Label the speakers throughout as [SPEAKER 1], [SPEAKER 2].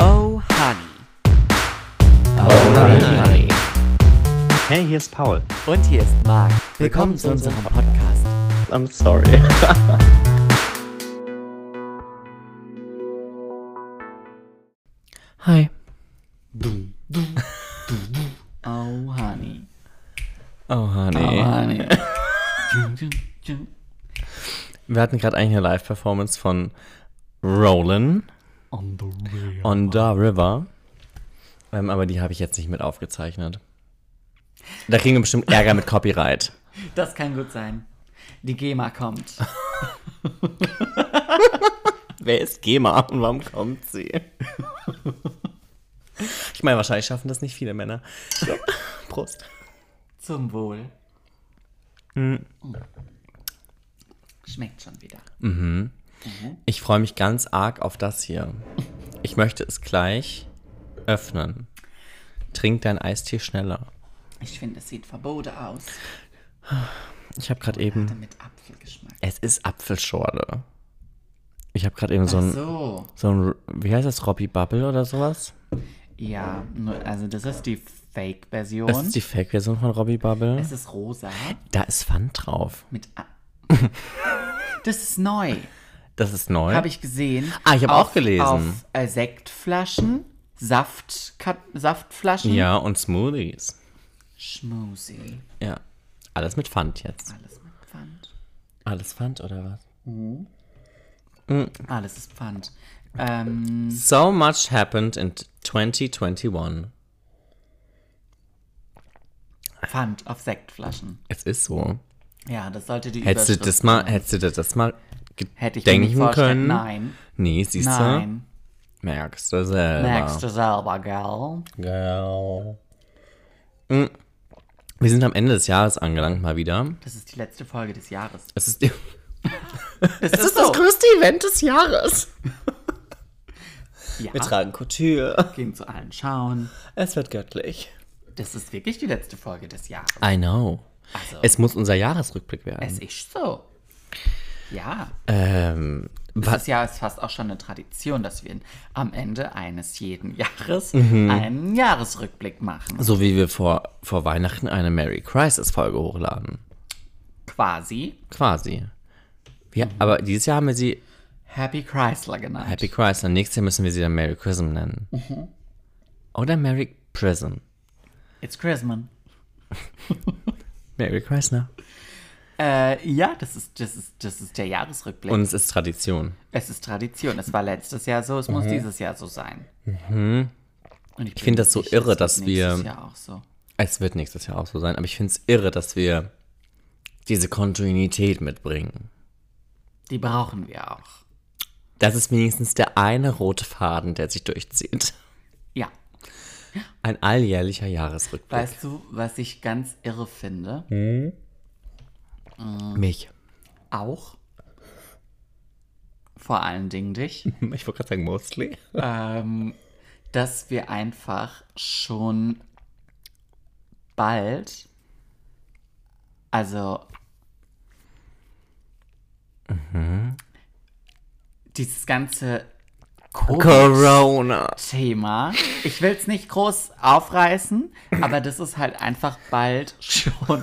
[SPEAKER 1] Oh, Honey.
[SPEAKER 2] Oh,
[SPEAKER 1] Oh,
[SPEAKER 2] Honey.
[SPEAKER 3] Hey, hier ist Paul.
[SPEAKER 1] Und hier ist Marc. Willkommen zu unserem Podcast.
[SPEAKER 3] I'm sorry.
[SPEAKER 2] Hi.
[SPEAKER 1] Oh, Honey.
[SPEAKER 2] Oh, honey.
[SPEAKER 1] Honey.
[SPEAKER 2] Wir hatten gerade eigentlich eine Live-Performance von Rollin' on the River. Ähm, aber die habe ich jetzt nicht mit aufgezeichnet. Da kriegen wir bestimmt Ärger mit Copyright.
[SPEAKER 1] Das kann gut sein. Die GEMA kommt.
[SPEAKER 2] Wer ist GEMA und warum kommt sie? Ich meine, wahrscheinlich schaffen das nicht viele Männer. So, Prost.
[SPEAKER 1] Zum Wohl.
[SPEAKER 2] Hm.
[SPEAKER 1] Schmeckt schon wieder.
[SPEAKER 2] Mhm.
[SPEAKER 1] Mhm.
[SPEAKER 2] Ich freue mich ganz arg auf das hier. Ich möchte es gleich öffnen. Trink deinen Eistee schneller.
[SPEAKER 1] Ich finde, es sieht verbode aus.
[SPEAKER 2] Ich habe gerade eben
[SPEAKER 1] Mit Apfelgeschmack.
[SPEAKER 2] Es ist Apfelschorle. Ich habe gerade eben so
[SPEAKER 1] Ach
[SPEAKER 2] ein,
[SPEAKER 1] so.
[SPEAKER 2] so ein, wie heißt das, Robby Bubble oder sowas?
[SPEAKER 1] Ja, nur- also das ist die Fake-Version.
[SPEAKER 2] Das ist die Fake-Version von Robby Bubble.
[SPEAKER 1] es ist rosa.
[SPEAKER 2] Da ist Pfand drauf.
[SPEAKER 1] Mit A Das ist neu.
[SPEAKER 2] Das ist neu.
[SPEAKER 1] Habe ich gesehen.
[SPEAKER 2] Ah, ich habe
[SPEAKER 1] Auf-
[SPEAKER 2] auch gelesen.
[SPEAKER 1] Auf äh, Sektflaschen, Saft, Kat- Saftflaschen.
[SPEAKER 2] ja, und Smoothies.
[SPEAKER 1] Schmusi.
[SPEAKER 2] Ja. Alles mit Pfand jetzt.
[SPEAKER 1] Alles mit Pfand.
[SPEAKER 2] Alles Pfand oder was?
[SPEAKER 1] Alles ist Pfand. Ähm,
[SPEAKER 2] So much happened in 2021.
[SPEAKER 1] Pfand auf Sektflaschen.
[SPEAKER 2] Es ist so.
[SPEAKER 1] Ja, das sollte die
[SPEAKER 2] Hättest du
[SPEAKER 1] Überschrift
[SPEAKER 2] das mal,
[SPEAKER 1] sein.
[SPEAKER 2] hättest du dir das mal
[SPEAKER 1] Hätte ich mir nicht
[SPEAKER 2] denken
[SPEAKER 1] vorstellen.
[SPEAKER 2] können?
[SPEAKER 1] Nein.
[SPEAKER 2] Nee, siehst du?
[SPEAKER 1] Nein.
[SPEAKER 2] Merkst du selber.
[SPEAKER 1] Merkst du selber, gell?
[SPEAKER 2] Genau. Mm. Wir sind am Ende des Jahres angelangt mal wieder.
[SPEAKER 1] Das ist die letzte Folge des Jahres.
[SPEAKER 2] Es ist, es
[SPEAKER 1] Es ist, so.
[SPEAKER 2] größte Event des Jahres.
[SPEAKER 1] Ja,
[SPEAKER 2] Wir tragen Couture.
[SPEAKER 1] gehen zu allen schauen.
[SPEAKER 2] Es wird göttlich.
[SPEAKER 1] Das ist wirklich die letzte Folge des Jahres.
[SPEAKER 2] I know.
[SPEAKER 1] Also,
[SPEAKER 2] Es muss unser Jahresrückblick werden.
[SPEAKER 1] es ist so. Ja.
[SPEAKER 2] ähm, was?
[SPEAKER 1] Dieses Jahr ist fast auch schon eine Tradition, dass wir am Ende eines jeden Jahres
[SPEAKER 2] Mhm.
[SPEAKER 1] einen Jahresrückblick machen.
[SPEAKER 2] So wie wir vor, vor Weihnachten eine Merry Crisis-Folge hochladen.
[SPEAKER 1] Quasi
[SPEAKER 2] Quasi.
[SPEAKER 1] Mhm.
[SPEAKER 2] Wir, Aber dieses Jahr haben wir sie
[SPEAKER 1] Happy Chrysler genannt.
[SPEAKER 2] Happy Christ. Und nächstes Jahr müssen wir sie dann Merry Chrism nennen.
[SPEAKER 1] Mhm.
[SPEAKER 2] Oder Merry Prism.
[SPEAKER 1] It's Christmas.
[SPEAKER 2] Merry Chrysler.
[SPEAKER 1] Äh, ja, das ist, das, ist, das ist der Jahresrückblick.
[SPEAKER 2] Und es ist Tradition.
[SPEAKER 1] es ist Tradition. Es war letztes Jahr so, es muss dieses Jahr so sein. Und ich
[SPEAKER 2] Mhm. find das so irre, dass
[SPEAKER 1] Das
[SPEAKER 2] wir-
[SPEAKER 1] ja auch so.
[SPEAKER 2] Es wird nächstes Jahr auch so sein, aber ich finde es irre, dass wir diese Kontinuität mitbringen.
[SPEAKER 1] Die brauchen wir auch.
[SPEAKER 2] Das ist wenigstens der eine rote Faden, der sich durchzieht.
[SPEAKER 1] Ja.
[SPEAKER 2] Ein alljährlicher Jahresrückblick.
[SPEAKER 1] Weißt du, was ich ganz irre finde?
[SPEAKER 2] Hm. mich.
[SPEAKER 1] Auch. Vor allen Dingen dich.
[SPEAKER 2] Ich wollte gerade sagen, mostly.
[SPEAKER 1] dass wir einfach schon bald, also mhm. dieses ganze
[SPEAKER 2] Corona.
[SPEAKER 1] Thema, ich will es nicht groß aufreißen, aber das ist halt einfach bald schon,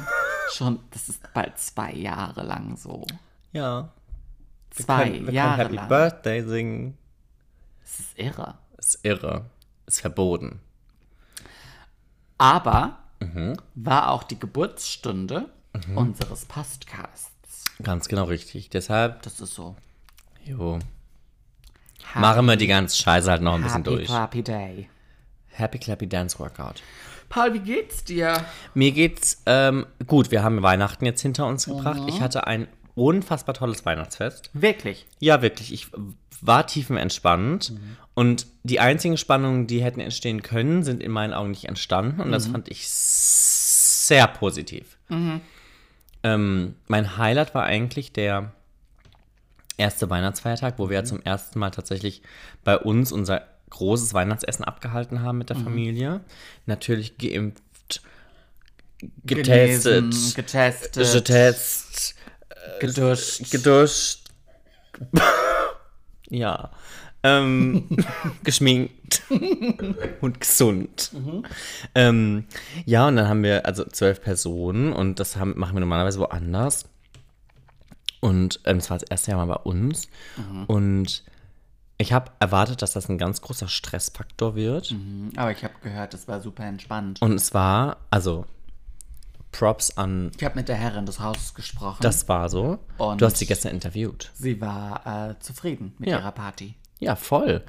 [SPEAKER 1] schon, das ist bald zwei Jahre lang so.
[SPEAKER 2] Ja.
[SPEAKER 1] Zwei Jahre lang.
[SPEAKER 2] Birthday singen.
[SPEAKER 1] Das ist irre.
[SPEAKER 2] Ist irre. Ist verboten.
[SPEAKER 1] Aber
[SPEAKER 2] Mhm.
[SPEAKER 1] war auch die Geburtsstunde unseres Podcasts.
[SPEAKER 2] Ganz genau richtig. Deshalb,
[SPEAKER 1] Das ist so.
[SPEAKER 2] jo.
[SPEAKER 1] Happy,
[SPEAKER 2] Machen wir die ganze Scheiße halt noch ein bisschen
[SPEAKER 1] happy
[SPEAKER 2] durch.
[SPEAKER 1] Clappy Day.
[SPEAKER 2] Happy Clappy Dance Workout.
[SPEAKER 1] Paul, wie geht's dir?
[SPEAKER 2] Mir geht's ähm, gut. Wir haben Weihnachten jetzt hinter uns gebracht. Ich hatte ein unfassbar tolles Weihnachtsfest.
[SPEAKER 1] Wirklich.
[SPEAKER 2] Ja, wirklich. Ich war tiefenentspannt. Und die einzigen Spannungen, die hätten entstehen können, sind in meinen Augen nicht entstanden. Und das fand ich sehr positiv. Ähm, mein Highlight war eigentlich der erste Weihnachtsfeiertag, wo wir ja zum ersten Mal tatsächlich bei uns unser großes Weihnachtsessen abgehalten haben mit der Familie. Natürlich geimpft, getestet,
[SPEAKER 1] Genesen, getestet,
[SPEAKER 2] getestet
[SPEAKER 1] geduscht.
[SPEAKER 2] geduscht. ja. ähm, geschminkt und gesund.
[SPEAKER 1] Mhm.
[SPEAKER 2] Ähm, ja, und dann haben wir also zwölf Personen und das haben, machen wir normalerweise woanders. Und ähm, es war das erste Jahr mal bei uns.
[SPEAKER 1] Mhm.
[SPEAKER 2] Und ich habe erwartet, dass das ein ganz großer Stressfaktor wird.
[SPEAKER 1] Aber ich habe gehört, es war super entspannt.
[SPEAKER 2] Und es war, also Props an,
[SPEAKER 1] Ich habe mit der Herrin des Hauses gesprochen.
[SPEAKER 2] das war so.
[SPEAKER 1] Mhm. Und-
[SPEAKER 2] du hast sie gestern interviewt.
[SPEAKER 1] Sie war äh, zufrieden mit
[SPEAKER 2] Ja.
[SPEAKER 1] ihrer Party,
[SPEAKER 2] Ja, voll.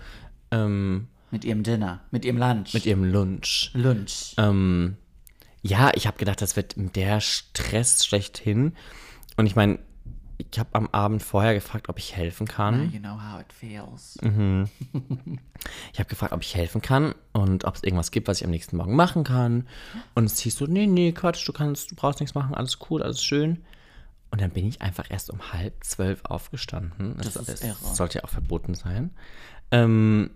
[SPEAKER 2] Ähm,
[SPEAKER 1] mit ihrem Dinner, mit ihrem Lunch.
[SPEAKER 2] mit ihrem Lunch.
[SPEAKER 1] Lunch.
[SPEAKER 2] Ähm, ja, ich habe gedacht, das wird der Stress schlechthin. Und ich meine, ich habe am Abend vorher gefragt, ob ich helfen kann.
[SPEAKER 1] You know how it feels.
[SPEAKER 2] Mhm. Ich habe gefragt, ob ich helfen kann und ob es irgendwas gibt, was ich am nächsten Morgen machen kann. Und es hieß so, nee, nee, Quatsch, du kannst, du brauchst nichts machen, alles cool, alles schön. Und dann bin ich einfach erst um halb zwölf aufgestanden. Das,
[SPEAKER 1] Das ist
[SPEAKER 2] das
[SPEAKER 1] irre.
[SPEAKER 2] sollte ja auch verboten sein. Ähm,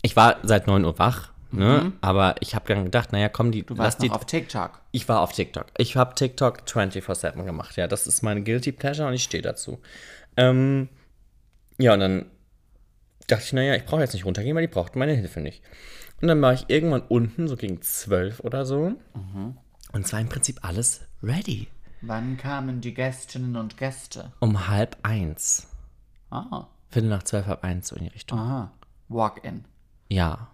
[SPEAKER 2] ich war seit 9 Uhr wach, ne? aber ich habe dann gedacht, naja, komm, die,
[SPEAKER 1] Mhm. Du
[SPEAKER 2] lass
[SPEAKER 1] warst
[SPEAKER 2] die
[SPEAKER 1] noch auf TikTok.
[SPEAKER 2] Ich war auf TikTok. Ich habe TikTok 24-7 gemacht. Ja, das ist meine Guilty Pleasure und ich stehe dazu. Ähm, ja, und dann dachte ich, naja, ich brauche jetzt nicht runtergehen, weil die brauchten meine Hilfe nicht. Und dann war ich irgendwann unten, so gegen 12 oder so. Und es war im Prinzip alles ready.
[SPEAKER 1] Wann kamen die Gästinnen und Gäste?
[SPEAKER 2] Um halb eins.
[SPEAKER 1] Ah,
[SPEAKER 2] Viertel nach zwölf, halb eins, so in die Richtung.
[SPEAKER 1] aha. Walk-in.
[SPEAKER 2] Ja.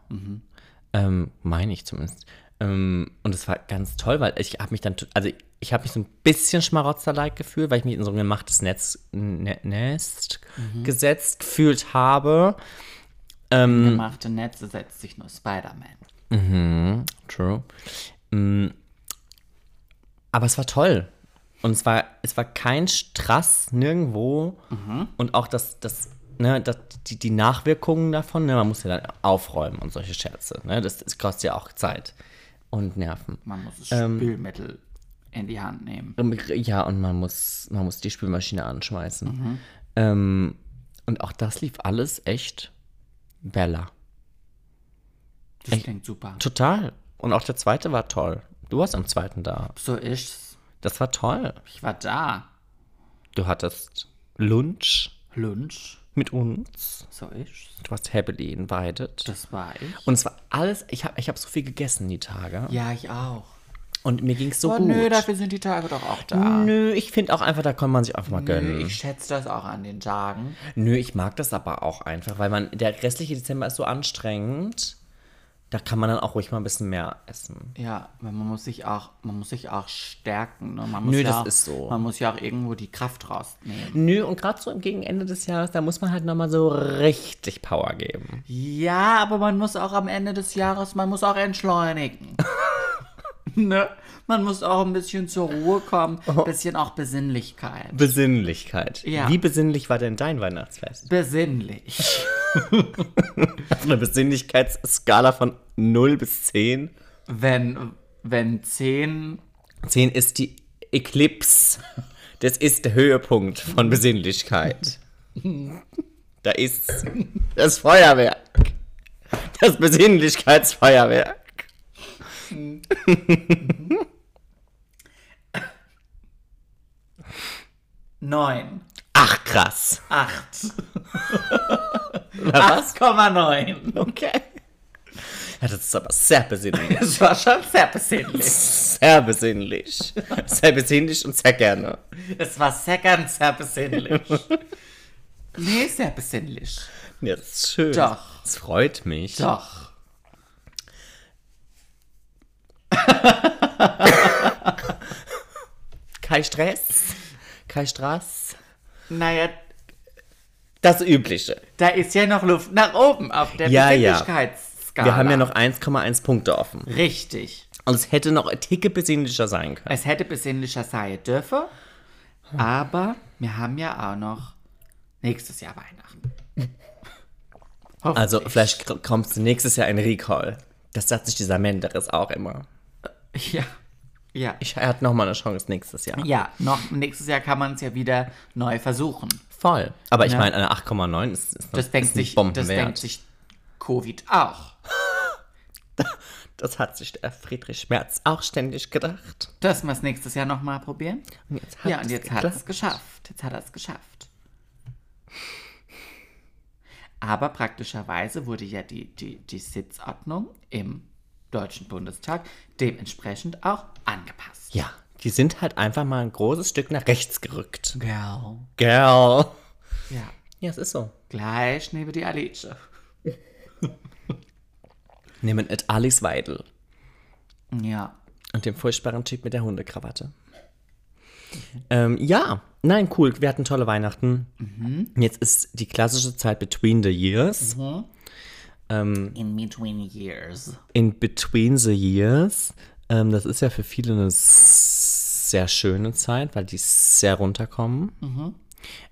[SPEAKER 2] Ähm, meine ich zumindest. Ähm, und es war ganz toll, weil ich habe mich dann, t- also ich habe mich so ein bisschen schmarotzer-like gefühlt, weil ich mich in so ein gemachtes Netz, Ne- Nest gesetzt gefühlt habe. Mhm.
[SPEAKER 1] Gemachte Netze setzt sich nur Spider-Man.
[SPEAKER 2] Mhm, True. Mm. Aber es war toll. Und es war, es war kein Strass nirgendwo. Und auch das, das, ne, das, die, die Nachwirkungen davon, ne, man muss ja dann aufräumen und solche Scherze. Ne? Das, das kostet ja auch Zeit und Nerven.
[SPEAKER 1] Man muss das
[SPEAKER 2] Ähm.
[SPEAKER 1] Spülmittel in die Hand nehmen.
[SPEAKER 2] Ja, und man muss, man muss die Spülmaschine anschmeißen. Ähm, und auch das lief alles echt Bella.
[SPEAKER 1] Das klingt super.
[SPEAKER 2] Total. Und auch der zweite war toll. Du warst am zweiten da.
[SPEAKER 1] So ist's.
[SPEAKER 2] Das war toll.
[SPEAKER 1] Ich war da.
[SPEAKER 2] Du hattest Lunch
[SPEAKER 1] Lunch.
[SPEAKER 2] mit uns.
[SPEAKER 1] So ist's.
[SPEAKER 2] Du warst happily invited.
[SPEAKER 1] Das war ich.
[SPEAKER 2] und es war alles, ich habe ich hab so viel gegessen die Tage.
[SPEAKER 1] ja, ich auch.
[SPEAKER 2] Und mir ging es so
[SPEAKER 1] Aber
[SPEAKER 2] gut.
[SPEAKER 1] nö, dafür sind die Tage doch auch da.
[SPEAKER 2] Nö, ich finde auch einfach, da kann man sich einfach mal gönnen.
[SPEAKER 1] Nö, ich schätze das auch an den Tagen.
[SPEAKER 2] Nö, ich mag das aber auch einfach, weil man, der restliche Dezember ist so anstrengend. Da kann man dann auch ruhig mal ein bisschen mehr essen.
[SPEAKER 1] Ja, weil man muss sich auch, man muss sich auch stärken. Ne? Man muss
[SPEAKER 2] Nö,
[SPEAKER 1] ja
[SPEAKER 2] das
[SPEAKER 1] auch,
[SPEAKER 2] ist so.
[SPEAKER 1] Man muss ja auch irgendwo die Kraft rausnehmen.
[SPEAKER 2] Nö, und gerade so im Gegenende des Jahres, da muss man halt nochmal so richtig Power geben.
[SPEAKER 1] Ja, aber man muss auch am Ende des Jahres, man muss auch entschleunigen. ne? Man muss auch ein bisschen zur Ruhe kommen, ein bisschen auch Besinnlichkeit.
[SPEAKER 2] Besinnlichkeit.
[SPEAKER 1] Ja.
[SPEAKER 2] Wie besinnlich war denn dein Weihnachtsfest?
[SPEAKER 1] Besinnlich.
[SPEAKER 2] Auf einer Besinnlichkeitsskala von 0 bis 10.
[SPEAKER 1] Wenn, wenn zehn
[SPEAKER 2] 10 ist die Eclipse. Das ist der Höhepunkt von Besinnlichkeit. Da ist das Feuerwerk. Das Besinnlichkeitsfeuerwerk.
[SPEAKER 1] neun
[SPEAKER 2] Ach, krass.
[SPEAKER 1] acht
[SPEAKER 2] Was?
[SPEAKER 1] 8,9.
[SPEAKER 2] Okay. Ja, das ist aber sehr besinnlich.
[SPEAKER 1] Das war schon sehr besinnlich.
[SPEAKER 2] Sehr besinnlich. Sehr besinnlich und sehr gerne.
[SPEAKER 1] Es war sehr ganz sehr besinnlich. Nee, sehr besinnlich.
[SPEAKER 2] Ja, das ist schön.
[SPEAKER 1] Doch.
[SPEAKER 2] Das freut mich.
[SPEAKER 1] Doch.
[SPEAKER 2] Kein Stress. Kein Stress.
[SPEAKER 1] Naja,
[SPEAKER 2] Das Übliche.
[SPEAKER 1] da ist ja noch Luft nach oben auf der
[SPEAKER 2] Ja, ja.
[SPEAKER 1] Besinnlichkeitsskala.
[SPEAKER 2] Wir haben ja noch 1,1 Punkte offen.
[SPEAKER 1] Richtig.
[SPEAKER 2] Und es hätte noch ein Ticke besinnlicher sein können.
[SPEAKER 1] Es hätte besinnlicher sein dürfen, aber wir haben ja auch noch nächstes Jahr Weihnachten.
[SPEAKER 2] Also vielleicht k- kommst du nächstes Jahr in Recall. Das sagt sich dieser Menderes auch immer.
[SPEAKER 1] Ja. Ja.
[SPEAKER 2] Ich, er hat nochmal eine Chance nächstes Jahr.
[SPEAKER 1] Ja, noch nächstes Jahr kann man es ja wieder neu versuchen.
[SPEAKER 2] Voll. Aber ich
[SPEAKER 1] Ja.
[SPEAKER 2] meine, eine 8,9 ist, ist,
[SPEAKER 1] Das
[SPEAKER 2] ist
[SPEAKER 1] denkt
[SPEAKER 2] nicht
[SPEAKER 1] sich, das
[SPEAKER 2] bombenwert.
[SPEAKER 1] denkt sich Covid auch.
[SPEAKER 2] Das hat sich der Friedrich Schmerz auch ständig gedacht.
[SPEAKER 1] Dass wir es nächstes Jahr nochmal probieren.
[SPEAKER 2] Und jetzt
[SPEAKER 1] ja, und
[SPEAKER 2] es
[SPEAKER 1] jetzt hat er es
[SPEAKER 2] geklappt.
[SPEAKER 1] geschafft. Jetzt hat er es geschafft. Aber praktischerweise wurde ja die, die, die Sitzordnung im Deutschen Bundestag dementsprechend auch angepasst.
[SPEAKER 2] Ja, die sind halt einfach mal ein großes Stück nach rechts gerückt.
[SPEAKER 1] Girl.
[SPEAKER 2] Girl.
[SPEAKER 1] Ja.
[SPEAKER 2] Ja, es ist so.
[SPEAKER 1] Gleich neben die Alice.
[SPEAKER 2] Nehmen et Alice Weidel
[SPEAKER 1] Ja.
[SPEAKER 2] und dem furchtbaren Typ mit der Hundekrawatte. Ähm, ja, nein, cool. Wir hatten tolle Weihnachten.
[SPEAKER 1] Mhm.
[SPEAKER 2] Jetzt ist die klassische Zeit between the years.
[SPEAKER 1] In between years.
[SPEAKER 2] in Between the Years. Ähm, das ist ja für viele eine s- sehr schöne Zeit, weil die sehr runterkommen.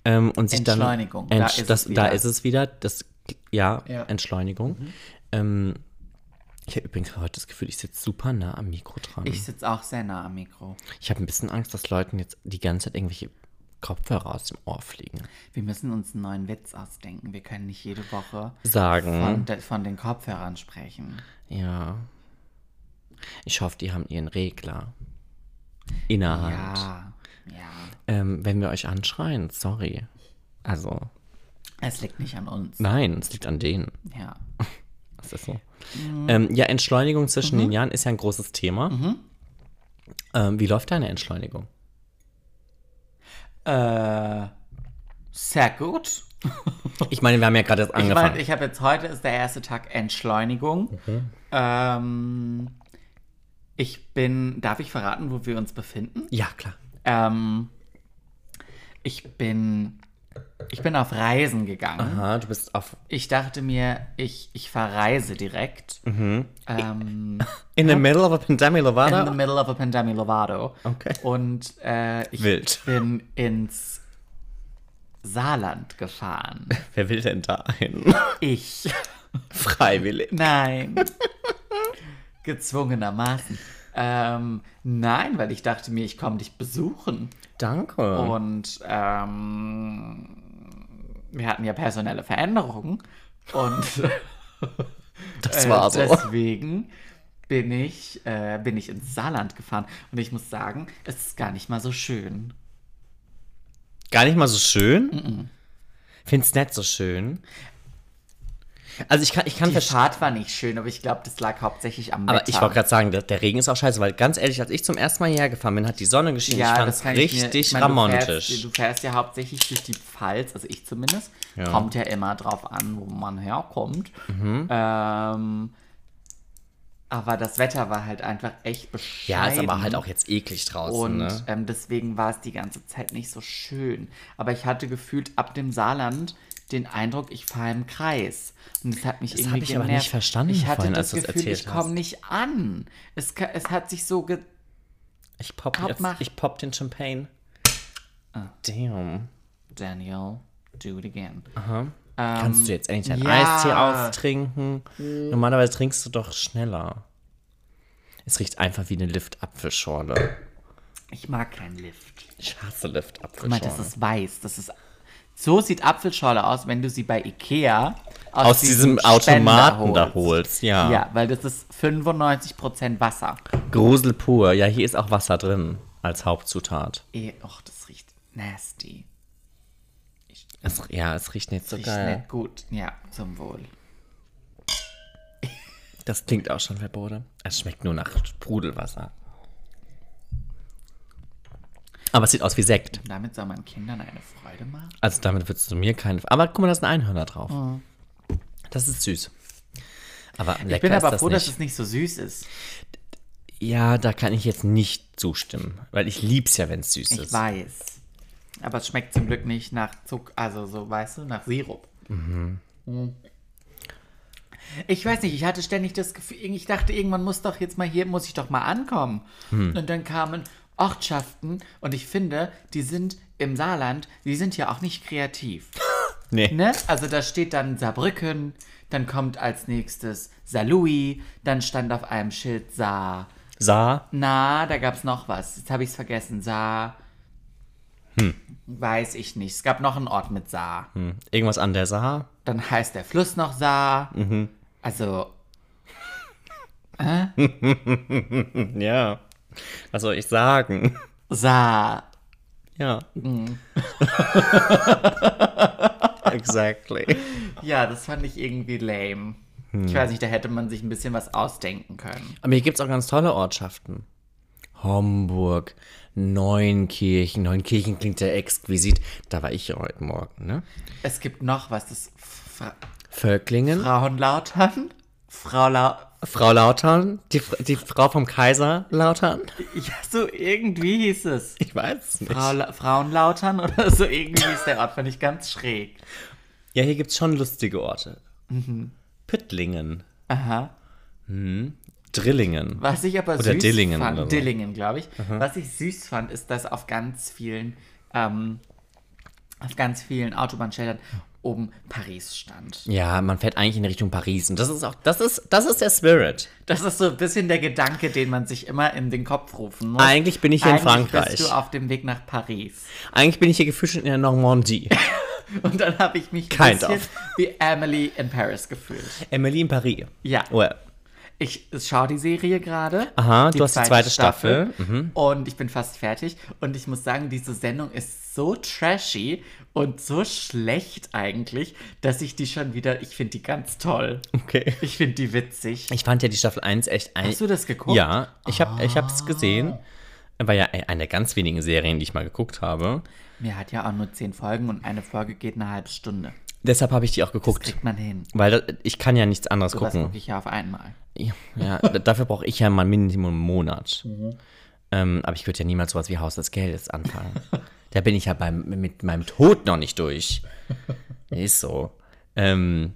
[SPEAKER 2] Ähm, und sich
[SPEAKER 1] Mhm. Entschleunigung,
[SPEAKER 2] Dann
[SPEAKER 1] da
[SPEAKER 2] Entsch
[SPEAKER 1] ist
[SPEAKER 2] das,
[SPEAKER 1] es
[SPEAKER 2] da
[SPEAKER 1] wieder.
[SPEAKER 2] ist es wieder. Das, ja,
[SPEAKER 1] Ja. Mhm.
[SPEAKER 2] Entschleunigung. Ähm, ich habe übrigens heute das Gefühl, ich sitze super nah am Mikro dran.
[SPEAKER 1] Ich
[SPEAKER 2] Ich,
[SPEAKER 1] sitze auch sehr nah am Mikro.
[SPEAKER 2] habe ein bisschen Angst, dass Leuten jetzt die ganze Zeit irgendwelche Kopfhörer aus dem Ohr fliegen.
[SPEAKER 1] Wir müssen uns einen neuen Witz ausdenken. Wir können nicht jede Woche
[SPEAKER 2] Sagen.
[SPEAKER 1] von, de von den Kopfhörern sprechen.
[SPEAKER 2] Ja. Ich hoffe, die haben ihren Regler. Innerhand.
[SPEAKER 1] Ja. Ja.
[SPEAKER 2] Ähm, wenn wir euch anschreien, sorry. Also,
[SPEAKER 1] Es liegt nicht an uns.
[SPEAKER 2] nein, es liegt an denen.
[SPEAKER 1] Ja.
[SPEAKER 2] Das ist so.
[SPEAKER 1] Mhm.
[SPEAKER 2] Ähm, ja, Entschleunigung zwischen den Jahren ist ja ein großes Thema. Ähm, wie läuft deine Entschleunigung?
[SPEAKER 1] Sehr gut.
[SPEAKER 2] Ich meine, wir haben ja gerade jetzt
[SPEAKER 1] Ich,
[SPEAKER 2] angefangen. Mhm.
[SPEAKER 1] mein, ich habe jetzt heute ist der erste Tag Entschleunigung. Ähm, ich bin, darf ich verraten, wo wir uns befinden?
[SPEAKER 2] ja, klar.
[SPEAKER 1] Ähm, ich bin, ich bin auf Reisen gegangen.
[SPEAKER 2] Aha, du bist auf
[SPEAKER 1] Ich dachte mir, ich, ich verreise direkt.
[SPEAKER 2] Mhm.
[SPEAKER 1] Ähm,
[SPEAKER 2] In the middle of a pandemic,
[SPEAKER 1] in the
[SPEAKER 2] Lovada.
[SPEAKER 1] middle of a pandemic Lovato.
[SPEAKER 2] Okay.
[SPEAKER 1] Und äh, ich
[SPEAKER 2] Wild.
[SPEAKER 1] bin ins Saarland gefahren.
[SPEAKER 2] Wer will denn da hin?
[SPEAKER 1] Ich.
[SPEAKER 2] Freiwillig.
[SPEAKER 1] Nein. Gezwungenermaßen. Ähm, nein, weil ich dachte mir, ich komme dich besuchen.
[SPEAKER 2] Danke.
[SPEAKER 1] Und ähm, wir hatten ja personelle Veränderungen. Und
[SPEAKER 2] das
[SPEAKER 1] äh,
[SPEAKER 2] war so.
[SPEAKER 1] deswegen bin ich, äh, bin ich ins Saarland gefahren. Und ich muss sagen, es ist gar nicht mal so schön.
[SPEAKER 2] Gar nicht mal so schön? Find's nicht so schön. Also ich kann, ich kann
[SPEAKER 1] Die
[SPEAKER 2] verstehen.
[SPEAKER 1] Fahrt war nicht schön, aber ich glaube, das lag hauptsächlich am
[SPEAKER 2] Aber
[SPEAKER 1] Wetter.
[SPEAKER 2] ich wollte gerade sagen, der, der Regen ist auch scheiße, weil ganz ehrlich, als ich zum ersten Mal hierher gefahren bin, hat die Sonne geschienen. ich fand
[SPEAKER 1] das
[SPEAKER 2] es
[SPEAKER 1] kann ich mir-
[SPEAKER 2] richtig
[SPEAKER 1] ich meine, Du
[SPEAKER 2] ramontisch.
[SPEAKER 1] fährst, du fährst ja hauptsächlich durch die Pfalz, also ich zumindest.
[SPEAKER 2] Ja. Mhm.
[SPEAKER 1] Kommt ja immer drauf an, wo man herkommt. Ähm, aber das Wetter war halt einfach echt bescheiden.
[SPEAKER 2] Ja, ist aber halt auch jetzt eklig draußen.
[SPEAKER 1] Und
[SPEAKER 2] ne?
[SPEAKER 1] ähm, deswegen war es die ganze Zeit nicht so schön. Aber ich hatte gefühlt ab dem Saarland den Eindruck, ich fahre im Kreis. Und das hat mich das irgendwie
[SPEAKER 2] hab ich aber
[SPEAKER 1] genervt.
[SPEAKER 2] nicht verstanden
[SPEAKER 1] Ich hatte
[SPEAKER 2] vorhin,
[SPEAKER 1] das
[SPEAKER 2] als du es
[SPEAKER 1] Gefühl, ich
[SPEAKER 2] erzählt hast.
[SPEAKER 1] komme nicht an. Es, ka- es hat sich so ge
[SPEAKER 2] Ich pop,
[SPEAKER 1] Komm,
[SPEAKER 2] jetzt,
[SPEAKER 1] mach. Ah.
[SPEAKER 2] ich pop den Champagne. Damn.
[SPEAKER 1] Daniel, do it again.
[SPEAKER 2] Kannst du jetzt endlich deinen
[SPEAKER 1] ja.
[SPEAKER 2] Eistee austrinken? Normalerweise trinkst du doch schneller. Es riecht einfach wie eine Lift-Apfelschorle.
[SPEAKER 1] Ich mag keinen Lift.
[SPEAKER 2] Ich hasse Lift-Apfelschorle.
[SPEAKER 1] Guck mal, das ist weiß. Das ist. So sieht Apfelschorle aus, wenn du sie bei Ikea aus,
[SPEAKER 2] Aus diesem
[SPEAKER 1] Spender
[SPEAKER 2] Automaten da
[SPEAKER 1] holst.
[SPEAKER 2] holst. Ja.
[SPEAKER 1] Ja, weil das ist 95% Wasser.
[SPEAKER 2] Grusel pur. Ja, hier ist auch Wasser drin als Hauptzutat.
[SPEAKER 1] Eh, Och, das riecht nasty.
[SPEAKER 2] Es, ja, es riecht nicht so
[SPEAKER 1] Riecht
[SPEAKER 2] geil.
[SPEAKER 1] nicht gut. Ja, zum Wohl.
[SPEAKER 2] Das klingt auch schon verboten. Es schmeckt nur nach Sprudelwasser. Aber es sieht aus wie Sekt.
[SPEAKER 1] Damit soll man Kindern eine Freude machen.
[SPEAKER 2] Also damit würdest du mir keine. Aber guck mal, da ist ein Einhörner drauf. Das ist süß. Aber lecker
[SPEAKER 1] Oh. Ich bin
[SPEAKER 2] ist
[SPEAKER 1] aber
[SPEAKER 2] das
[SPEAKER 1] froh,
[SPEAKER 2] nicht.
[SPEAKER 1] dass es nicht so süß ist.
[SPEAKER 2] ja, da kann ich jetzt nicht zustimmen, weil ich lieb's ja, wenn es süß
[SPEAKER 1] Ich
[SPEAKER 2] ist.
[SPEAKER 1] weiß. Aber es schmeckt zum Glück nicht nach Zucker, also so, weißt du, nach Sirup. Mhm. Ich weiß nicht, ich hatte ständig das Gefühl, ich dachte, irgendwann muss doch jetzt mal hier, muss ich doch mal ankommen. Und dann kamen Ortschaften und ich finde, die sind im Saarland, die sind ja auch nicht kreativ.
[SPEAKER 2] Nee.
[SPEAKER 1] Ne? Also da steht dann Saarbrücken, dann kommt als nächstes Saarlouis, dann stand auf einem Schild Saar.
[SPEAKER 2] Sa,
[SPEAKER 1] Na, da gab's noch was. Jetzt habe ich's vergessen. Saar. Weiß ich nicht. Es gab noch einen Ort mit Saar.
[SPEAKER 2] hm, irgendwas an der Sa.
[SPEAKER 1] Dann heißt der Fluss noch Saar. Also,
[SPEAKER 2] Ja. Was soll ich sagen?
[SPEAKER 1] Mhm. Saar.
[SPEAKER 2] Ja. exactly.
[SPEAKER 1] Ja, das fand ich irgendwie lame. Ich weiß nicht, da hätte man sich ein bisschen was ausdenken können.
[SPEAKER 2] Aber hier gibt es auch ganz tolle Ortschaften. Homburg, Neunkirchen. Neunkirchen klingt ja exquisit. Da war ich ja heute Morgen, ne?
[SPEAKER 1] Es gibt noch was, das Fra
[SPEAKER 2] Völklingen,
[SPEAKER 1] Frauenlautern? Frau Lau
[SPEAKER 2] Frau Lautern, die, Fr- die Frau vom Kaiser Lautern.
[SPEAKER 1] Ja, so irgendwie hieß es.
[SPEAKER 2] Ich weiß es nicht.
[SPEAKER 1] Frau La Frauenlautern oder so irgendwie ist der Ort, fand ich ganz schräg.
[SPEAKER 2] Ja, hier gibt es schon lustige Orte.
[SPEAKER 1] Mhm.
[SPEAKER 2] Püttlingen,
[SPEAKER 1] Aha.
[SPEAKER 2] Drillingen.
[SPEAKER 1] Was ich aber
[SPEAKER 2] Oder
[SPEAKER 1] süß
[SPEAKER 2] Dillingen
[SPEAKER 1] fand,
[SPEAKER 2] oder so.
[SPEAKER 1] Dillingen, glaube ich. Was ich süß fand, ist, dass auf ganz vielen, ähm, auf ganz vielen Autobahnschildern oben Paris stand.
[SPEAKER 2] Ja, man fährt eigentlich in Richtung Paris. Und das ist auch, das ist, das ist der Spirit.
[SPEAKER 1] Das ist so ein bisschen der Gedanke, den man sich immer in den Kopf rufen muss.
[SPEAKER 2] Eigentlich bin ich hier in
[SPEAKER 1] Eigentlich
[SPEAKER 2] Frankreich.
[SPEAKER 1] Bist du auf dem Weg nach Paris?
[SPEAKER 2] Eigentlich bin ich hier gefischt in der Normandie.
[SPEAKER 1] Und dann habe ich mich ein
[SPEAKER 2] Kind
[SPEAKER 1] bisschen
[SPEAKER 2] of.
[SPEAKER 1] wie Emily in Paris gefühlt.
[SPEAKER 2] Emily in Paris.
[SPEAKER 1] Ja.
[SPEAKER 2] Well,
[SPEAKER 1] Ich schaue die Serie gerade.
[SPEAKER 2] Aha, du hast die zweite Staffel. Mhm.
[SPEAKER 1] Und ich bin fast fertig. Und ich muss sagen, diese Sendung ist so trashy und so schlecht eigentlich, dass ich die schon wieder. Ich finde die ganz toll.
[SPEAKER 2] okay.
[SPEAKER 1] Ich finde die witzig.
[SPEAKER 2] Ich fand ja die Staffel 1 echt ein.
[SPEAKER 1] Hast du das geguckt? Ah.
[SPEAKER 2] Ja, ich habe ich hab's gesehen. War ja e- eine der ganz wenigen Serien, die ich mal geguckt habe.
[SPEAKER 1] Mir hat ja auch nur zehn Folgen und eine Folge geht eine halbe Stunde.
[SPEAKER 2] Deshalb habe ich die auch
[SPEAKER 1] Das
[SPEAKER 2] geguckt.
[SPEAKER 1] kriegt man hin.
[SPEAKER 2] Weil da- ich kann ja nichts anderes
[SPEAKER 1] Das
[SPEAKER 2] gucken.
[SPEAKER 1] gucke ich ja auf einmal.
[SPEAKER 2] Ja, d- dafür brauche ich ja mal Minimum einen Monat. Ähm, aber ich würde ja niemals sowas wie Haus des Geldes anfangen. da bin ich ja beim, mit meinem Tod noch nicht durch. Ist so. Ähm,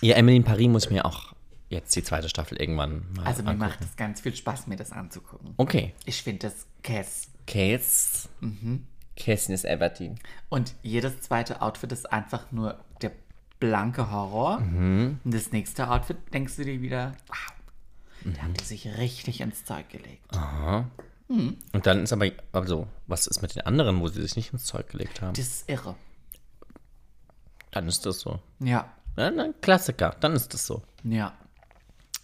[SPEAKER 2] ja, Emily in Paris muss ich mir auch jetzt die zweite Staffel irgendwann mal
[SPEAKER 1] Also mir
[SPEAKER 2] angucken.
[SPEAKER 1] macht es ganz viel Spaß, mir das anzugucken.
[SPEAKER 2] Okay.
[SPEAKER 1] Ich finde das Käse.
[SPEAKER 2] Case. Mhm. Case ist Everdeen.
[SPEAKER 1] Und jedes zweite Outfit ist einfach nur der blanke Horror.
[SPEAKER 2] Mhm.
[SPEAKER 1] Und das nächste Outfit denkst du dir wieder, wow, da
[SPEAKER 2] Mhm.
[SPEAKER 1] haben die sich richtig ins Zeug gelegt.
[SPEAKER 2] Und dann ist aber, also, was ist mit den anderen, wo sie sich nicht ins Zeug gelegt haben?
[SPEAKER 1] Das ist irre.
[SPEAKER 2] Dann ist das so.
[SPEAKER 1] Ja,
[SPEAKER 2] Na, na, Klassiker, dann ist das so.
[SPEAKER 1] ja.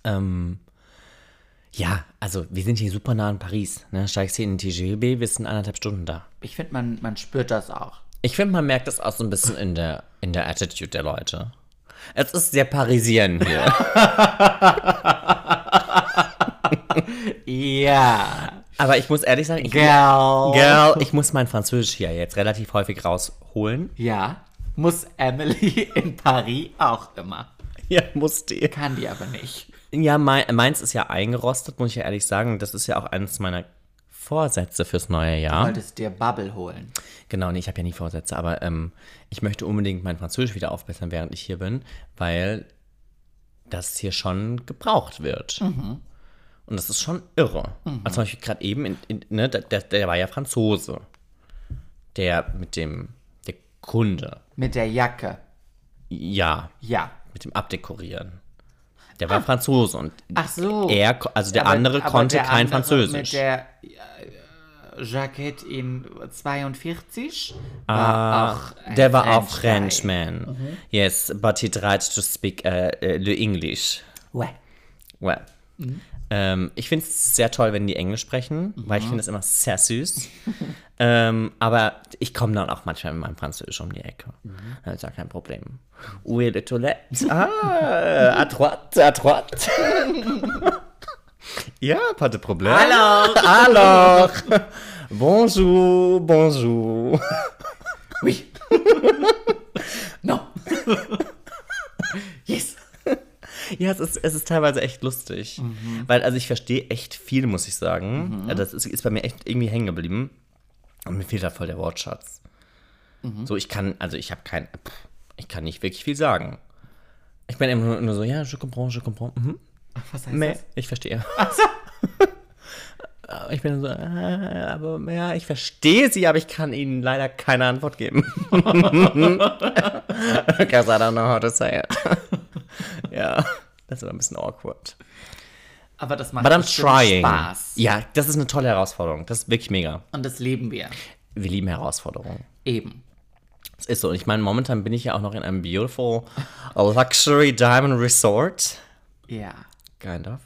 [SPEAKER 2] Ähm, ja, also wir sind hier super nah an Paris. Ne? Steigst hier in den TGB, wir sind anderthalb Stunden da.
[SPEAKER 1] Ich finde, man, man spürt das auch.
[SPEAKER 2] Ich finde, man merkt das auch so ein bisschen in der, in der Attitude der Leute. Es ist sehr Parisieren hier.
[SPEAKER 1] Ja,
[SPEAKER 2] Aber ich muss ehrlich sagen, ich,
[SPEAKER 1] girl.
[SPEAKER 2] Girl, ich muss mein Französisch hier jetzt relativ häufig rausholen.
[SPEAKER 1] Ja, muss Emily in Paris auch immer.
[SPEAKER 2] Ja, musste ihr.
[SPEAKER 1] Kann die aber nicht.
[SPEAKER 2] Ja, mein, meins ist ja eingerostet, muss ich ja ehrlich sagen. Das ist ja auch eines meiner Vorsätze fürs neue Jahr.
[SPEAKER 1] Wolltest dir Bubble holen.
[SPEAKER 2] Genau, nee, ich habe ja nie Vorsätze, aber ähm, ich möchte unbedingt mein Französisch wieder aufbessern, während ich hier bin, weil das hier schon gebraucht wird.
[SPEAKER 1] Mhm.
[SPEAKER 2] Und das ist schon irre. Also zum Beispiel gerade eben, in, in, ne, der, der, der war ja Franzose. Der mit dem, der Kunde,
[SPEAKER 1] Mit der Jacke.
[SPEAKER 2] ja,
[SPEAKER 1] Ja.
[SPEAKER 2] mit dem Abdekorieren. Der war Franzose und
[SPEAKER 1] Ach so.
[SPEAKER 2] er, ko- also der
[SPEAKER 1] Ah. Aber-
[SPEAKER 2] andere
[SPEAKER 1] aber
[SPEAKER 2] konnte
[SPEAKER 1] der
[SPEAKER 2] kein
[SPEAKER 1] andere Mit
[SPEAKER 2] Französisch.
[SPEAKER 1] der äh, Jacket in 42
[SPEAKER 2] Ah,
[SPEAKER 1] ein
[SPEAKER 2] der war auch
[SPEAKER 1] French Mhm. guy.
[SPEAKER 2] Frenchman. Yes, but he tried to speak uh, uh, the English.
[SPEAKER 1] Ouais.
[SPEAKER 2] Well. Ähm, ich finde es sehr toll, wenn die Englisch sprechen, weil ich finde es immer sehr süß. ähm, aber ich komme dann auch manchmal mit meinem Französisch um die Ecke. Das ist ja kein Problem. Oui, de toilette. Ah, à droite, à droite. ja, pas de problème.
[SPEAKER 1] Hallo.
[SPEAKER 2] Alors. Bonjour, bonjour.
[SPEAKER 1] Oui. no. yes.
[SPEAKER 2] Ja, es ist, es ist teilweise echt lustig. Weil, also ich verstehe echt viel, muss ich sagen. Also Das ist, ist bei mir echt irgendwie hängen geblieben. Und mir fehlt da voll der Wortschatz. So, ich kann, also ich habe kein, pff, ich kann nicht wirklich viel sagen. Ich bin immer nur, nur so, ja, je comprends, je comprends. Mhm.
[SPEAKER 1] Was heißt
[SPEAKER 2] Nee,
[SPEAKER 1] das?
[SPEAKER 2] ich verstehe. Aber ich bin so, äh, aber ja, ich verstehe sie, aber ich kann ihnen leider keine Antwort geben. Because I don't know how to say it. ja, das war ein bisschen awkward.
[SPEAKER 1] Aber das macht
[SPEAKER 2] But I'm
[SPEAKER 1] bestimmt
[SPEAKER 2] trying.
[SPEAKER 1] Spaß.
[SPEAKER 2] Ja, das ist eine tolle Herausforderung. Das ist wirklich mega.
[SPEAKER 1] Und das leben wir.
[SPEAKER 2] Wir lieben Herausforderungen.
[SPEAKER 1] Eben.
[SPEAKER 2] Das ist so. Und ich meine, momentan bin ich ja auch noch in einem beautiful luxury diamond resort.
[SPEAKER 1] Ja.
[SPEAKER 2] Kind of.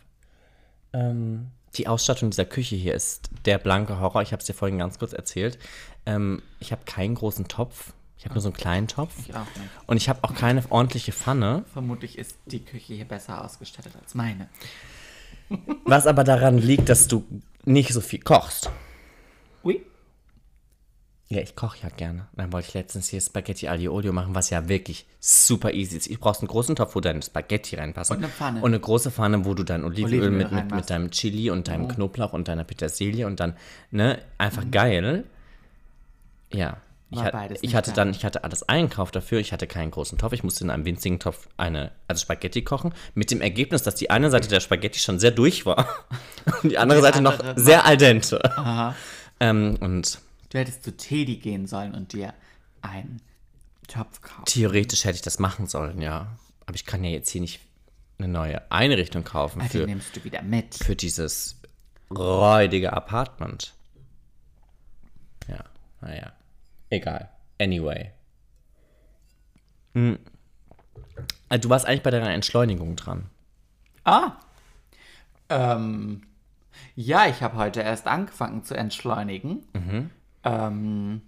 [SPEAKER 2] Ähm, die Ausstattung dieser Küche hier ist der blanke Horror. Ich habe es dir vorhin ganz kurz erzählt. Ähm, ich habe keinen großen Topf. Ich Ich habe nur so einen kleinen Topf.
[SPEAKER 1] Ich auch nicht.
[SPEAKER 2] Und ich habe auch keine ordentliche Pfanne.
[SPEAKER 1] Vermutlich ist die Küche hier besser ausgestattet als meine.
[SPEAKER 2] Was aber daran liegt, dass du nicht so viel kochst.
[SPEAKER 1] Ui.
[SPEAKER 2] Ja, ich koche ja gerne. Dann wollte ich letztens hier Spaghetti Aglio Olio machen, was ja wirklich super easy ist. Ich brauchst einen großen Topf, wo deine Spaghetti reinpassen.
[SPEAKER 1] Und eine Pfanne.
[SPEAKER 2] Und eine große Pfanne, wo du dein Olivenöl,
[SPEAKER 1] Olivenöl
[SPEAKER 2] mit, mit,
[SPEAKER 1] reinmachst. Mhm.
[SPEAKER 2] mit deinem Chili und deinem Knoblauch und deiner Petersilie und dann, ne, einfach geil. Ja. Ich,
[SPEAKER 1] War
[SPEAKER 2] hat-
[SPEAKER 1] beides
[SPEAKER 2] ich
[SPEAKER 1] nicht
[SPEAKER 2] hatte
[SPEAKER 1] geil.
[SPEAKER 2] dann, ich hatte alles eingekauft dafür, ich hatte keinen großen Topf, ich musste in einem winzigen Topf eine, also Spaghetti kochen, mit dem Ergebnis, dass die eine Seite der Spaghetti schon sehr durch war und die andere
[SPEAKER 1] Die
[SPEAKER 2] Seite noch
[SPEAKER 1] andere
[SPEAKER 2] sehr al dente. Ähm, und
[SPEAKER 1] Du hättest zu Teddy gehen sollen und dir einen Topf kaufen.
[SPEAKER 2] Theoretisch hätte ich das machen sollen, ja. Aber ich kann ja jetzt hier nicht eine neue Einrichtung kaufen
[SPEAKER 1] Ah, Den
[SPEAKER 2] für,
[SPEAKER 1] nimmst du wieder mit.
[SPEAKER 2] für dieses räudige Apartment. Ja, naja. Egal. Anyway. Hm. Ah, Du warst eigentlich bei deiner Entschleunigung dran.
[SPEAKER 1] Ah. Ähm, ja, ich habe heute erst angefangen zu entschleunigen. Ähm,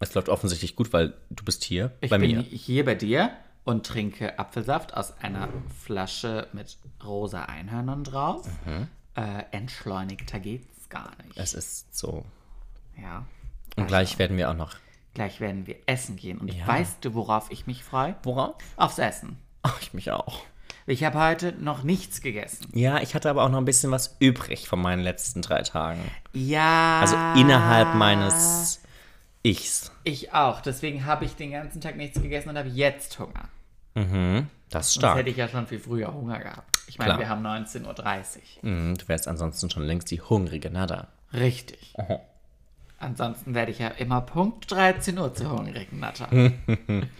[SPEAKER 2] Es läuft offensichtlich gut, weil du bist hier
[SPEAKER 1] ich
[SPEAKER 2] bei
[SPEAKER 1] bin
[SPEAKER 2] mir.
[SPEAKER 1] hier bei dir und trinke Apfelsaft aus einer Flasche mit rosa Einhörnern drauf. Äh, entschleunigter geht's gar nicht.
[SPEAKER 2] Mhm. Es ist so.
[SPEAKER 1] ja.
[SPEAKER 2] Und gleich werden wir auch noch.
[SPEAKER 1] Gleich werden wir essen gehen. Und weißt du, worauf ich mich freue?
[SPEAKER 2] Worauf?
[SPEAKER 1] Aufs Essen.
[SPEAKER 2] Ach, ich mich auch.
[SPEAKER 1] Ich habe heute noch nichts gegessen.
[SPEAKER 2] Ja, ich hatte aber auch noch ein bisschen was übrig von meinen letzten drei Tagen.
[SPEAKER 1] Ja.
[SPEAKER 2] Also innerhalb meines Ichs.
[SPEAKER 1] Ich auch. Deswegen habe ich den ganzen Tag nichts gegessen und habe jetzt Hunger.
[SPEAKER 2] Das ist
[SPEAKER 1] Sonst
[SPEAKER 2] stark.
[SPEAKER 1] hätte ich ja schon viel früher Hunger gehabt. Ich meine,
[SPEAKER 2] Klar.
[SPEAKER 1] wir haben 19.30 Uhr.
[SPEAKER 2] Mhm, du wärst ansonsten schon längst die hungrige Nada.
[SPEAKER 1] Richtig. Ansonsten werde ich ja immer Punkt 13 Uhr zu hungrigen Natter.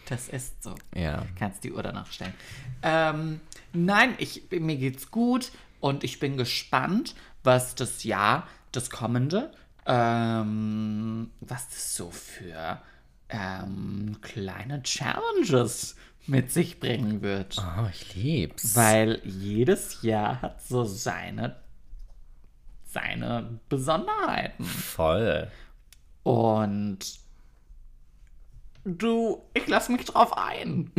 [SPEAKER 1] das ist so.
[SPEAKER 2] Ja.
[SPEAKER 1] Kannst die Uhr danach stellen. Ähm, nein, ich, mir geht's gut und ich bin gespannt, was das Jahr, das kommende, ähm, was das so für ähm, kleine Challenges mit sich bringen wird.
[SPEAKER 2] Oh, ich lieb's.
[SPEAKER 1] Weil jedes Jahr hat so seine, seine Besonderheiten.
[SPEAKER 2] Voll.
[SPEAKER 1] Und du, ich lasse mich drauf ein.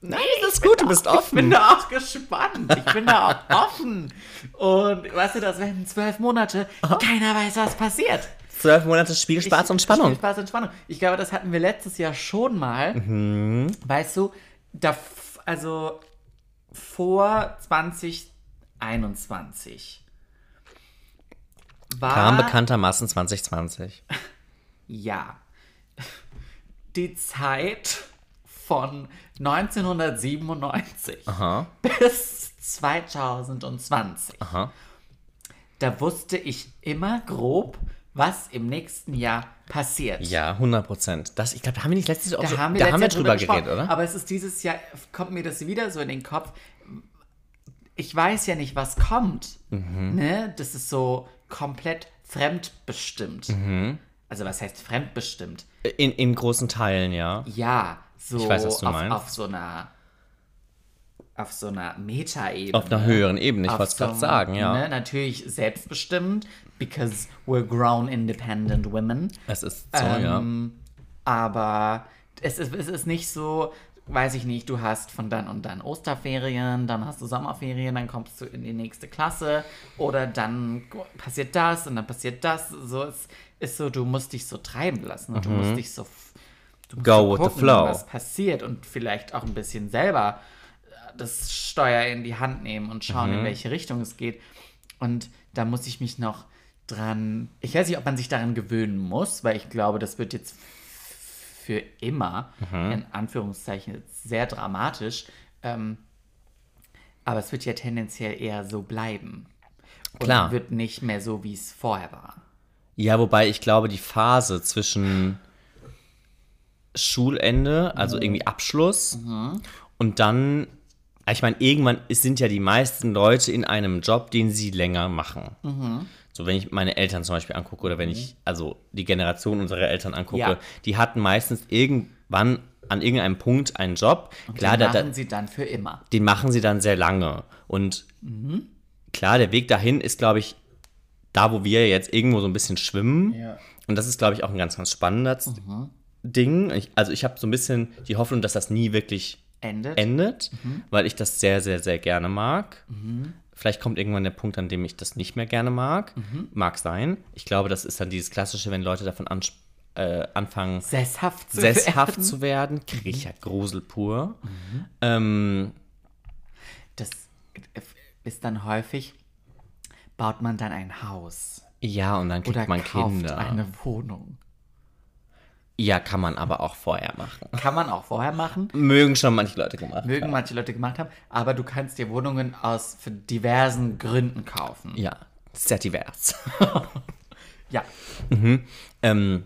[SPEAKER 2] Nein, das ist gut, du bist
[SPEAKER 1] Ich bin
[SPEAKER 2] offen.
[SPEAKER 1] da auch gespannt. Ich bin da auch offen. Und weißt du, das werden zwölf Monate. Keiner weiß, was passiert.
[SPEAKER 2] Zwölf Monate Spiel, Spaß
[SPEAKER 1] Ich-
[SPEAKER 2] und Spannung.
[SPEAKER 1] Spiel, Spaß und Spannung. Ich glaube, das hatten wir letztes Jahr schon mal.
[SPEAKER 2] Mhm.
[SPEAKER 1] Weißt du, da, f- also vor 2021 war
[SPEAKER 2] Kam bekanntermaßen 2020.
[SPEAKER 1] ja die Zeit von 1997
[SPEAKER 2] Aha,
[SPEAKER 1] bis 2020.
[SPEAKER 2] aha.
[SPEAKER 1] Da wusste ich immer grob, was im nächsten Jahr passiert.
[SPEAKER 2] Ja, 100 Prozent. Das, ich glaube, da haben wir nicht letztes Jahr auch
[SPEAKER 1] Da
[SPEAKER 2] so-
[SPEAKER 1] haben wir,
[SPEAKER 2] da haben wir
[SPEAKER 1] letztes Jahr
[SPEAKER 2] drüber geredet,
[SPEAKER 1] gesprochen.
[SPEAKER 2] oder?
[SPEAKER 1] Aber es ist dieses Jahr, kommt mir das wieder so in den Kopf. Ich weiß ja nicht, was kommt.
[SPEAKER 2] Mhm.
[SPEAKER 1] Ne? Das ist so komplett fremdbestimmt.
[SPEAKER 2] Mhm.
[SPEAKER 1] Also, was heißt fremdbestimmt?
[SPEAKER 2] In, in großen Teilen, ja.
[SPEAKER 1] Ja, so
[SPEAKER 2] Ich weiß, was du
[SPEAKER 1] auf,
[SPEAKER 2] meinst.
[SPEAKER 1] auf so einer auf so einer Meta-Ebene.
[SPEAKER 2] Auf einer höheren Ebene, ich
[SPEAKER 1] Auf
[SPEAKER 2] wollte es
[SPEAKER 1] so
[SPEAKER 2] gerade
[SPEAKER 1] einem,
[SPEAKER 2] sagen, ja.
[SPEAKER 1] Ne, natürlich selbstbestimmt, because we're grown independent women.
[SPEAKER 2] Es ist so,
[SPEAKER 1] Ähm, Aber es ist, es ist nicht so, weiß ich nicht, du hast von dann und dann Osterferien, dann hast du Sommerferien, dann kommst du in die nächste Klasse oder dann passiert das und dann passiert das. So es ist so, du musst dich so treiben lassen und du
[SPEAKER 2] Mhm.
[SPEAKER 1] musst dich so f- du musst
[SPEAKER 2] Go
[SPEAKER 1] so
[SPEAKER 2] with the flow.
[SPEAKER 1] was passiert und vielleicht auch ein bisschen selber äh, das Steuer in die Hand nehmen und schauen,
[SPEAKER 2] Mhm.
[SPEAKER 1] in welche Richtung es geht. Und da muss ich mich noch dran. Ich weiß nicht, ob man sich daran gewöhnen muss, weil ich glaube, das wird jetzt für immer,
[SPEAKER 2] Mhm.
[SPEAKER 1] in Anführungszeichen, jetzt sehr dramatisch. Ähm, aber es wird ja tendenziell eher so bleiben. Und
[SPEAKER 2] Klar.
[SPEAKER 1] Wird nicht mehr so, wie es vorher war.
[SPEAKER 2] Ja, wobei ich glaube, die Phase zwischen Schulende,
[SPEAKER 1] Mhm.
[SPEAKER 2] also irgendwie Abschluss, und dann, ah, ich meine, irgendwann ist- sind ja die meisten Leute in einem Job, den sie länger machen.
[SPEAKER 1] Mhm.
[SPEAKER 2] So, wenn ich meine Eltern zum Beispiel angucke oder wenn ich, also die Generation unserer Eltern angucke,
[SPEAKER 1] Ja.
[SPEAKER 2] die hatten meistens irgendwann an irgendeinem Punkt einen Job. Klar,
[SPEAKER 1] Die
[SPEAKER 2] da, da,
[SPEAKER 1] machen sie dann für immer.
[SPEAKER 2] den machen sie dann sehr lange. Und klar, der Weg dahin ist, glaube ich,
[SPEAKER 1] Mhm.
[SPEAKER 2] da, wo wir jetzt irgendwo so ein bisschen schwimmen. Und das ist, glaube ich, auch ein ganz, ganz spannender Z- Ding. Ich, also ich habe so ein bisschen die Hoffnung, dass das nie wirklich
[SPEAKER 1] Endet.
[SPEAKER 2] endet,
[SPEAKER 1] Mhm.
[SPEAKER 2] weil ich das sehr, sehr, sehr gerne mag. Vielleicht kommt irgendwann der Punkt, an dem ich das nicht mehr gerne mag.
[SPEAKER 1] Mhm.
[SPEAKER 2] Mag sein. Ich glaube, das ist dann dieses Klassische, wenn Leute davon ansp- äh, anfangen,
[SPEAKER 1] Sesshaft zu
[SPEAKER 2] sesshaft
[SPEAKER 1] werden. Mhm.
[SPEAKER 2] zu werden, kriege ich ja Grusel pur. Ähm,
[SPEAKER 1] Das ist dann häufig, baut man dann ein Haus
[SPEAKER 2] ja, und dann kriegt
[SPEAKER 1] oder
[SPEAKER 2] man
[SPEAKER 1] kauft
[SPEAKER 2] Kinder.
[SPEAKER 1] eine Wohnung.
[SPEAKER 2] Ja, kann man aber auch vorher machen.
[SPEAKER 1] Kann man auch vorher machen,
[SPEAKER 2] Mögen schon manche Leute gemacht.
[SPEAKER 1] mögen manche Leute gemacht haben, aber du kannst dir Wohnungen aus für diversen Gründen kaufen.
[SPEAKER 2] Ja, sehr divers.
[SPEAKER 1] Ja.
[SPEAKER 2] ähm,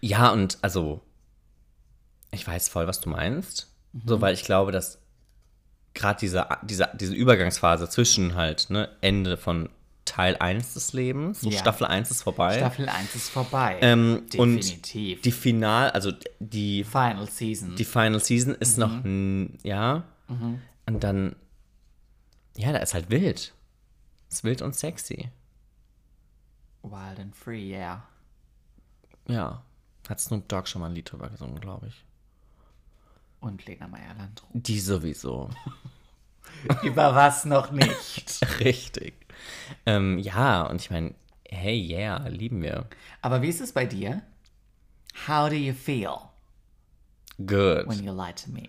[SPEAKER 2] ja, und also, ich weiß voll, was du meinst.
[SPEAKER 1] Mhm.
[SPEAKER 2] So, weil ich glaube, dass gerade diese, diese, diese Übergangsphase zwischen halt, ne, Ende von Teil 1 des Lebens, so
[SPEAKER 1] Ja.
[SPEAKER 2] Staffel 1 ist vorbei.
[SPEAKER 1] Staffel 1 ist vorbei.
[SPEAKER 2] ähm,
[SPEAKER 1] Definitiv.
[SPEAKER 2] Und die Final, also die,
[SPEAKER 1] Final Season.
[SPEAKER 2] die Final Season
[SPEAKER 1] Mhm.
[SPEAKER 2] ist noch, n- ja. Und dann, ja, da ist halt wild. Ist wild und sexy.
[SPEAKER 1] Wild and Free, ja. Yeah.
[SPEAKER 2] Ja. Hat Snoop Dogg schon mal ein Lied drüber gesungen, glaube ich.
[SPEAKER 1] Und Lena Meyer-Landrut.
[SPEAKER 2] Die sowieso.
[SPEAKER 1] Über was noch nicht.
[SPEAKER 2] Richtig. Ähm, ja, und ich meine, hey, yeah, lieben wir.
[SPEAKER 1] Aber wie ist es bei dir? How do you feel when
[SPEAKER 2] Good.
[SPEAKER 1] you lie to me?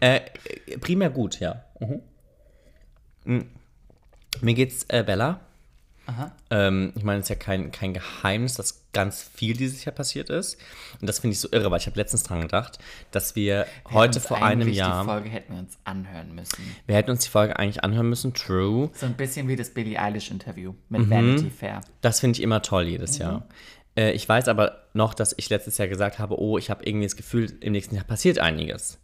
[SPEAKER 2] Äh, primär gut, ja. Mhm. Mm. Mir geht's, äh, Bella. Ähm, ich meine, es ist ja kein, kein Geheimnis, dass ganz viel dieses Jahr passiert ist. Und das finde ich so irre, weil ich habe letztens dran gedacht, dass wir heute
[SPEAKER 1] Uns
[SPEAKER 2] vor einem
[SPEAKER 1] eigentlich
[SPEAKER 2] Jahr,
[SPEAKER 1] Die Folge hätten wir uns anhören müssen.
[SPEAKER 2] wir hätten uns die Folge eigentlich anhören müssen, true.
[SPEAKER 1] So ein bisschen wie das Billie Eilish-Interview mit
[SPEAKER 2] Mhm.
[SPEAKER 1] Vanity Fair.
[SPEAKER 2] Das finde ich immer toll
[SPEAKER 1] Mhm.
[SPEAKER 2] jedes Jahr. Äh, ich weiß aber noch, dass ich letztes Jahr gesagt habe, oh, ich habe irgendwie das Gefühl, im nächsten Jahr passiert einiges.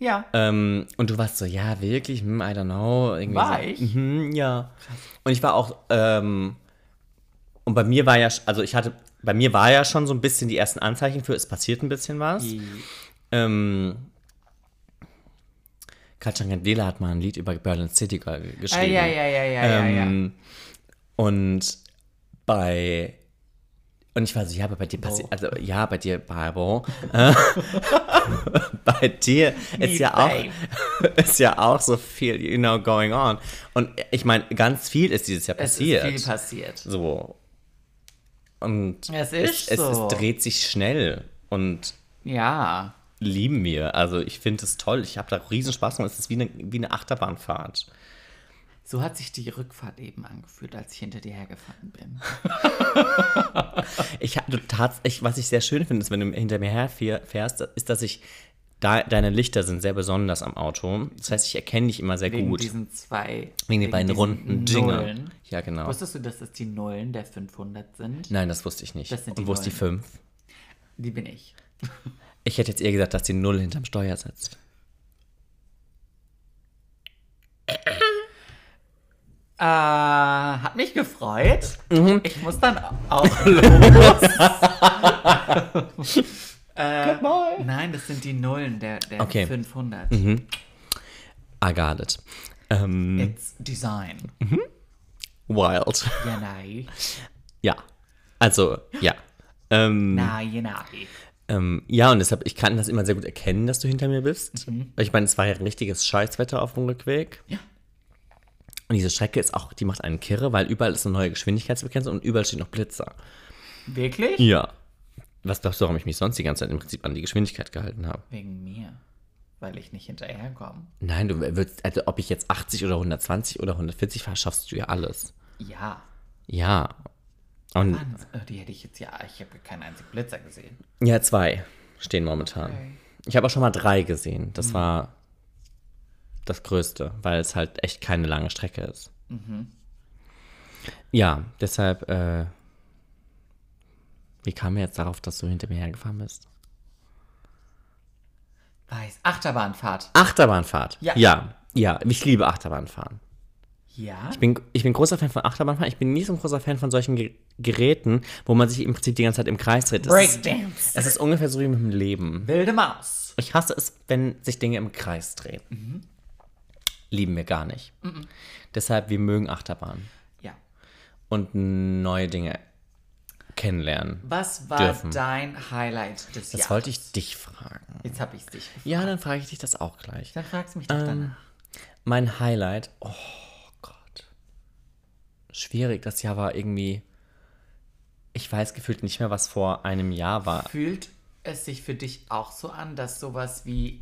[SPEAKER 1] Ja,
[SPEAKER 2] Ähm, und du warst so, ja, wirklich, hm, I don't know. Irgendwie
[SPEAKER 1] War
[SPEAKER 2] so,
[SPEAKER 1] ich?
[SPEAKER 2] Mhm, ja. Und ich war auch, ähm, und bei mir war ja, sch- also ich hatte, bei mir war ja schon so ein bisschen die ersten Anzeichen für, es passiert ein bisschen was. Ähm, Katjan Candela hat mal ein Lied über Berlin City Girl ge-
[SPEAKER 1] ah,
[SPEAKER 2] geschrieben.
[SPEAKER 1] ja, ja, ja, ja, ja, ja.
[SPEAKER 2] Äh, Ähm, Und bei. Und ich war so, ja, aber bei dir
[SPEAKER 1] Oh.
[SPEAKER 2] passiert. Also, ja, bei dir, Bible. äh, bei dir ist ja,
[SPEAKER 1] babe.
[SPEAKER 2] auch, ist ja auch so viel, you know, going on. Und ich meine, ganz viel ist dieses Jahr
[SPEAKER 1] Es
[SPEAKER 2] passiert.
[SPEAKER 1] ist viel passiert.
[SPEAKER 2] so. Und
[SPEAKER 1] Es
[SPEAKER 2] es,
[SPEAKER 1] ist
[SPEAKER 2] es,
[SPEAKER 1] so.
[SPEAKER 2] es dreht sich schnell. Und
[SPEAKER 1] Ja,
[SPEAKER 2] lieben wir. Also, ich finde es toll. Ich habe da riesen Spaß und es ist wie eine, wie eine Achterbahnfahrt.
[SPEAKER 1] so hat sich die Rückfahrt eben angefühlt, als ich hinter dir hergefahren bin.
[SPEAKER 2] Ich hab- du tats- ich, was ich sehr schön finde, ist, wenn du hinter mir herfährst, ist, dass ich da, deine Lichter sind sehr besonders am Auto. Das heißt, ich erkenne dich immer sehr
[SPEAKER 1] Wegen
[SPEAKER 2] gut.
[SPEAKER 1] diesen zwei...
[SPEAKER 2] wegen den beiden
[SPEAKER 1] diesen
[SPEAKER 2] runden Dinger.
[SPEAKER 1] Nullen.
[SPEAKER 2] Ja, genau.
[SPEAKER 1] Wusstest du, dass das die Nullen der 500 sind?
[SPEAKER 2] Nein, das wusste ich nicht.
[SPEAKER 1] Das sind die
[SPEAKER 2] Und wo ist die
[SPEAKER 1] Nullen.
[SPEAKER 2] 5?
[SPEAKER 1] Die bin ich.
[SPEAKER 2] Ich hätte jetzt eher gesagt, dass die Null hinterm Steuer sitzt.
[SPEAKER 1] Äh, hat mich gefreut.
[SPEAKER 2] Mhm.
[SPEAKER 1] Ich muss dann auch los. äh, nein, das sind die Nullen der, der
[SPEAKER 2] Okay.
[SPEAKER 1] 500.
[SPEAKER 2] I got it. Ähm,
[SPEAKER 1] It's Design.
[SPEAKER 2] Wild.
[SPEAKER 1] Ja, nein.
[SPEAKER 2] Hm. ja. Also, ja. Ähm,
[SPEAKER 1] Nein, ja, nein.
[SPEAKER 2] Ähm, ja, und deshalb, ich kann das immer sehr gut erkennen, dass du hinter mir bist. Weil ich meine, es war ja ein richtiges Scheißwetter auf dem Rückweg.
[SPEAKER 1] Ja.
[SPEAKER 2] Und diese Strecke ist auch, die macht einen Kirre, weil überall ist eine neue Geschwindigkeitsbegrenzung und überall steht noch Blitzer.
[SPEAKER 1] Wirklich?
[SPEAKER 2] Ja. Was glaubst du, warum ich mich sonst die ganze Zeit im Prinzip an die Geschwindigkeit gehalten habe?
[SPEAKER 1] Wegen mir. Weil ich nicht hinterherkomme.
[SPEAKER 2] Nein, du würdest, also ob ich jetzt 80 oder 120 oder 140 fahre, schaffst du ja alles.
[SPEAKER 1] Ja.
[SPEAKER 2] Ja. Und
[SPEAKER 1] Mann, äh, die hätte ich jetzt ja. Ich habe keinen einzigen Blitzer gesehen.
[SPEAKER 2] ja, zwei stehen momentan.
[SPEAKER 1] Okay. Mhm.
[SPEAKER 2] Ich habe auch schon mal drei gesehen. Das war das Größte, weil es halt echt keine lange Strecke ist.
[SPEAKER 1] Mhm.
[SPEAKER 2] Ja, deshalb, äh, wie kam mir jetzt darauf, dass du hinter mir hergefahren bist?
[SPEAKER 1] Weiß. Achterbahnfahrt.
[SPEAKER 2] Achterbahnfahrt.
[SPEAKER 1] Ja.
[SPEAKER 2] Ja, ja ich liebe Achterbahnfahren.
[SPEAKER 1] Ja.
[SPEAKER 2] Ich bin, ich bin großer Fan von Achterbahnfahren. Ich bin nie so ein großer Fan von solchen Ge Geräten, wo man sich im Prinzip die ganze Zeit im Kreis dreht. Das Ist,
[SPEAKER 1] Breakdance.
[SPEAKER 2] es ist ungefähr so wie mit dem Leben.
[SPEAKER 1] Wilde Maus.
[SPEAKER 2] Ich hasse es, wenn sich Dinge im Kreis drehen. Lieben wir gar nicht. Deshalb, wir mögen Achterbahnen
[SPEAKER 1] Ja.
[SPEAKER 2] und neue Dinge kennenlernen.
[SPEAKER 1] Was war
[SPEAKER 2] Dürfen.
[SPEAKER 1] dein Highlight des
[SPEAKER 2] Das
[SPEAKER 1] Jahres?
[SPEAKER 2] wollte ich dich fragen.
[SPEAKER 1] Jetzt habe ich dich gefragt.
[SPEAKER 2] Ja, dann frage ich dich das auch gleich.
[SPEAKER 1] Dann fragst du mich doch
[SPEAKER 2] Ähm,
[SPEAKER 1] danach.
[SPEAKER 2] Mein Highlight, oh Gott. Schwierig, das Jahr war irgendwie. Ich weiß gefühlt nicht mehr, was vor einem Jahr war.
[SPEAKER 1] Fühlt es sich für dich auch so an, dass sowas wie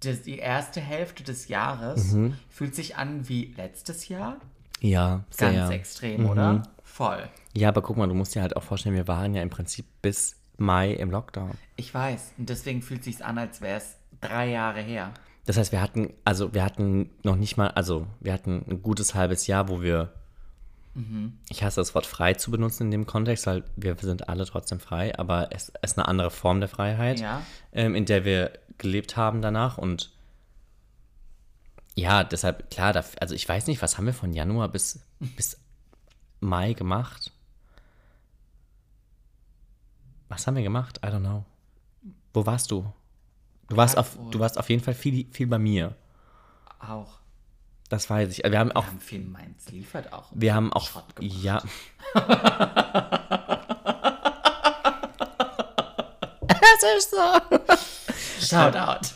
[SPEAKER 1] das, die erste Hälfte des Jahres
[SPEAKER 2] Mhm.
[SPEAKER 1] fühlt sich an wie letztes Jahr?
[SPEAKER 2] Ja, sehr. Mhm.
[SPEAKER 1] Ganz extrem, oder? Voll.
[SPEAKER 2] Ja, aber guck mal, du musst dir halt auch vorstellen, wir waren ja im Prinzip bis Mai im Lockdown.
[SPEAKER 1] Ich weiß. Und deswegen fühlt es sich an, als wäre es drei Jahre her.
[SPEAKER 2] Das heißt, wir hatten, also wir hatten noch nicht mal, also wir hatten ein gutes halbes Jahr, wo wir, ich hasse das Wort frei zu benutzen in dem Kontext, weil wir sind alle trotzdem frei, aber es ist eine andere Form der Freiheit,
[SPEAKER 1] Ja.
[SPEAKER 2] ähm, in der wir gelebt haben danach und ja, deshalb, klar, da, also ich weiß nicht, was haben wir von Januar bis, bis Mai gemacht? Was haben wir gemacht? I don't know. Wo warst du? Du warst auf, du warst auf jeden Fall viel, viel bei mir.
[SPEAKER 1] Auch.
[SPEAKER 2] Das weiß ich. Wir haben auch,
[SPEAKER 1] Haben viel Mainz liefert auch.
[SPEAKER 2] wir haben auch,
[SPEAKER 1] Schrott gemacht.
[SPEAKER 2] ja. Es ist so.
[SPEAKER 1] Shoutout.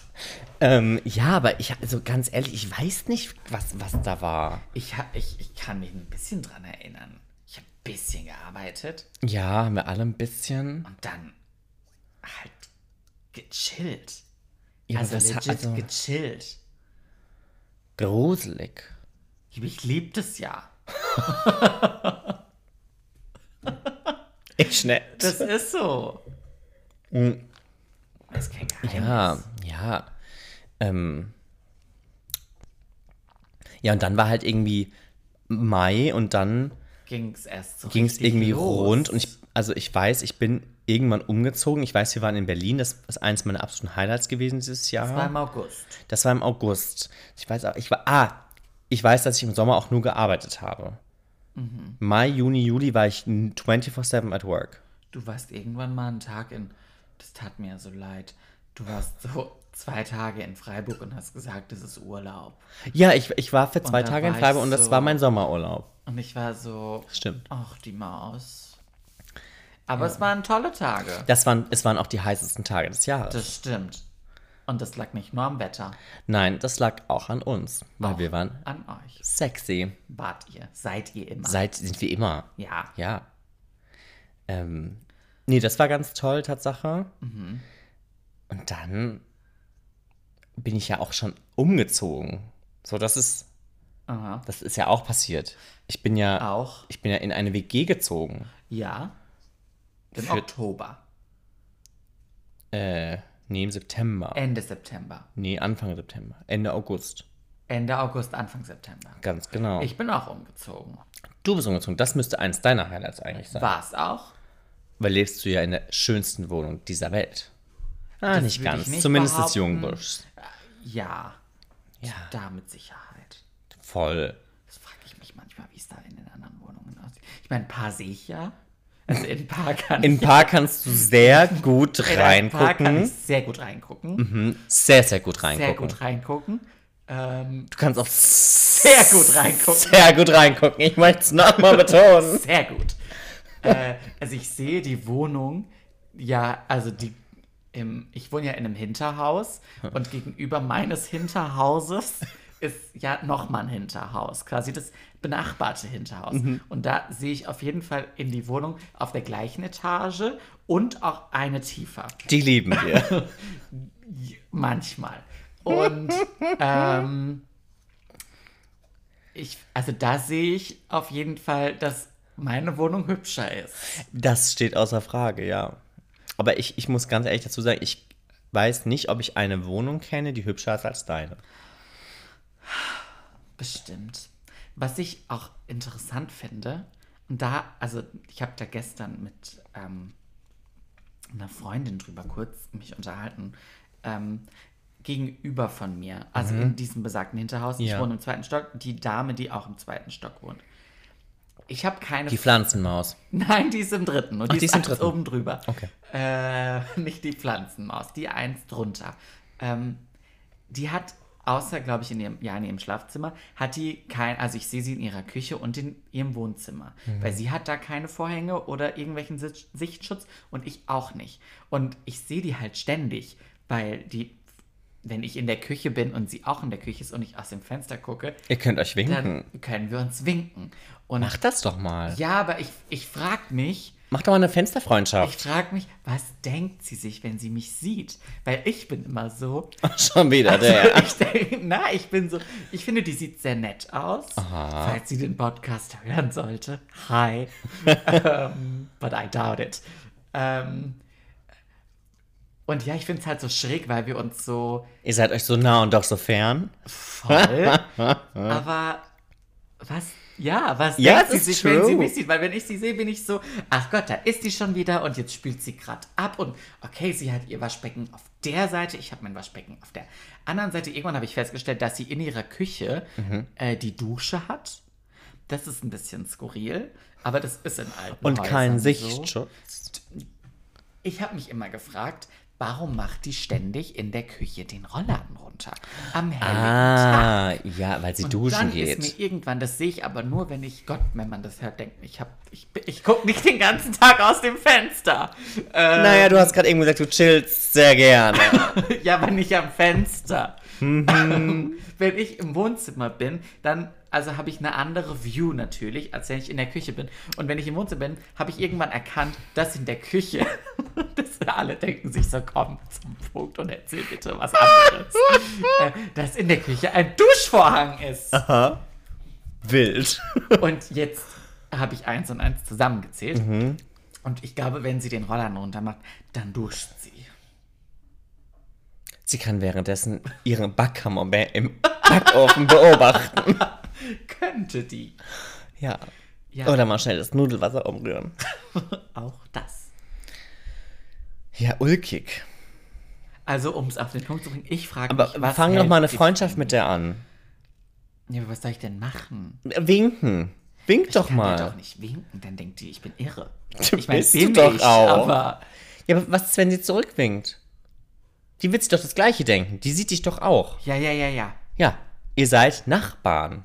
[SPEAKER 2] Ähm, ja, aber ich, also ganz ehrlich, ich weiß nicht, was, was da war.
[SPEAKER 1] Ich, ha- ich, ich kann mich ein bisschen dran erinnern. Ich habe ein bisschen gearbeitet
[SPEAKER 2] Ja, haben wir alle ein bisschen.
[SPEAKER 1] und dann halt gechillt.
[SPEAKER 2] Ja,
[SPEAKER 1] also
[SPEAKER 2] was,
[SPEAKER 1] legit
[SPEAKER 2] hat- also
[SPEAKER 1] gechillt.
[SPEAKER 2] gruselig.
[SPEAKER 1] Ich liebe das ja.
[SPEAKER 2] Ich schnell.
[SPEAKER 1] Das ist so. Mm. Das ist kein Geheimnis.
[SPEAKER 2] Ja, ja. Ähm. Ja, und dann war halt irgendwie Mai und dann
[SPEAKER 1] Ging es erst so
[SPEAKER 2] ging es
[SPEAKER 1] richtig
[SPEAKER 2] irgendwie
[SPEAKER 1] los.
[SPEAKER 2] rund. Und ich, also ich weiß, ich bin irgendwann umgezogen. Ich weiß, wir waren in Berlin. Das ist eines meiner absoluten Highlights gewesen dieses Jahr.
[SPEAKER 1] Das war im August.
[SPEAKER 2] Das war im August. Ich weiß auch, ich war, ah, ich weiß, dass ich im Sommer auch nur gearbeitet habe.
[SPEAKER 1] Mhm.
[SPEAKER 2] Mai, Juni, Juli war ich 24-7 at work.
[SPEAKER 1] Du warst irgendwann mal einen Tag in. Das tat mir ja so leid. Du warst so zwei Tage in Freiburg und hast gesagt, das ist Urlaub.
[SPEAKER 2] Ja, ich, ich war für zwei
[SPEAKER 1] da
[SPEAKER 2] Tage in
[SPEAKER 1] war ich
[SPEAKER 2] Freiburg und das
[SPEAKER 1] so-
[SPEAKER 2] war mein Sommerurlaub.
[SPEAKER 1] Und ich war so.
[SPEAKER 2] Stimmt.
[SPEAKER 1] Ach, die Maus. Aber es waren tolle Tage.
[SPEAKER 2] Das waren, es waren auch die heißesten Tage des Jahres.
[SPEAKER 1] Das stimmt. Und das lag nicht nur am Wetter,
[SPEAKER 2] Nein, das lag auch an uns, weil wir waren
[SPEAKER 1] an euch.
[SPEAKER 2] sexy.
[SPEAKER 1] Wart ihr, seid ihr immer.
[SPEAKER 2] Seit sind wir immer.
[SPEAKER 1] ja.
[SPEAKER 2] Ja. Ähm, nee, das war ganz toll, Tatsache.
[SPEAKER 1] Mhm.
[SPEAKER 2] Und dann bin ich ja auch schon umgezogen. So, das ist,
[SPEAKER 1] Aha.
[SPEAKER 2] das ist ja auch passiert. Ich bin ja,
[SPEAKER 1] Auch,
[SPEAKER 2] ich bin ja in eine WG gezogen.
[SPEAKER 1] ja. Im
[SPEAKER 2] Für-
[SPEAKER 1] Oktober,
[SPEAKER 2] Äh, nee, im September.
[SPEAKER 1] Ende September.
[SPEAKER 2] nee, Anfang September. Ende August.
[SPEAKER 1] Ende August, Anfang September.
[SPEAKER 2] Ganz genau.
[SPEAKER 1] Ich bin auch umgezogen.
[SPEAKER 2] du bist umgezogen. Das müsste eines deiner Highlights eigentlich sein.
[SPEAKER 1] War's auch?
[SPEAKER 2] Weil lebst du ja in der schönsten Wohnung dieser Welt. Ah,
[SPEAKER 1] Das
[SPEAKER 2] nicht
[SPEAKER 1] würde ich
[SPEAKER 2] ganz.
[SPEAKER 1] nicht
[SPEAKER 2] Zumindest des
[SPEAKER 1] behaupten.
[SPEAKER 2] Jungbuschs.
[SPEAKER 1] Ja,
[SPEAKER 2] Ja,
[SPEAKER 1] da mit Sicherheit.
[SPEAKER 2] voll.
[SPEAKER 1] Das frage ich mich manchmal, wie es da in den anderen Wohnungen aussieht. Ich meine, ein paar sehe ich ja. Also in ein paar kann
[SPEAKER 2] In ein
[SPEAKER 1] ich,
[SPEAKER 2] paar kannst du sehr gut
[SPEAKER 1] in ein paar kann ich
[SPEAKER 2] reingucken.
[SPEAKER 1] sehr gut reingucken.
[SPEAKER 2] Sehr, sehr gut reingucken.
[SPEAKER 1] Sehr gut reingucken. Ähm,
[SPEAKER 2] Du kannst auch
[SPEAKER 1] sehr gut reingucken.
[SPEAKER 2] sehr gut reingucken. Ich möchte es nochmal betonen.
[SPEAKER 1] Sehr gut. äh, also ich sehe die Wohnung, ja, also die im, ich wohne ja in einem Hinterhaus und gegenüber meines Hinterhauses ist ja nochmal ein Hinterhaus, quasi das benachbarte Hinterhaus. Und da sehe ich auf jeden Fall in die Wohnung auf der gleichen Etage und auch eine tiefer.
[SPEAKER 2] Die lieben wir.
[SPEAKER 1] Manchmal. Und ähm, ich, also da sehe ich auf jeden Fall, dass meine Wohnung hübscher ist.
[SPEAKER 2] Das steht außer Frage, ja. Aber ich, ich muss ganz ehrlich dazu sagen, ich weiß nicht, ob ich eine Wohnung kenne, die hübscher ist als deine.
[SPEAKER 1] Bestimmt. Was ich auch interessant finde, und da, also ich habe da gestern mit ähm, einer Freundin drüber kurz mich unterhalten, ähm, gegenüber von mir, also in diesem besagten Hinterhaus, ich
[SPEAKER 2] Mhm. Ja.
[SPEAKER 1] wohne im zweiten Stock, die Dame, die auch im zweiten Stock wohnt. Ich habe keine
[SPEAKER 2] Die Pflanzenmaus.
[SPEAKER 1] Nein, die ist im dritten. Und die,
[SPEAKER 2] die
[SPEAKER 1] ist
[SPEAKER 2] ist im
[SPEAKER 1] eins
[SPEAKER 2] dritten.
[SPEAKER 1] oben drüber.
[SPEAKER 2] Okay.
[SPEAKER 1] Äh, nicht die Pflanzenmaus, die eins drunter. Ähm, die hat außer, glaube ich, in ihrem, ja, in ihrem Schlafzimmer, hat die kein, also ich sehe sie in ihrer Küche und in ihrem Wohnzimmer. Weil sie hat da keine Vorhänge oder irgendwelchen Sit- Sichtschutz und ich auch nicht. Und ich sehe die halt ständig, weil die, wenn ich in der Küche bin und sie auch in der Küche ist und ich aus dem Fenster gucke,
[SPEAKER 2] Ihr könnt euch winken.
[SPEAKER 1] dann können wir uns winken. Und
[SPEAKER 2] Macht das doch mal.
[SPEAKER 1] ja, aber ich, ich frag mich,
[SPEAKER 2] Macht doch mal eine
[SPEAKER 1] ich
[SPEAKER 2] Fensterfreundschaft.
[SPEAKER 1] frage mich, was denkt sie sich, wenn sie mich sieht? Weil ich bin immer so.
[SPEAKER 2] Schon wieder der.
[SPEAKER 1] Ich denk, na, ich bin so. Ich finde, die sieht sehr nett aus. Falls sie den Podcast hören sollte. Hi. ähm, but I doubt it. Ähm, und ja, ich finde es halt so schräg, weil wir uns so
[SPEAKER 2] Ihr seid euch so nah und doch so fern.
[SPEAKER 1] voll. aber was? Ja, was
[SPEAKER 2] Ja,
[SPEAKER 1] denkt
[SPEAKER 2] es
[SPEAKER 1] sie
[SPEAKER 2] ist
[SPEAKER 1] sich, wenn sie
[SPEAKER 2] true.
[SPEAKER 1] mich sieht? Weil wenn ich sie sehe, bin ich so, ach Gott, da ist die schon wieder und jetzt spült sie gerade ab und okay, sie hat ihr Waschbecken auf der Seite, ich habe mein Waschbecken auf der anderen Seite. Irgendwann habe ich festgestellt, dass sie in ihrer Küche
[SPEAKER 2] Mhm.
[SPEAKER 1] äh, die Dusche hat. Das ist ein bisschen skurril, aber das ist in alten
[SPEAKER 2] Und keinen
[SPEAKER 1] Häusern So.
[SPEAKER 2] Sichtschutz.
[SPEAKER 1] Ich habe mich immer gefragt, warum macht die ständig in der Küche den Rollladen runter? Am hellen Tag.
[SPEAKER 2] Ah, ja, weil sie duschen
[SPEAKER 1] Dann
[SPEAKER 2] geht.
[SPEAKER 1] ist mir irgendwann, das sehe ich aber nur, wenn ich, Gott, wenn man das hört, denkt, ich hab, ich, ich gucke nicht den ganzen Tag aus dem Fenster. Äh,
[SPEAKER 2] Naja, du hast gerade eben gesagt, du chillst sehr gerne.
[SPEAKER 1] ja, aber nicht am Fenster.
[SPEAKER 2] Mhm.
[SPEAKER 1] wenn ich im Wohnzimmer bin, dann, also habe ich eine andere View natürlich, als wenn ich in der Küche bin. Und wenn ich im Wohnzimmer bin, habe ich irgendwann erkannt, dass in der Küche, dass alle denken sich so, komm zum Punkt und erzähl bitte was anderes. äh, dass in der Küche ein Duschvorhang ist.
[SPEAKER 2] Wild.
[SPEAKER 1] Und jetzt habe ich eins und eins zusammengezählt.
[SPEAKER 2] Mhm.
[SPEAKER 1] Und ich glaube, wenn sie den Rollern runtermacht, dann duscht sie.
[SPEAKER 2] Sie kann währenddessen ihren Backkammer be- im Backofen beobachten.
[SPEAKER 1] Könnte die.
[SPEAKER 2] Ja.
[SPEAKER 1] Ja,
[SPEAKER 2] Oder mal schnell das Nudelwasser umrühren.
[SPEAKER 1] auch das.
[SPEAKER 2] Ja, ulkig.
[SPEAKER 1] Also, um es auf den Punkt zu bringen, ich frage
[SPEAKER 2] Aber
[SPEAKER 1] mich, was
[SPEAKER 2] fang doch
[SPEAKER 1] hält
[SPEAKER 2] mal eine
[SPEAKER 1] dich-
[SPEAKER 2] Freundschaft mit der an.
[SPEAKER 1] Ja, aber was soll ich denn machen?
[SPEAKER 2] Winken. Wink doch
[SPEAKER 1] ich kann ihr
[SPEAKER 2] mal.
[SPEAKER 1] doch nicht winken, dann denkt die, ich bin irre.
[SPEAKER 2] Du
[SPEAKER 1] Ich meine,
[SPEAKER 2] bist
[SPEAKER 1] bin
[SPEAKER 2] du doch
[SPEAKER 1] ich,
[SPEAKER 2] auch.
[SPEAKER 1] aber
[SPEAKER 2] Ja, aber was ist, wenn sie zurückwinkt? Die wird sich doch das Gleiche denken. Die sieht dich doch auch.
[SPEAKER 1] ja, ja, ja, ja.
[SPEAKER 2] Ja, ihr seid Nachbarn.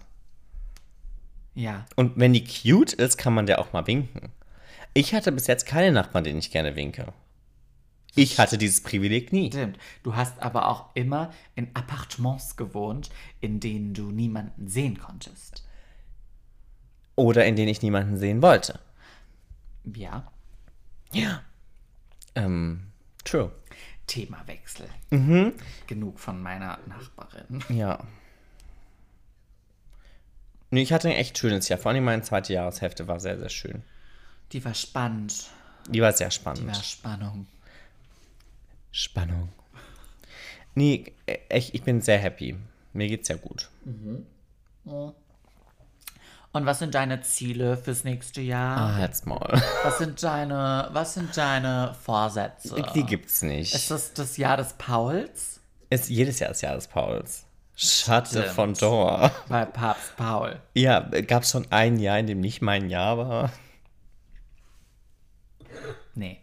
[SPEAKER 1] Ja.
[SPEAKER 2] Und wenn die cute ist, kann man der auch mal winken. Ich hatte bis jetzt keine Nachbarn, denen ich gerne winke. Ich hatte dieses Privileg nie.
[SPEAKER 1] Stimmt. Du hast aber auch immer in Appartements gewohnt, in denen du niemanden sehen konntest.
[SPEAKER 2] Oder in denen ich niemanden sehen wollte.
[SPEAKER 1] Ja.
[SPEAKER 2] Ähm, true.
[SPEAKER 1] Themawechsel.
[SPEAKER 2] Mhm.
[SPEAKER 1] Genug von meiner Nachbarin.
[SPEAKER 2] Ja. Nee, ich hatte ein echt schönes Jahr. Vor allem meine zweite Jahreshälfte war sehr, sehr schön.
[SPEAKER 1] Die war spannend.
[SPEAKER 2] Die war sehr
[SPEAKER 1] Die
[SPEAKER 2] spannend.
[SPEAKER 1] war Spannung.
[SPEAKER 2] Spannung. Nee, e- echt, ich bin sehr happy. Mir geht's sehr gut.
[SPEAKER 1] Und was sind deine Ziele fürs nächste Jahr?
[SPEAKER 2] Ah, jetzt mal.
[SPEAKER 1] Was sind deine, was sind deine Vorsätze?
[SPEAKER 2] Die gibt's
[SPEAKER 1] Ist
[SPEAKER 2] nicht.
[SPEAKER 1] das das Jahr des Pauls?
[SPEAKER 2] Ist jedes Jahr das Jahr des Pauls. Schatte
[SPEAKER 1] Stimmt.
[SPEAKER 2] von Dor.
[SPEAKER 1] Bei Papst Paul.
[SPEAKER 2] Ja, gab's schon ein Jahr, in dem nicht mein Jahr war.
[SPEAKER 1] Nee.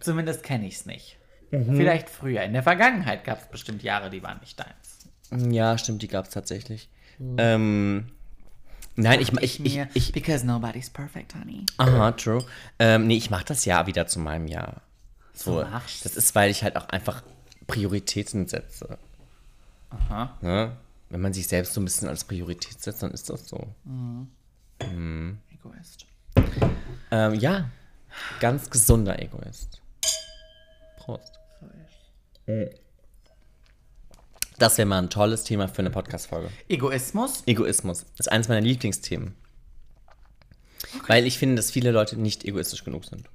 [SPEAKER 1] Zumindest kenne ich es nicht.
[SPEAKER 2] Mhm.
[SPEAKER 1] Vielleicht früher. In der Vergangenheit gab es bestimmt Jahre, die waren nicht deins.
[SPEAKER 2] Ja, stimmt, die gab's tatsächlich. Ähm, nein, ich, ich, ich,
[SPEAKER 1] Mir,
[SPEAKER 2] ich,
[SPEAKER 1] because nobody's perfect, honey.
[SPEAKER 2] Aha, true. Ähm, nee, ich mache das Jahr wieder zu meinem Jahr. So,
[SPEAKER 1] Du machst.
[SPEAKER 2] das ist, weil ich halt auch einfach Prioritäten setze.
[SPEAKER 1] Aha.
[SPEAKER 2] Ne? Wenn man sich selbst so ein bisschen als Priorität setzt, dann ist das so.
[SPEAKER 1] Egoist.
[SPEAKER 2] Ähm, ja, ganz gesunder Egoist. Prost. Das wäre mal ein tolles Thema für eine Podcast-Folge.
[SPEAKER 1] Egoismus?
[SPEAKER 2] Egoismus ist eines meiner Lieblingsthemen. Weil ich finde, dass viele Leute nicht egoistisch genug sind.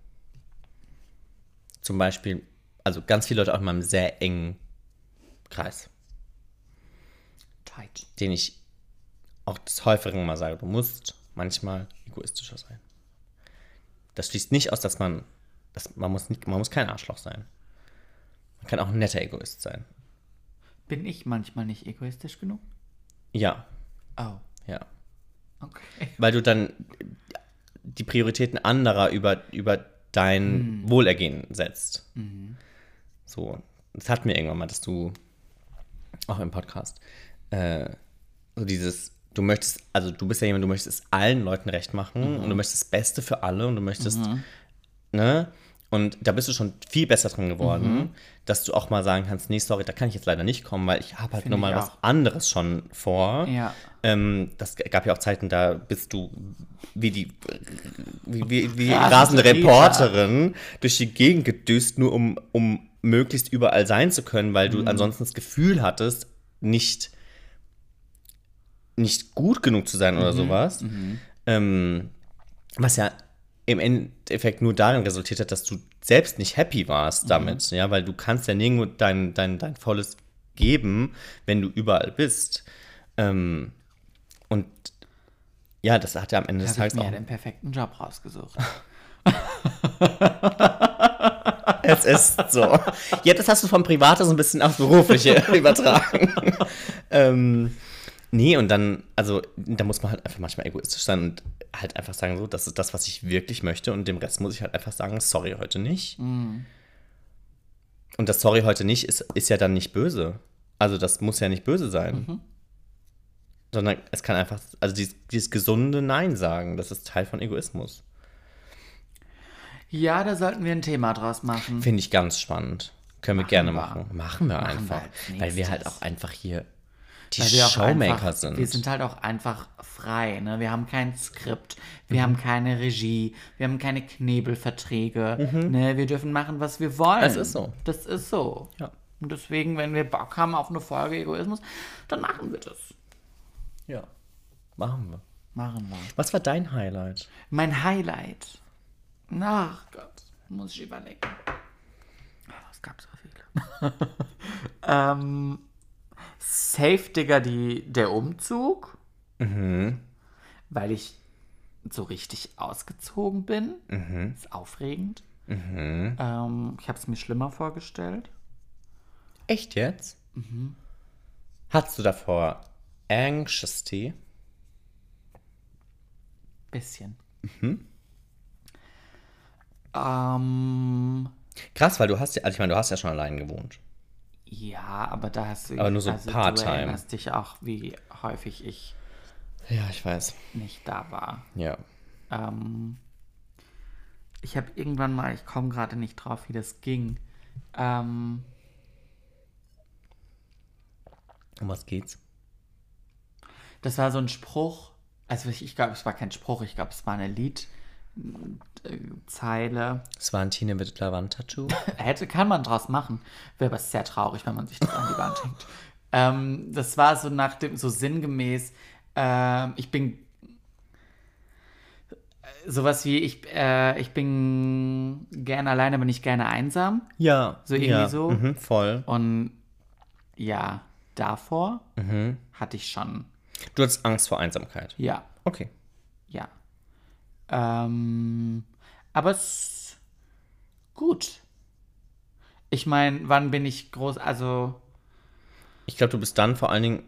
[SPEAKER 2] Zum Beispiel, also ganz viele Leute auch in meinem sehr engen Kreis,
[SPEAKER 1] Tight.
[SPEAKER 2] den ich auch des Häufigen mal sage, du musst manchmal egoistischer sein. Das schließt nicht aus, dass man, dass man, muss, nicht, man muss kein Arschloch sein. Man kann auch ein netter Egoist sein.
[SPEAKER 1] Bin ich manchmal nicht egoistisch genug?
[SPEAKER 2] Ja,
[SPEAKER 1] Oh,
[SPEAKER 2] ja.
[SPEAKER 1] okay.
[SPEAKER 2] Weil du dann die Prioritäten anderer über, über dein
[SPEAKER 1] Mhm.
[SPEAKER 2] Wohlergehen setzt. So, das hatten wir irgendwann mal, dass du auch im Podcast, äh, so dieses, du möchtest, also du bist ja jemand, du möchtest es allen Leuten recht
[SPEAKER 1] Mhm.
[SPEAKER 2] machen und du möchtest das Beste für alle und du möchtest, ne? Und da bist du schon viel besser drin geworden,
[SPEAKER 1] Mhm.
[SPEAKER 2] dass du auch mal sagen kannst, nee, sorry, da kann ich jetzt leider nicht kommen, weil ich habe halt
[SPEAKER 1] Finde
[SPEAKER 2] nur mal
[SPEAKER 1] ich
[SPEAKER 2] was
[SPEAKER 1] auch.
[SPEAKER 2] anderes schon vor.
[SPEAKER 1] Ja.
[SPEAKER 2] Ähm, das g- gab ja auch Zeiten, da bist du wie die wie, wie, wie rasende Reporterin durch die Gegend gedüst, nur um, um möglichst überall sein zu können, weil du ansonsten das Gefühl hattest, nicht, nicht gut genug zu sein oder sowas. Ähm, was ja im Endeffekt nur darin resultiert hat, dass du selbst nicht happy warst damit, ja, weil du kannst ja nirgendwo dein, dein, dein volles geben, wenn du überall bist. Ähm, und ja, das hat ja am Ende des
[SPEAKER 1] Da habe ich
[SPEAKER 2] Tages
[SPEAKER 1] mir ja
[SPEAKER 2] auch.
[SPEAKER 1] den perfekten Job rausgesucht.
[SPEAKER 2] Es ist so. Ja, das hast du vom Private so ein bisschen aufs Berufliche übertragen. ähm, nee, und dann, also, da muss man halt einfach manchmal egoistisch sein und halt einfach sagen, so, das ist das, was ich wirklich möchte. Und dem Rest muss ich halt einfach sagen, sorry heute nicht.
[SPEAKER 1] Hm.
[SPEAKER 2] Und das Sorry heute nicht ist, ist ja dann nicht böse. Also, das muss ja nicht böse sein.
[SPEAKER 1] Mhm.
[SPEAKER 2] Sondern es kann einfach, also dieses, dieses gesunde Nein sagen, das ist Teil von Egoismus.
[SPEAKER 1] Ja, da sollten wir ein Thema draus machen.
[SPEAKER 2] Finde ich ganz spannend. Können wir gerne
[SPEAKER 1] wir.
[SPEAKER 2] machen. Machen wir
[SPEAKER 1] Machen wir
[SPEAKER 2] einfach.
[SPEAKER 1] als
[SPEAKER 2] weil wir halt
[SPEAKER 1] nächstes.
[SPEAKER 2] auch einfach hier die
[SPEAKER 1] Weil wir auch
[SPEAKER 2] Showmaker
[SPEAKER 1] einfach,
[SPEAKER 2] sind.
[SPEAKER 1] Wir sind halt auch einfach frei. Ne? Wir haben kein Skript,
[SPEAKER 2] Mhm.
[SPEAKER 1] wir haben keine Regie, wir haben keine Knebelverträge. Ne? Wir dürfen machen, was wir wollen.
[SPEAKER 2] Mhm. Das ist so.
[SPEAKER 1] Das ist so.
[SPEAKER 2] Ja.
[SPEAKER 1] Und deswegen, wenn wir Bock haben auf eine Folge Egoismus, dann machen wir das.
[SPEAKER 2] ja. Machen wir.
[SPEAKER 1] Machen wir.
[SPEAKER 2] Was war dein Highlight?
[SPEAKER 1] Mein Highlight. Ach Gott, muss ich überlegen. Aber Ah, es gab so viele. ähm, safe, Digga, die, der Umzug. Weil ich so richtig ausgezogen bin. Ist aufregend. Ähm, ich habe es mir schlimmer vorgestellt.
[SPEAKER 2] Echt jetzt? Mhm. Hattest du davor Anxiety?
[SPEAKER 1] Bisschen. Ähm,
[SPEAKER 2] Krass, weil du hast ja, also ich meine, du hast ja schon allein gewohnt.
[SPEAKER 1] ja, aber da hast du
[SPEAKER 2] Aber nur so
[SPEAKER 1] du
[SPEAKER 2] part-time.
[SPEAKER 1] erinnerst dich auch, wie häufig ich
[SPEAKER 2] Ja, ich weiß.
[SPEAKER 1] nicht da war.
[SPEAKER 2] Ja.
[SPEAKER 1] Ähm, ich habe irgendwann mal, ich komme gerade nicht drauf, wie das ging. Ähm,
[SPEAKER 2] Um was geht's?
[SPEAKER 1] das war so ein Spruch. Also ich, ich glaube, es war kein Spruch, ich glaube, es war eine Liedzeile.
[SPEAKER 2] Swantine mit Lavant-Tattoo?
[SPEAKER 1] Hätte, kann man draus machen. Wäre aber sehr traurig, wenn man sich das an die Wand hängt. Ähm, das war so nach dem, so sinngemäß, ähm, ich bin sowas wie, ich, äh, ich bin gerne alleine, aber nicht gerne einsam.
[SPEAKER 2] ja.
[SPEAKER 1] So irgendwie
[SPEAKER 2] ja.
[SPEAKER 1] so?
[SPEAKER 2] Mhm, voll.
[SPEAKER 1] Und ja, davor hatte ich schon.
[SPEAKER 2] Du hattest Angst vor Einsamkeit.
[SPEAKER 1] Ja,
[SPEAKER 2] Okay.
[SPEAKER 1] ja. Ähm, aber es gut. Ich meine, wann bin ich groß? Also
[SPEAKER 2] Ich glaube, du bist dann vor allen Dingen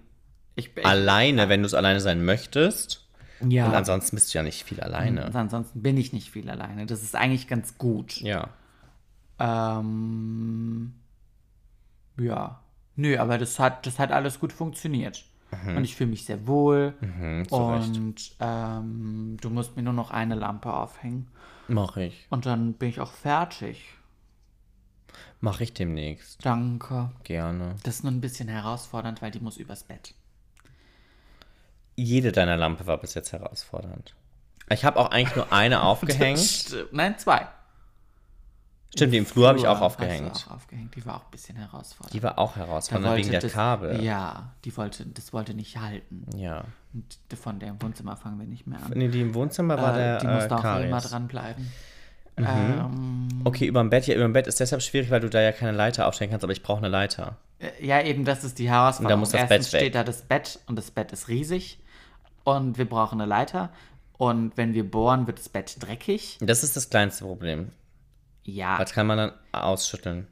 [SPEAKER 1] ich bin.
[SPEAKER 2] alleine, wenn du es alleine sein möchtest.
[SPEAKER 1] ja. Mhm.
[SPEAKER 2] Und ansonsten bist du ja nicht viel alleine.
[SPEAKER 1] Und ansonsten bin ich nicht viel alleine. Das ist eigentlich ganz gut.
[SPEAKER 2] Ja.
[SPEAKER 1] Ähm, ja. Nö, aber das hat, das hat alles gut funktioniert. Und ich fühle mich sehr wohl.
[SPEAKER 2] Mhm. zu Recht.
[SPEAKER 1] und ähm, du musst mir nur noch eine Lampe aufhängen.
[SPEAKER 2] Mach ich.
[SPEAKER 1] Und dann bin ich auch fertig.
[SPEAKER 2] Mach ich demnächst.
[SPEAKER 1] Danke.
[SPEAKER 2] Gerne.
[SPEAKER 1] Das ist nur ein bisschen herausfordernd, weil die muss übers Bett.
[SPEAKER 2] Jede deiner Lampe war bis jetzt herausfordernd. Ich habe auch eigentlich nur eine aufgehängt.
[SPEAKER 1] St- Nein, zwei.
[SPEAKER 2] Stimmt, die im Flur habe ich auch
[SPEAKER 1] Hast du
[SPEAKER 2] aufgehängt.
[SPEAKER 1] Auch aufgehängt. Die war auch ein bisschen herausfordernd.
[SPEAKER 2] Die war auch
[SPEAKER 1] Da
[SPEAKER 2] herausfordernd wegen
[SPEAKER 1] wollte
[SPEAKER 2] der
[SPEAKER 1] das,
[SPEAKER 2] Kabel.
[SPEAKER 1] Ja, die wollte, das wollte nicht halten.
[SPEAKER 2] ja.
[SPEAKER 1] Und von der im Wohnzimmer fangen wir nicht mehr an.
[SPEAKER 2] Nee, die im Wohnzimmer war
[SPEAKER 1] Äh,
[SPEAKER 2] der
[SPEAKER 1] die muss
[SPEAKER 2] äh,
[SPEAKER 1] da auch immer
[SPEAKER 2] Karies. Mhm.
[SPEAKER 1] dranbleiben. Ähm,
[SPEAKER 2] Okay, über dem Bett. Ja, über dem Bett ist deshalb schwierig, weil du da ja keine Leiter aufstellen kannst, aber ich brauche eine Leiter.
[SPEAKER 1] äh, ja, eben, das ist die Herausforderung.
[SPEAKER 2] Und da muss das Bett
[SPEAKER 1] Erstens
[SPEAKER 2] weg.
[SPEAKER 1] steht da das Bett und das Bett ist riesig. Und wir brauchen eine Leiter. Und wenn wir bohren, wird das Bett dreckig.
[SPEAKER 2] Das ist das kleinste Problem.
[SPEAKER 1] Ja,
[SPEAKER 2] Das kann man dann ausschütteln.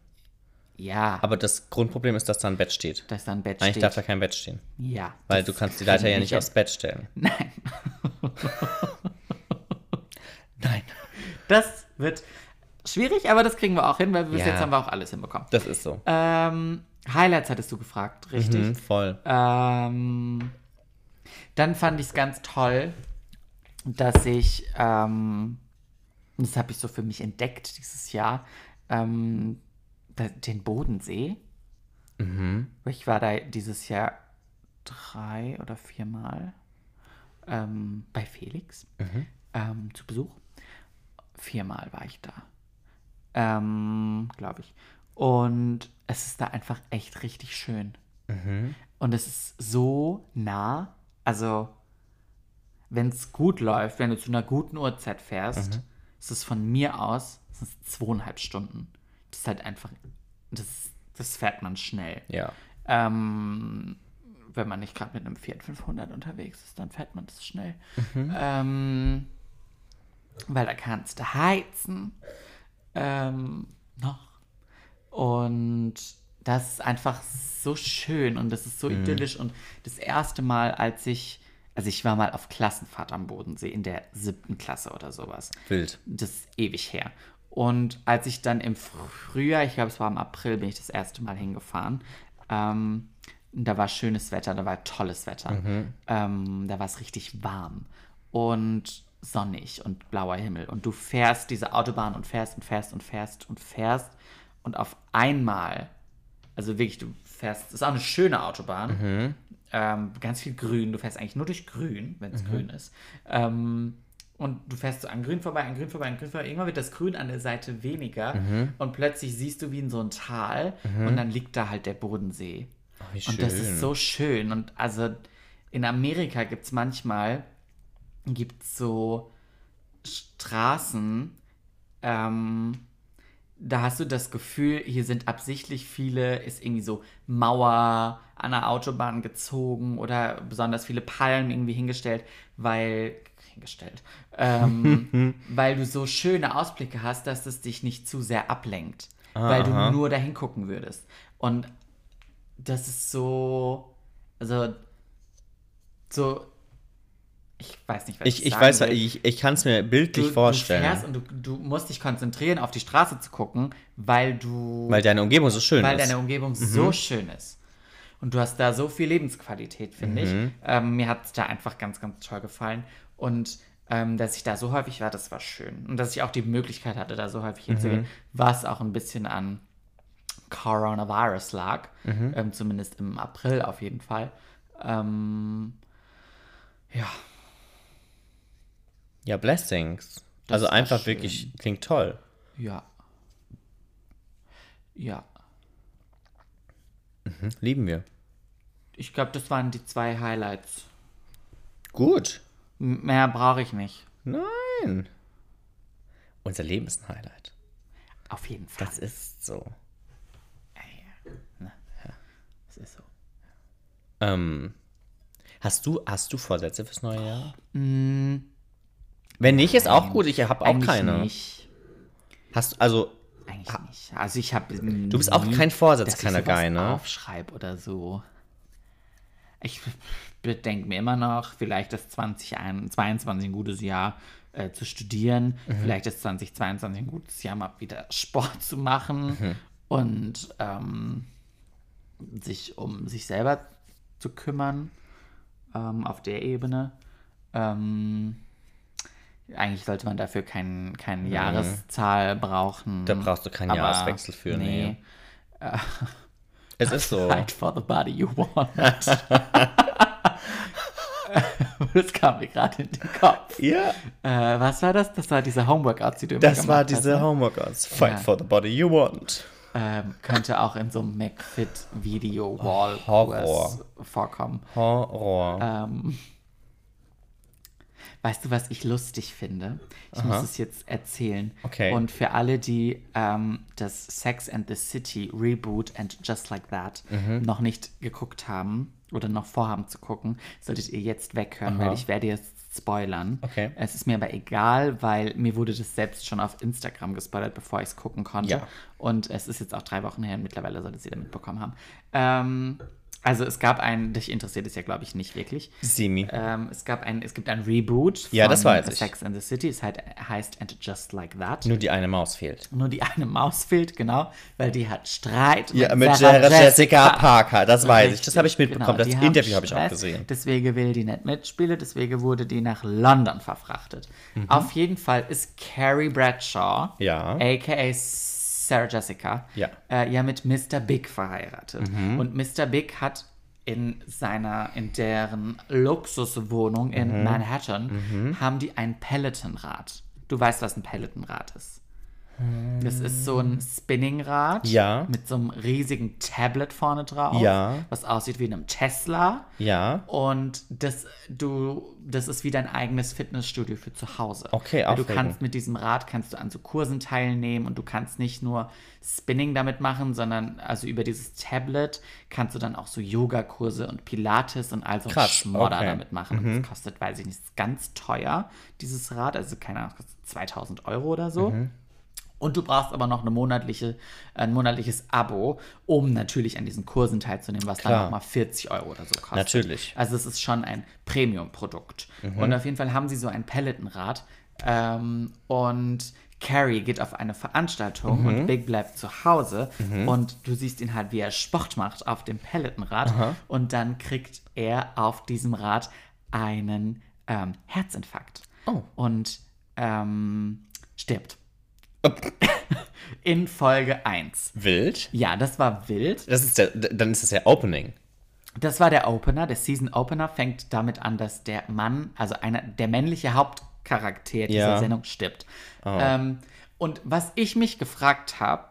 [SPEAKER 1] ja,
[SPEAKER 2] Aber das Grundproblem ist, dass da ein Bett steht.
[SPEAKER 1] dass da ein Bett
[SPEAKER 2] Eigentlich
[SPEAKER 1] steht.
[SPEAKER 2] darf da kein Bett stehen.
[SPEAKER 1] ja,
[SPEAKER 2] Weil
[SPEAKER 1] das
[SPEAKER 2] du kannst die
[SPEAKER 1] kriegen
[SPEAKER 2] Leiter
[SPEAKER 1] wir
[SPEAKER 2] ja nicht
[SPEAKER 1] hin.
[SPEAKER 2] aufs Bett stellen.
[SPEAKER 1] Nein,
[SPEAKER 2] Nein.
[SPEAKER 1] das wird schwierig, aber das kriegen wir auch hin, weil bis
[SPEAKER 2] Ja.
[SPEAKER 1] jetzt haben wir auch alles hinbekommen.
[SPEAKER 2] Das ist so.
[SPEAKER 1] Ähm, Highlights hattest du gefragt, richtig? Ah.
[SPEAKER 2] Mhm, voll.
[SPEAKER 1] Ähm, dann fand ich es ganz toll, dass ich, ähm, das habe ich so für mich entdeckt dieses Jahr, ähm, da, den Bodensee. Ich war da dieses Jahr drei oder viermal ähm, bei Felix ähm, zu Besuch. Viermal war ich da, ähm, glaube ich. Und es ist da einfach echt richtig schön. Und es ist so nah. Also, wenn es gut läuft, wenn du zu einer guten Uhrzeit fährst, ist es von mir aus sind es zweieinhalb Stunden. Das ist halt einfach, das, das fährt man schnell.
[SPEAKER 2] Ja.
[SPEAKER 1] Ähm, wenn man nicht gerade mit einem Fiat 500 unterwegs ist, dann fährt man das schnell. Ähm, weil da kannst du heizen. Ähm, noch. Und das ist einfach so schön und das ist so idyllisch. Und das erste Mal, als ich, also ich war mal auf Klassenfahrt am Bodensee in der siebten Klasse oder sowas.
[SPEAKER 2] Wild.
[SPEAKER 1] Das ist ewig her. Und als ich dann im Frühjahr, ich glaube, es war im April, bin ich das erste Mal hingefahren. Ähm, da war schönes Wetter, da war tolles Wetter. Ähm, da war es richtig warm und sonnig und blauer Himmel. Und du fährst diese Autobahn und fährst und fährst und fährst und fährst. Und auf einmal, also wirklich, du fährst, ist auch eine schöne Autobahn.
[SPEAKER 2] Mhm.
[SPEAKER 1] Ähm, ganz viel Grün. Du fährst eigentlich nur durch Grün, wenn es grün ist. Ähm, und du fährst so an Grün vorbei, an Grün vorbei, an Grün vorbei. Irgendwann wird das Grün an der Seite weniger. Und plötzlich siehst du wie in so ein Tal. Und dann liegt da halt der Bodensee.
[SPEAKER 2] Oh, wie
[SPEAKER 1] Und das ist
[SPEAKER 2] schön.
[SPEAKER 1] so schön. Und also in Amerika gibt es manchmal gibt's so Straßen, ähm, da hast du das Gefühl, hier sind absichtlich viele, ist irgendwie so Mauer an der Autobahn gezogen oder besonders viele Palmen irgendwie hingestellt, weil hingestellt, ähm, weil du so schöne Ausblicke hast, dass es dich nicht zu sehr ablenkt,
[SPEAKER 2] Ah,
[SPEAKER 1] weil du nur dahin gucken würdest. Und das ist so, also so, ich weiß nicht, was
[SPEAKER 2] Ich, ich
[SPEAKER 1] sagen
[SPEAKER 2] weiß,
[SPEAKER 1] will
[SPEAKER 2] ich, ich kann es mir bildlich
[SPEAKER 1] du,
[SPEAKER 2] vorstellen.
[SPEAKER 1] Du fährst und du, du musst dich konzentrieren, auf die Straße zu gucken, weil du
[SPEAKER 2] weil deine Umgebung so schön
[SPEAKER 1] weil
[SPEAKER 2] ist. Mhm.
[SPEAKER 1] deine Umgebung so schön ist. Und du hast da so viel Lebensqualität, finde
[SPEAKER 2] Mhm.
[SPEAKER 1] ich. Ähm, mir hat es da einfach ganz, ganz toll gefallen. Und ähm, dass ich da so häufig war, das war schön. Und dass ich auch die Möglichkeit hatte, da so häufig
[SPEAKER 2] Mhm.
[SPEAKER 1] hinzugehen, was auch ein bisschen an Coronavirus lag.
[SPEAKER 2] Mhm.
[SPEAKER 1] Ähm, zumindest im April auf jeden Fall. Ähm, ja,
[SPEAKER 2] ja, Blessings.
[SPEAKER 1] Um- Das
[SPEAKER 2] also
[SPEAKER 1] war
[SPEAKER 2] einfach
[SPEAKER 1] schön.
[SPEAKER 2] wirklich, klingt toll.
[SPEAKER 1] ja. Ja.
[SPEAKER 2] Lieben wir.
[SPEAKER 1] Ich glaube, das waren die zwei Highlights.
[SPEAKER 2] Gut.
[SPEAKER 1] M- Mehr brauche ich nicht.
[SPEAKER 2] Nein. Unser Leben ist ein Highlight.
[SPEAKER 1] Auf jeden Fall.
[SPEAKER 2] Das ist so.
[SPEAKER 1] Das ist so.
[SPEAKER 2] Ähm, hast, du, hast du Vorsätze fürs neue Jahr? Wenn nicht, ist auch gut. Ich habe auch
[SPEAKER 1] Mm. Eigentlich
[SPEAKER 2] keine.
[SPEAKER 1] nicht.
[SPEAKER 2] Hast du, also,
[SPEAKER 1] Eigentlich nicht. Also ich habe. Du
[SPEAKER 2] du bist auch kein
[SPEAKER 1] dass ich
[SPEAKER 2] Vorsatzkanner
[SPEAKER 1] sowas
[SPEAKER 2] Guy, ne?
[SPEAKER 1] aufschreibe oder so. Ich bedenke mir immer noch, vielleicht ist 2022 ein gutes Jahr äh, zu studieren,
[SPEAKER 2] Mhm.
[SPEAKER 1] vielleicht ist 2022 ein gutes Jahr, mal wieder Sport zu machen
[SPEAKER 2] Mhm.
[SPEAKER 1] und ähm, sich um sich selber zu kümmern ähm, auf der Ebene. Ähm, eigentlich sollte man dafür kein, keine Jahreszahl brauchen.
[SPEAKER 2] Da brauchst du keinen
[SPEAKER 1] aber
[SPEAKER 2] Jahreswechsel für, nee.
[SPEAKER 1] nee.
[SPEAKER 2] Es ist so.
[SPEAKER 1] Fight for the body you want. das kam mir gerade in den Kopf.
[SPEAKER 2] Ja,
[SPEAKER 1] Äh, was war das? Das war diese Homeworkouts, die du immer
[SPEAKER 2] das war
[SPEAKER 1] gemacht hast,
[SPEAKER 2] diese
[SPEAKER 1] ne?
[SPEAKER 2] Homeworkouts. Fight
[SPEAKER 1] Ja.
[SPEAKER 2] for the body you want.
[SPEAKER 1] ähm, Könnte auch in so einem McFit-Video-Wall
[SPEAKER 2] Horror.
[SPEAKER 1] vorkommen.
[SPEAKER 2] Horror.
[SPEAKER 1] Ähm, weißt du, was ich lustig finde? Ich muss es jetzt erzählen.
[SPEAKER 2] Okay.
[SPEAKER 1] Und für alle, die ähm, das Sex and the City Reboot and Just Like That
[SPEAKER 2] Mhm.
[SPEAKER 1] noch nicht geguckt haben oder noch vorhaben zu gucken, solltet ihr jetzt weghören, weil ich werde jetzt spoilern.
[SPEAKER 2] Okay.
[SPEAKER 1] Es ist mir aber egal, weil mir wurde das selbst schon auf Instagram gespoilert, bevor ich es gucken konnte.
[SPEAKER 2] Ja.
[SPEAKER 1] Und es ist jetzt auch drei Wochen her und mittlerweile solltet ihr damit bekommen haben. Ähm, Also es gab einen, dich interessiert es ja, glaube ich, nicht wirklich.
[SPEAKER 2] Simi.
[SPEAKER 1] Ähm, es gab ein, es gibt ein Reboot von
[SPEAKER 2] Ja, das weiß ich.
[SPEAKER 1] Sex and the City. Es halt, heißt And Just Like That.
[SPEAKER 2] Nur die eine Maus fehlt.
[SPEAKER 1] Nur die eine Maus fehlt, genau, weil die hat Streit
[SPEAKER 2] Sarah
[SPEAKER 1] Park.
[SPEAKER 2] das
[SPEAKER 1] Richtig, genau, die haben Stress, Deswegen will die nicht mitspielen, deswegen wurde die nach London verfrachtet. Auf jeden Fall ist Carrie Bradshaw,
[SPEAKER 2] Mhm. Ja.
[SPEAKER 1] aka Sarah Jessica,
[SPEAKER 2] Ja. Mhm.
[SPEAKER 1] Äh, ja mit Mr. Big verheiratet. Und Mr. Big hat in seiner, in deren Luxuswohnung
[SPEAKER 2] Mhm.
[SPEAKER 1] in Manhattan, haben die ein Pelotonrad. Du weißt, was ein Pelotonrad ist. Das ist so ein Spinningrad
[SPEAKER 2] Hm. Ja.
[SPEAKER 1] mit so einem riesigen Tablet vorne drauf,
[SPEAKER 2] Ja.
[SPEAKER 1] was aussieht wie einem Tesla.
[SPEAKER 2] Ja.
[SPEAKER 1] Und das, du, das ist wie dein eigenes Fitnessstudio für zu Hause.
[SPEAKER 2] Okay,
[SPEAKER 1] Weil Du
[SPEAKER 2] aufregend.
[SPEAKER 1] kannst mit diesem Rad kannst du an so Kursen teilnehmen und du kannst nicht nur Spinning damit machen, sondern also über dieses Tablet kannst du dann auch so Yogakurse und Pilates und also
[SPEAKER 2] Krass,
[SPEAKER 1] Schmodder
[SPEAKER 2] okay. Mhm.
[SPEAKER 1] damit machen. Und das kostet, weiß ich nicht, ist ganz teuer, dieses Rad. Also keine Ahnung, das kostet 2000 Euro oder so.
[SPEAKER 2] Mhm.
[SPEAKER 1] Und du brauchst aber noch eine monatliche, ein monatliches Abo, um natürlich an diesen Kursen teilzunehmen, was dann
[SPEAKER 2] Klar.
[SPEAKER 1] nochmal 40 Euro oder so kostet.
[SPEAKER 2] Natürlich.
[SPEAKER 1] Also es ist schon ein Premium-Produkt. Und auf jeden Fall haben sie so ein Pelletenrad. Ähm, und Carrie geht auf eine Veranstaltung und Big bleibt zu Hause. Und du siehst ihn halt, wie er Sport macht auf dem Pelletenrad. Und dann kriegt er auf diesem Rad einen ähm, Herzinfarkt.
[SPEAKER 2] Oh.
[SPEAKER 1] Und ähm, stirbt. In Folge 1.
[SPEAKER 2] Wild.
[SPEAKER 1] Ja, das war wild.
[SPEAKER 2] Das ist der, dann ist das ja Opening.
[SPEAKER 1] Das war der Opener. Der Season Opener fängt damit an, dass der Mann, also einer, der männliche Hauptcharakter dieser
[SPEAKER 2] Ja. Oh.
[SPEAKER 1] Sendung stirbt. Ähm, und was ich mich gefragt habe,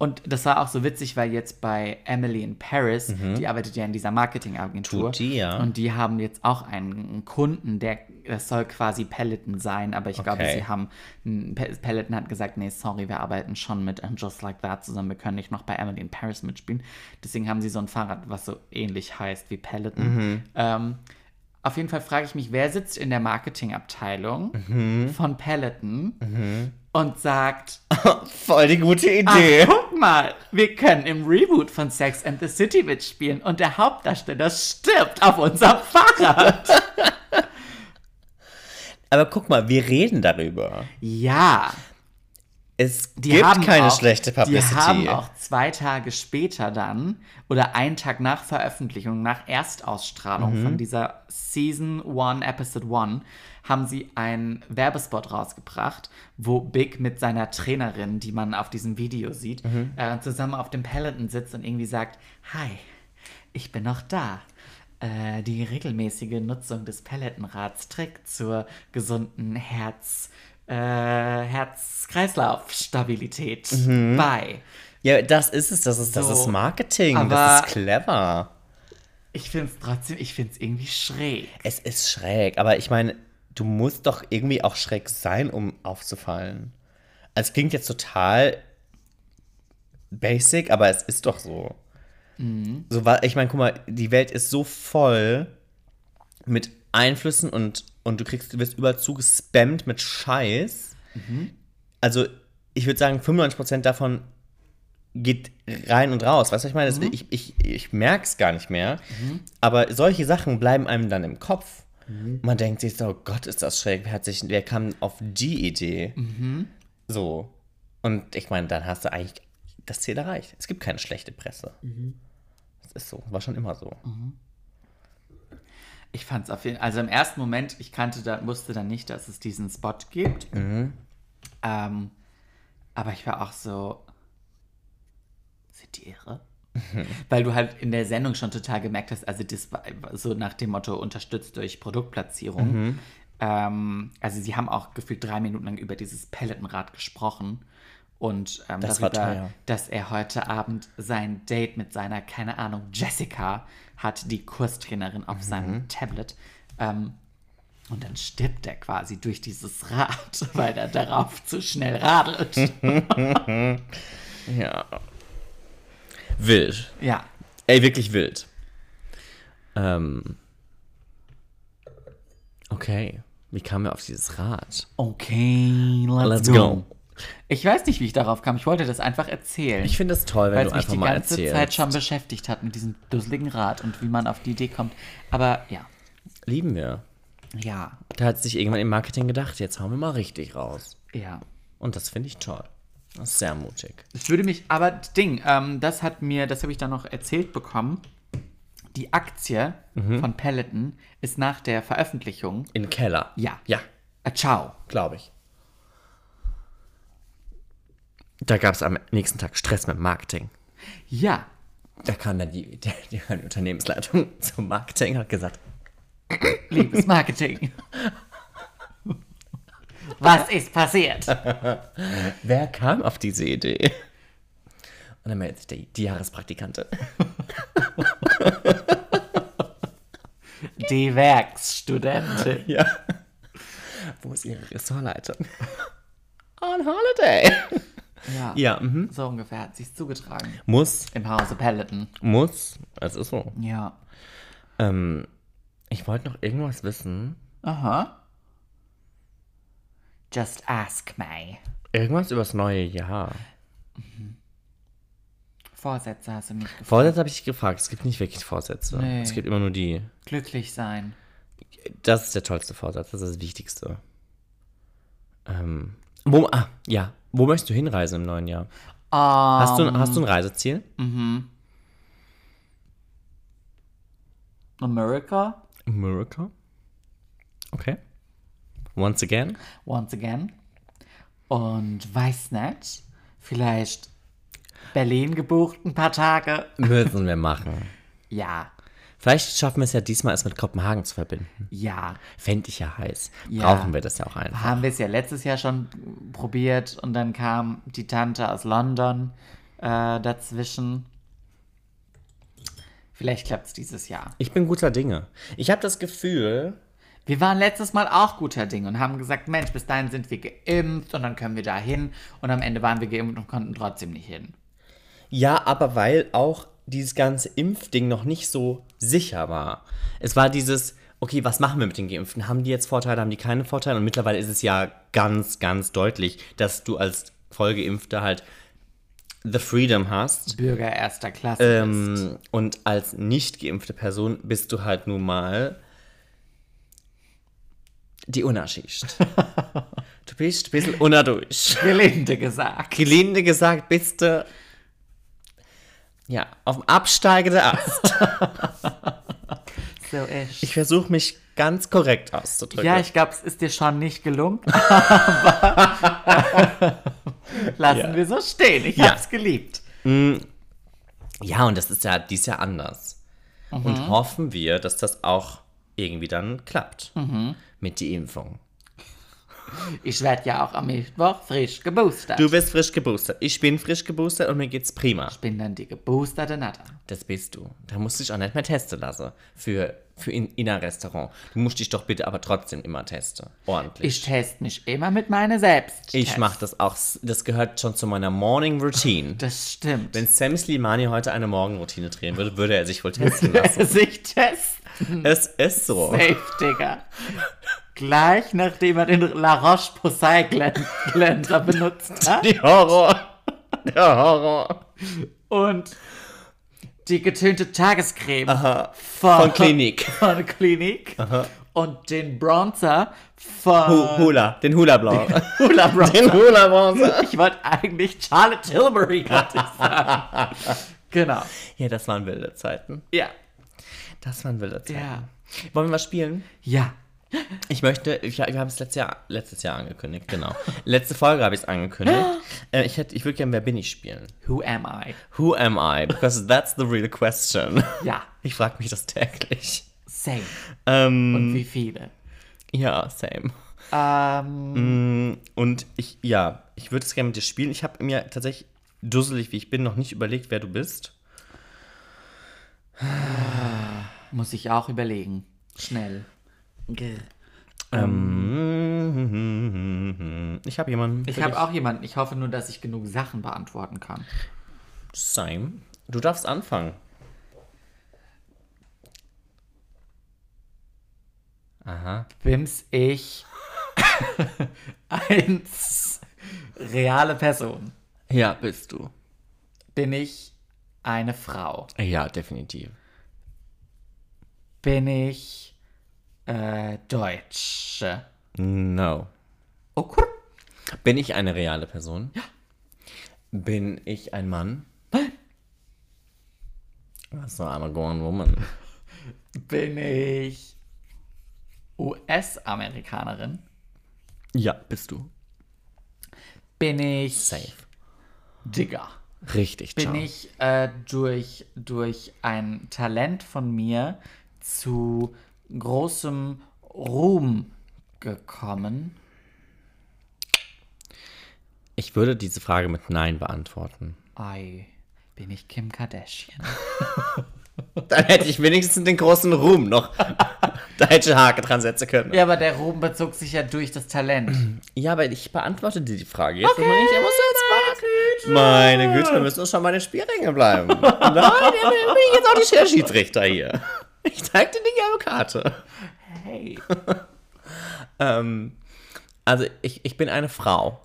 [SPEAKER 1] und das war auch so witzig, weil jetzt bei Emily in Paris, die arbeitet ja in dieser Marketingagentur.
[SPEAKER 2] Tut die, Mhm. ja.
[SPEAKER 1] Und die haben jetzt auch einen Kunden, der, das soll quasi Peloton sein, aber ich glaube,
[SPEAKER 2] Okay.
[SPEAKER 1] sie haben, n- Pe- Peloton hat gesagt, nee, sorry, wir arbeiten schon mit ähm, Just Like That zusammen, wir können nicht noch bei Emily in Paris mitspielen. Deswegen haben sie so ein Fahrrad, was so ähnlich heißt wie Peloton. Ähm, auf jeden Fall frage ich mich, wer sitzt in der Marketingabteilung von Peloton und sagt,
[SPEAKER 2] Voll die
[SPEAKER 1] Ah.
[SPEAKER 2] gute
[SPEAKER 1] Ach, guck mal, wir können im Reboot von Sex and the City mitspielen und der Hauptdarsteller stirbt auf unserem Fahrrad.
[SPEAKER 2] Aber guck mal, wir reden darüber.
[SPEAKER 1] ja,
[SPEAKER 2] Es
[SPEAKER 1] die
[SPEAKER 2] gibt
[SPEAKER 1] haben
[SPEAKER 2] keine
[SPEAKER 1] auch,
[SPEAKER 2] schlechte Publicity.
[SPEAKER 1] Die haben auch zwei Tage später dann oder einen Tag nach Veröffentlichung, nach Erstausstrahlung von dieser Season 1, Episode 1, haben sie einen Werbespot rausgebracht, wo Big mit seiner Trainerin, die man auf diesem Video sieht, äh, zusammen auf dem Peloton sitzt und irgendwie sagt, Hi, ich bin noch da. Äh, die regelmäßige Nutzung des Pelletenrads trägt zur gesunden Herz, äh, Herz-Kreislauf-Stabilität bei.
[SPEAKER 2] ja, das ist es, das ist, das
[SPEAKER 1] So.
[SPEAKER 2] ist Marketing, das
[SPEAKER 1] Aber-
[SPEAKER 2] ist clever.
[SPEAKER 1] Ich finde es trotzdem, ich finde es irgendwie schräg.
[SPEAKER 2] Es ist schräg, aber ich meine, du musst doch irgendwie auch schräg sein, um aufzufallen. Also es klingt jetzt total basic, aber es ist doch so.
[SPEAKER 1] Mhm.
[SPEAKER 2] so war, ich meine, guck mal, die Welt ist so voll mit Einflüssen und, und du kriegst, du wirst überall zugespammt mit Scheiß.
[SPEAKER 1] Mhm.
[SPEAKER 2] Also, ich würde sagen, 95% davon geht rein und raus. Weißt du, was ich meine? Das- Ich, ich, ich merke es gar nicht mehr. Aber solche Sachen bleiben einem dann im Kopf. Man denkt sich so, oh Gott, ist das schräg. Wer, hat sich, wer kam auf die Idee? So. Und ich meine, dann hast du eigentlich das Ziel erreicht. Es gibt keine schlechte Presse. Das ist so. War schon immer so.
[SPEAKER 1] Ich fand es auf jeden Fall, also im ersten Moment, ich kannte da, wusste dann nicht, dass es diesen Spot gibt. Ähm, aber ich war auch so, sind die irre?
[SPEAKER 2] Mhm.
[SPEAKER 1] Weil du halt in der Sendung schon total gemerkt hast, also das war so nach dem Motto unterstützt durch Produktplatzierung.
[SPEAKER 2] Mhm.
[SPEAKER 1] Ähm, also sie haben auch gefühlt drei Minuten lang über dieses Pelletenrad gesprochen und ähm,
[SPEAKER 2] Das war
[SPEAKER 1] darüber,
[SPEAKER 2] teuer.
[SPEAKER 1] dass er heute Abend sein Date mit seiner, keine Ahnung, Jessica hat, die Kurstrainerin
[SPEAKER 2] Mhm.
[SPEAKER 1] auf seinem Tablet. Ähm, und dann stirbt er quasi durch dieses Rad, weil er darauf zu schnell radelt.
[SPEAKER 2] Ja. Wild.
[SPEAKER 1] ja.
[SPEAKER 2] Ey, wirklich wild. Ähm. Okay. Wie kamen wir auf dieses Rad?
[SPEAKER 1] Okay, let's,
[SPEAKER 2] Let's
[SPEAKER 1] go.
[SPEAKER 2] go.
[SPEAKER 1] Ich weiß nicht, wie ich darauf kam. Ich wollte das einfach erzählen.
[SPEAKER 2] Ich finde es toll, wenn
[SPEAKER 1] weil
[SPEAKER 2] du
[SPEAKER 1] es mich
[SPEAKER 2] einfach
[SPEAKER 1] die
[SPEAKER 2] mal
[SPEAKER 1] ganze
[SPEAKER 2] erzählst.
[SPEAKER 1] Zeit schon beschäftigt hat mit diesem dusseligen Rad und wie man auf die Idee kommt. Aber ja,
[SPEAKER 2] Lieben wir.
[SPEAKER 1] ja,
[SPEAKER 2] Da hat sich irgendwann im Marketing gedacht, jetzt hauen wir mal richtig raus.
[SPEAKER 1] ja.
[SPEAKER 2] Und das finde ich toll. Das ist sehr mutig.
[SPEAKER 1] Es würde mich, aber Ding, ähm, das hat mir, das habe ich dann noch erzählt bekommen. Die Aktie
[SPEAKER 2] Mhm.
[SPEAKER 1] von Peloton ist nach der Veröffentlichung,
[SPEAKER 2] In den Keller.
[SPEAKER 1] ja,
[SPEAKER 2] Ja,
[SPEAKER 1] Äh, ciao.
[SPEAKER 2] glaube ich. Da gab es am nächsten Tag Stress mit Marketing.
[SPEAKER 1] Ja,
[SPEAKER 2] Da kam dann die, die, die Unternehmensleitung zum Marketing und hat gesagt,
[SPEAKER 1] liebes Marketing. Was ist passiert?
[SPEAKER 2] wer kam auf diese Idee? Und dann meldet sich die, die Jahrespraktikantin.
[SPEAKER 1] Die Werksstudentin.
[SPEAKER 2] Ja. Wo ist ihre Ressortleitung? On holiday.
[SPEAKER 1] Ja,
[SPEAKER 2] Ja, mhm.
[SPEAKER 1] so ungefähr hat sie es zugetragen.
[SPEAKER 2] Muss,
[SPEAKER 1] Im Hause Peloton.
[SPEAKER 2] muss. Es ist so.
[SPEAKER 1] Ja.
[SPEAKER 2] Ähm, ich wollte noch irgendwas wissen.
[SPEAKER 1] Aha. Just ask me.
[SPEAKER 2] Irgendwas übers neue Jahr.
[SPEAKER 1] Vorsätze hast du nicht gefragt.
[SPEAKER 2] Vorsätze habe ich dich gefragt. Es gibt nicht wirklich Vorsätze.
[SPEAKER 1] Nee.
[SPEAKER 2] Es gibt immer nur die.
[SPEAKER 1] Glücklich sein.
[SPEAKER 2] Das ist der tollste Vorsatz. Das ist das Wichtigste. Ähm, wo, ah, ja. Wo möchtest du hinreisen im neuen Jahr?
[SPEAKER 1] Ah,
[SPEAKER 2] Hast, du, hast du ein Reiseziel?
[SPEAKER 1] America,
[SPEAKER 2] America. Okay. Once again.
[SPEAKER 1] once again. Und weiß nicht, vielleicht Berlin gebucht ein paar Tage.
[SPEAKER 2] Müssen wir machen.
[SPEAKER 1] Ja,
[SPEAKER 2] Vielleicht schaffen wir es ja diesmal, es mit Kopenhagen zu verbinden.
[SPEAKER 1] ja.
[SPEAKER 2] Fände ich ja heiß.
[SPEAKER 1] Ja.
[SPEAKER 2] Brauchen wir das ja auch einfach.
[SPEAKER 1] Haben wir es ja letztes Jahr schon probiert und dann kam die Tante aus London äh, dazwischen. Vielleicht klappt es dieses Jahr.
[SPEAKER 2] Ich bin guter Dinge. Ich habe das Gefühl,
[SPEAKER 1] Wir waren letztes Mal auch guter Ding und haben gesagt, Mensch, bis dahin sind wir geimpft und dann können wir da hin. Und am Ende waren wir geimpft und konnten trotzdem nicht hin.
[SPEAKER 2] Ja, aber weil auch dieses ganze Impfding noch nicht so sicher war. Es war dieses, okay, was machen wir mit den Geimpften? Haben die jetzt Vorteile, haben die keine Vorteile? Und mittlerweile ist es ja ganz, ganz deutlich, dass du als Vollgeimpfter halt the freedom hast.
[SPEAKER 1] Bürger erster Klasse. ist.
[SPEAKER 2] Ähm, und als nicht geimpfte Person bist du halt nun mal die Unerschicht. du bist ein bisschen unerdurch.
[SPEAKER 1] Gelinde gesagt.
[SPEAKER 2] Gelinde gesagt, bist du ja, auf dem absteigenden Ast.
[SPEAKER 1] So ist.
[SPEAKER 2] Ich versuche mich ganz korrekt auszudrücken.
[SPEAKER 1] ja, ich glaube, es ist dir schon nicht gelungen. Aber lassen wir so stehen. Ich
[SPEAKER 2] Ja.
[SPEAKER 1] hab's geliebt.
[SPEAKER 2] Ja, und das ist ja dies Jahr anders. Und hoffen wir, dass das auch irgendwie dann klappt mit der Impfung.
[SPEAKER 1] Ich werde ja auch am Mittwoch frisch geboostert.
[SPEAKER 2] Du bist frisch geboostert. Ich bin frisch geboostert und mir geht's prima.
[SPEAKER 1] ich bin dann die geboosterte Natter.
[SPEAKER 2] Das bist du. Da musst du dich auch nicht mehr testen lassen. Für, für in, in ein Restaurant. Du musst dich doch bitte aber trotzdem immer testen. Ordentlich.
[SPEAKER 1] Ich teste mich immer mit meiner selbst.
[SPEAKER 2] Ich mache das auch. s- Das gehört schon zu meiner Morning Routine.
[SPEAKER 1] Das stimmt.
[SPEAKER 2] Wenn Sam Slimani heute eine Morgenroutine drehen würde, würde er sich wohl testen lassen.
[SPEAKER 1] sich testen.
[SPEAKER 2] es ist so.
[SPEAKER 1] Safe, Digga. Gleich nachdem er den La Roche-Posay Glen- Cleanser benutzt hat
[SPEAKER 2] Die Horror. Der Horror.
[SPEAKER 1] und die getönte Tagescreme
[SPEAKER 2] Von Klinik.
[SPEAKER 1] von Klinik und den Bronzer von
[SPEAKER 2] Hu- Hula. Den Hula Blau.
[SPEAKER 1] Hula
[SPEAKER 2] Den
[SPEAKER 1] Bronzer.
[SPEAKER 2] Hula Bronze.
[SPEAKER 1] Ich wollte eigentlich Charlotte Tilbury gerade sagen. genau.
[SPEAKER 2] Ja, das waren wilde Zeiten.
[SPEAKER 1] Ja.
[SPEAKER 2] Das waren wilde Zeiten.
[SPEAKER 1] Ja.
[SPEAKER 2] Wollen wir was spielen?
[SPEAKER 1] Ja.
[SPEAKER 2] Ich möchte, ich, wir haben es letztes Jahr, letztes Jahr angekündigt, genau. Letzte Folge habe ich es angekündigt. äh, ich hätte, ich würde gerne Wer bin ich spielen.
[SPEAKER 1] Who am I?
[SPEAKER 2] Who am I? Because that's the real question.
[SPEAKER 1] Ja.
[SPEAKER 2] Ich frage mich das täglich.
[SPEAKER 1] Same.
[SPEAKER 2] Ähm,
[SPEAKER 1] Und wie viele?
[SPEAKER 2] ja, same.
[SPEAKER 1] Ähm,
[SPEAKER 2] Und ich, ja, ich würde es gerne mit dir spielen. Ich habe mir tatsächlich, dusselig wie ich bin, noch nicht überlegt, wer du bist.
[SPEAKER 1] Muss ich auch überlegen. Schnell.
[SPEAKER 2] Ich habe jemanden.
[SPEAKER 1] Ich
[SPEAKER 2] für
[SPEAKER 1] habe
[SPEAKER 2] dich.
[SPEAKER 1] auch jemanden. Ich hoffe nur, dass ich genug Sachen beantworten kann.
[SPEAKER 2] Same. Du darfst anfangen.
[SPEAKER 1] Bims ich eins reale Person
[SPEAKER 2] Ja, bist du.
[SPEAKER 1] bin ich eine Frau.
[SPEAKER 2] Ja, definitiv.
[SPEAKER 1] Bin ich äh, Deutsche. Oh,
[SPEAKER 2] No.
[SPEAKER 1] Okay.
[SPEAKER 2] Bin ich eine reale Person? Ja. Bin ich ein Mann? Nein. Achso, I'm a gone woman.
[SPEAKER 1] Bin ich US-Amerikanerin?
[SPEAKER 2] Ja, bist du.
[SPEAKER 1] Bin ich
[SPEAKER 2] Safe.
[SPEAKER 1] Digger?
[SPEAKER 2] Richtig,
[SPEAKER 1] Bin
[SPEAKER 2] ciao.
[SPEAKER 1] ich äh, durch, durch ein Talent von mir zu großem Ruhm gekommen?
[SPEAKER 2] Ich würde diese Frage mit Nein beantworten.
[SPEAKER 1] Ei, bin ich Kim Kardashian?
[SPEAKER 2] Dann hätte ich wenigstens den großen Ruhm noch. da hätte ich einen Haken dran setzen können.
[SPEAKER 1] ja, aber der Ruhm bezog sich ja durch das Talent.
[SPEAKER 2] Ja, aber ich beantworte dir die Frage. Jetzt okay, ich immer so meine, Güte. meine Güte, wir müssen uns schon bei den Spielregeln bleiben. Nein, wir- wir- wir- jetzt auch nicht der Schiedsrichter hier. Ich zeig dir die gelbe Karte.
[SPEAKER 1] Hey.
[SPEAKER 2] Ähm, also, ich, ich bin eine Frau.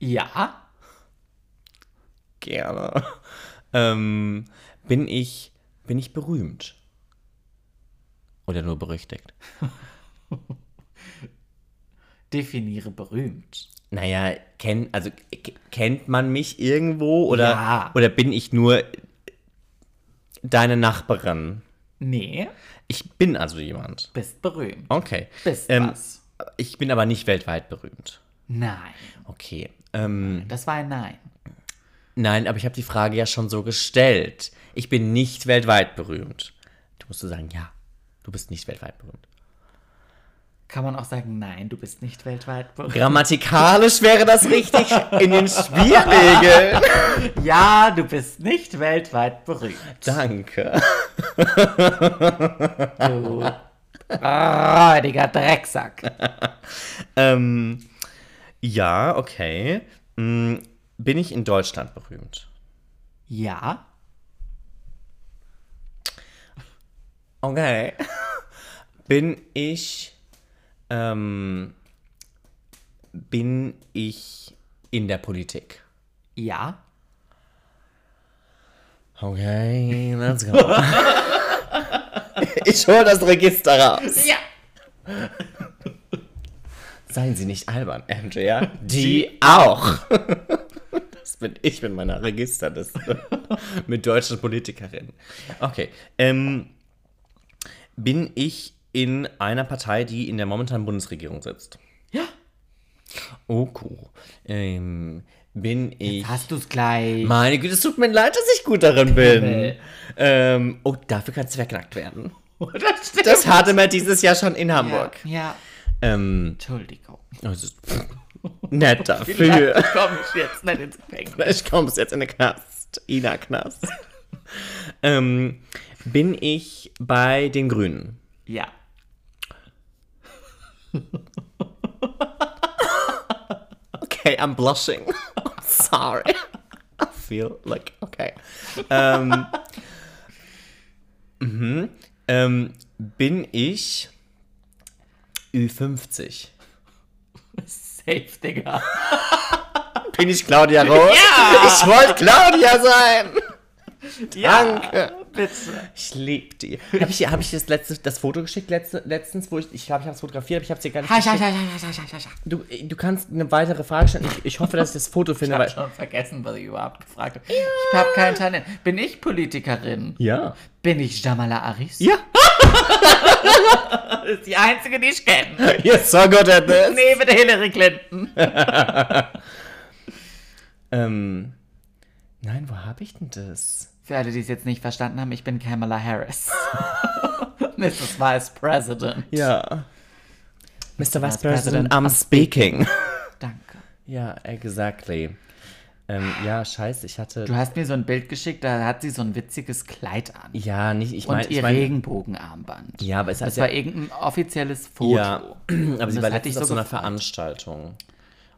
[SPEAKER 1] Ja?
[SPEAKER 2] Gerne. Ähm, bin ich, bin ich berühmt? Oder nur berüchtigt?
[SPEAKER 1] Definiere berühmt.
[SPEAKER 2] Naja, kenn, also, k- kennt man mich irgendwo? Oder,
[SPEAKER 1] Ja.
[SPEAKER 2] oder bin ich nur deine Nachbarin?
[SPEAKER 1] Nee,
[SPEAKER 2] Ich bin also jemand.
[SPEAKER 1] bist berühmt.
[SPEAKER 2] Okay.
[SPEAKER 1] Bist
[SPEAKER 2] Ähm,
[SPEAKER 1] was.
[SPEAKER 2] Ich bin aber nicht weltweit berühmt.
[SPEAKER 1] Nein.
[SPEAKER 2] Okay. Ähm,
[SPEAKER 1] Das war ein Nein.
[SPEAKER 2] nein, aber ich habe die Frage ja schon so gestellt. Ich bin nicht weltweit berühmt. Du musst du sagen, ja, du bist nicht weltweit berühmt.
[SPEAKER 1] Kann man auch sagen, nein, du bist nicht weltweit berühmt.
[SPEAKER 2] Grammatikalisch wäre das richtig in den Spielregeln.
[SPEAKER 1] Ja, du bist nicht weltweit berühmt.
[SPEAKER 2] Danke.
[SPEAKER 1] Du räudiger Drecksack.
[SPEAKER 2] Ähm, ja, okay. Hm, bin ich in Deutschland berühmt?
[SPEAKER 1] Ja,
[SPEAKER 2] Okay. Bin ich. Ähm, bin ich in der Politik?
[SPEAKER 1] ja,
[SPEAKER 2] Okay, let's go. ich hole das Register raus.
[SPEAKER 1] ja.
[SPEAKER 2] Seien Sie nicht albern, MJR. Die auch. Das bin ich mit meiner Registerliste. mit deutschen Politikerinnen. Okay. Ähm, bin ich in einer Partei, die in der momentanen Bundesregierung sitzt?
[SPEAKER 1] Ja.
[SPEAKER 2] Okay. Ähm, bin ich.
[SPEAKER 1] Hast du's gleich.
[SPEAKER 2] Meine Güte, es tut mir leid, dass ich gut darin bin.
[SPEAKER 1] Himmel.
[SPEAKER 2] Ähm, oh, dafür kannst du verknackt werden.
[SPEAKER 1] Das stimmt.
[SPEAKER 2] Das hatte man dieses Jahr schon in Hamburg.
[SPEAKER 1] Ja, ja,
[SPEAKER 2] Ähm,
[SPEAKER 1] Entschuldigung.
[SPEAKER 2] also, pff, nett dafür.
[SPEAKER 1] Vielleicht komme ich jetzt nicht ins Gefängnis.
[SPEAKER 2] Ich komme jetzt in den Knast. Ina Knast. ähm, bin ich bei den Grünen?
[SPEAKER 1] Ja.
[SPEAKER 2] Okay, I'm blushing. I'm Oh, sorry. I feel like, okay. Ähm, mhm. ähm, bin ich Ü50?
[SPEAKER 1] Safe, Digga.
[SPEAKER 2] Bin ich Claudia Roth? Ja! Ich wollte Claudia sein! Danke.
[SPEAKER 1] Bitte.
[SPEAKER 2] Ich liebe die. Habe ich, dir- hab ich dir das, letzte, das Foto geschickt letzte, letztens, wo ich, ich glaube, ich habe es fotografiert, aber ich habe es dir gar nicht
[SPEAKER 1] Ha, ha,
[SPEAKER 2] geschickt.
[SPEAKER 1] ha, ha, ha, ha, ha, ha.
[SPEAKER 2] Du, äh, du kannst eine weitere Frage stellen. Ich, ich hoffe, dass ich das Foto finde.
[SPEAKER 1] Ich habe
[SPEAKER 2] Weil,
[SPEAKER 1] schon vergessen, was ich überhaupt gefragt habe. Ich habe kein Talent. Bin ich Politikerin?
[SPEAKER 2] ja.
[SPEAKER 1] Bin ich Jamala Aris?
[SPEAKER 2] Ja.
[SPEAKER 1] Das ist die einzige, die ich kenne.
[SPEAKER 2] You're so good at this.
[SPEAKER 1] Nee, bitte Hillary Clinton.
[SPEAKER 2] Ähm, nein, wo habe ich denn das?
[SPEAKER 1] Für alle, die es jetzt nicht verstanden haben, ich bin Kamala Harris. Mrs. Vice President.
[SPEAKER 2] Ja. Mr. Vice
[SPEAKER 1] Vice
[SPEAKER 2] President,
[SPEAKER 1] President,
[SPEAKER 2] I'm speaking.
[SPEAKER 1] Danke.
[SPEAKER 2] ja, exactly. Ähm, ja, scheiße, ich
[SPEAKER 1] Du
[SPEAKER 2] hatte.
[SPEAKER 1] hast mir so ein Bild geschickt, da hat sie so ein witziges Kleid an.
[SPEAKER 2] Ja, nicht, ich
[SPEAKER 1] Und
[SPEAKER 2] meine.
[SPEAKER 1] ihr
[SPEAKER 2] Ich mein,
[SPEAKER 1] Regenbogenarmband.
[SPEAKER 2] ja, aber es hat
[SPEAKER 1] Das
[SPEAKER 2] ja.
[SPEAKER 1] war irgendein offizielles Foto.
[SPEAKER 2] Ja, aber sie
[SPEAKER 1] das
[SPEAKER 2] war
[SPEAKER 1] hatte ich
[SPEAKER 2] letztens auf
[SPEAKER 1] so
[SPEAKER 2] so einer
[SPEAKER 1] gefreut.
[SPEAKER 2] Veranstaltung.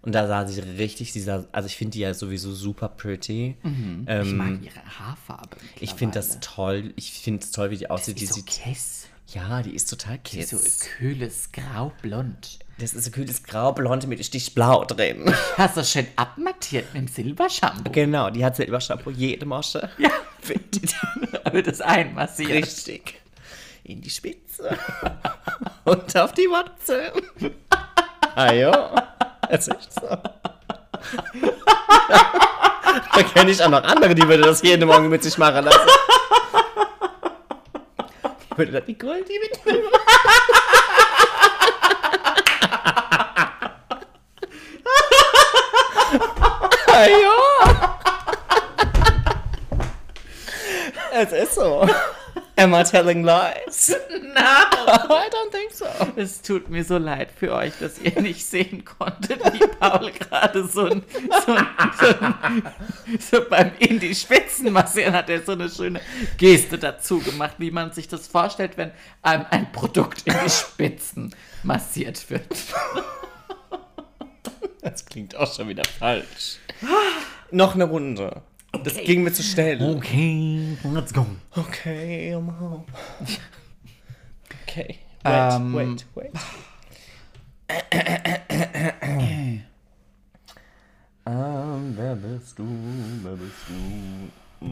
[SPEAKER 2] Und da sah sie richtig, sie sah, also ich finde die ja sowieso super pretty.
[SPEAKER 1] Mhm. Ich
[SPEAKER 2] Ähm,
[SPEAKER 1] mag ihre Haarfarbe.
[SPEAKER 2] ich finde das
[SPEAKER 1] mittlerweile.
[SPEAKER 2] toll. Ich finde es toll, wie die aussieht.
[SPEAKER 1] Die
[SPEAKER 2] Die
[SPEAKER 1] ist so
[SPEAKER 2] sieht,
[SPEAKER 1] kiss.
[SPEAKER 2] ja, die ist total
[SPEAKER 1] Die ist
[SPEAKER 2] kiss.
[SPEAKER 1] so kühles Graublond.
[SPEAKER 2] Das ist so kühles Graublonde mit Stichblau drin.
[SPEAKER 1] Hast du schön abmattiert mit dem Silbershampoo.
[SPEAKER 2] Genau, die hat selber Shampoo, jede Mosche.
[SPEAKER 1] Ja, wird das einmassiert.
[SPEAKER 2] Richtig. In die Spitze. Und auf die Watze. Ah ja. Das ist echt so. da kenne ich auch noch andere, die würde das jeden Morgen mit sich machen lassen. Die würde das Nicole, die mit Ah ja. Es ist so. Am I telling lies? No, I don't think so.
[SPEAKER 1] Es tut mir so leid für euch, dass ihr nicht sehen konntet, wie Paul gerade so, ein, so, ein, so, ein, so beim in die Spitzen massieren hat er so eine schöne Geste dazu gemacht, wie man sich das vorstellt, wenn einem ein Produkt in die Spitzen massiert wird.
[SPEAKER 2] Das klingt auch schon wieder falsch. Noch eine Runde. Das ging mir zu schnell.
[SPEAKER 1] Okay, let's go.
[SPEAKER 2] Okay, um, I'm home. Okay. Wait,
[SPEAKER 1] Ähm.
[SPEAKER 2] wait, wait. wer bist du? Wer bist du?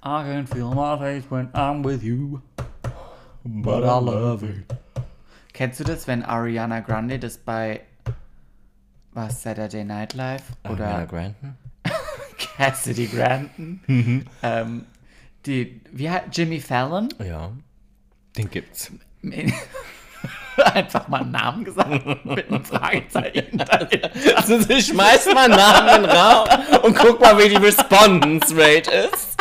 [SPEAKER 1] I can feel my face when I'm with you, but I love you. Kennst du das, wenn Ariana Grande das bei was Saturday Night Live oder
[SPEAKER 2] Granton?
[SPEAKER 1] Cassidy Granton? ähm, die, wie hat Jimmy Fallon?
[SPEAKER 2] Ja. Den gibt's.
[SPEAKER 1] Einfach mal einen Namen gesagt mit einem Fragezeichen.
[SPEAKER 2] Also, sie schmeißt mal Namen in den Raum und guck mal, wie die Response Rate ist.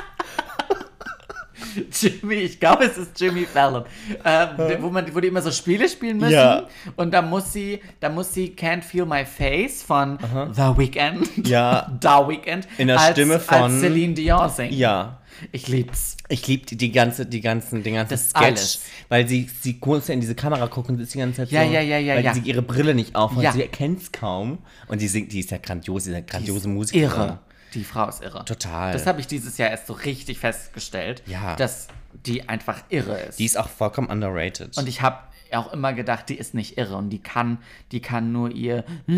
[SPEAKER 1] Jimmy, ich glaube, es ist Jimmy Fallon, ähm, wo, man, wo die immer so Spiele spielen müssen.
[SPEAKER 2] Ja.
[SPEAKER 1] Und da muss sie, da muss sie Can't Feel My Face von The Weeknd,
[SPEAKER 2] Ja.
[SPEAKER 1] The Weeknd,
[SPEAKER 2] In der
[SPEAKER 1] als,
[SPEAKER 2] Stimme von-
[SPEAKER 1] als Celine Dion singen.
[SPEAKER 2] Ja.
[SPEAKER 1] Ich lieb's.
[SPEAKER 2] Ich liebe die, die ganze, die ganzen, den ganzen
[SPEAKER 1] Das
[SPEAKER 2] Sketch,
[SPEAKER 1] alles.
[SPEAKER 2] weil sie, sie muss ja in diese Kamera gucken und ist die ganze Zeit
[SPEAKER 1] Ja,
[SPEAKER 2] so,
[SPEAKER 1] ja, ja, ja,
[SPEAKER 2] weil
[SPEAKER 1] ja.
[SPEAKER 2] sie ihre Brille nicht auf hat,
[SPEAKER 1] Ja.
[SPEAKER 2] sie erkennt es kaum und die singt, die ist ja grandios, die ist ja grandiose
[SPEAKER 1] Die ist
[SPEAKER 2] Musikerin.
[SPEAKER 1] Irre. Die Frau ist irre.
[SPEAKER 2] Total.
[SPEAKER 1] Das habe ich dieses Jahr erst so richtig festgestellt,
[SPEAKER 2] Ja.
[SPEAKER 1] dass die einfach irre ist.
[SPEAKER 2] Die ist auch vollkommen underrated.
[SPEAKER 1] und ich habe auch immer gedacht, die ist nicht irre und die kann, die kann nur ihr.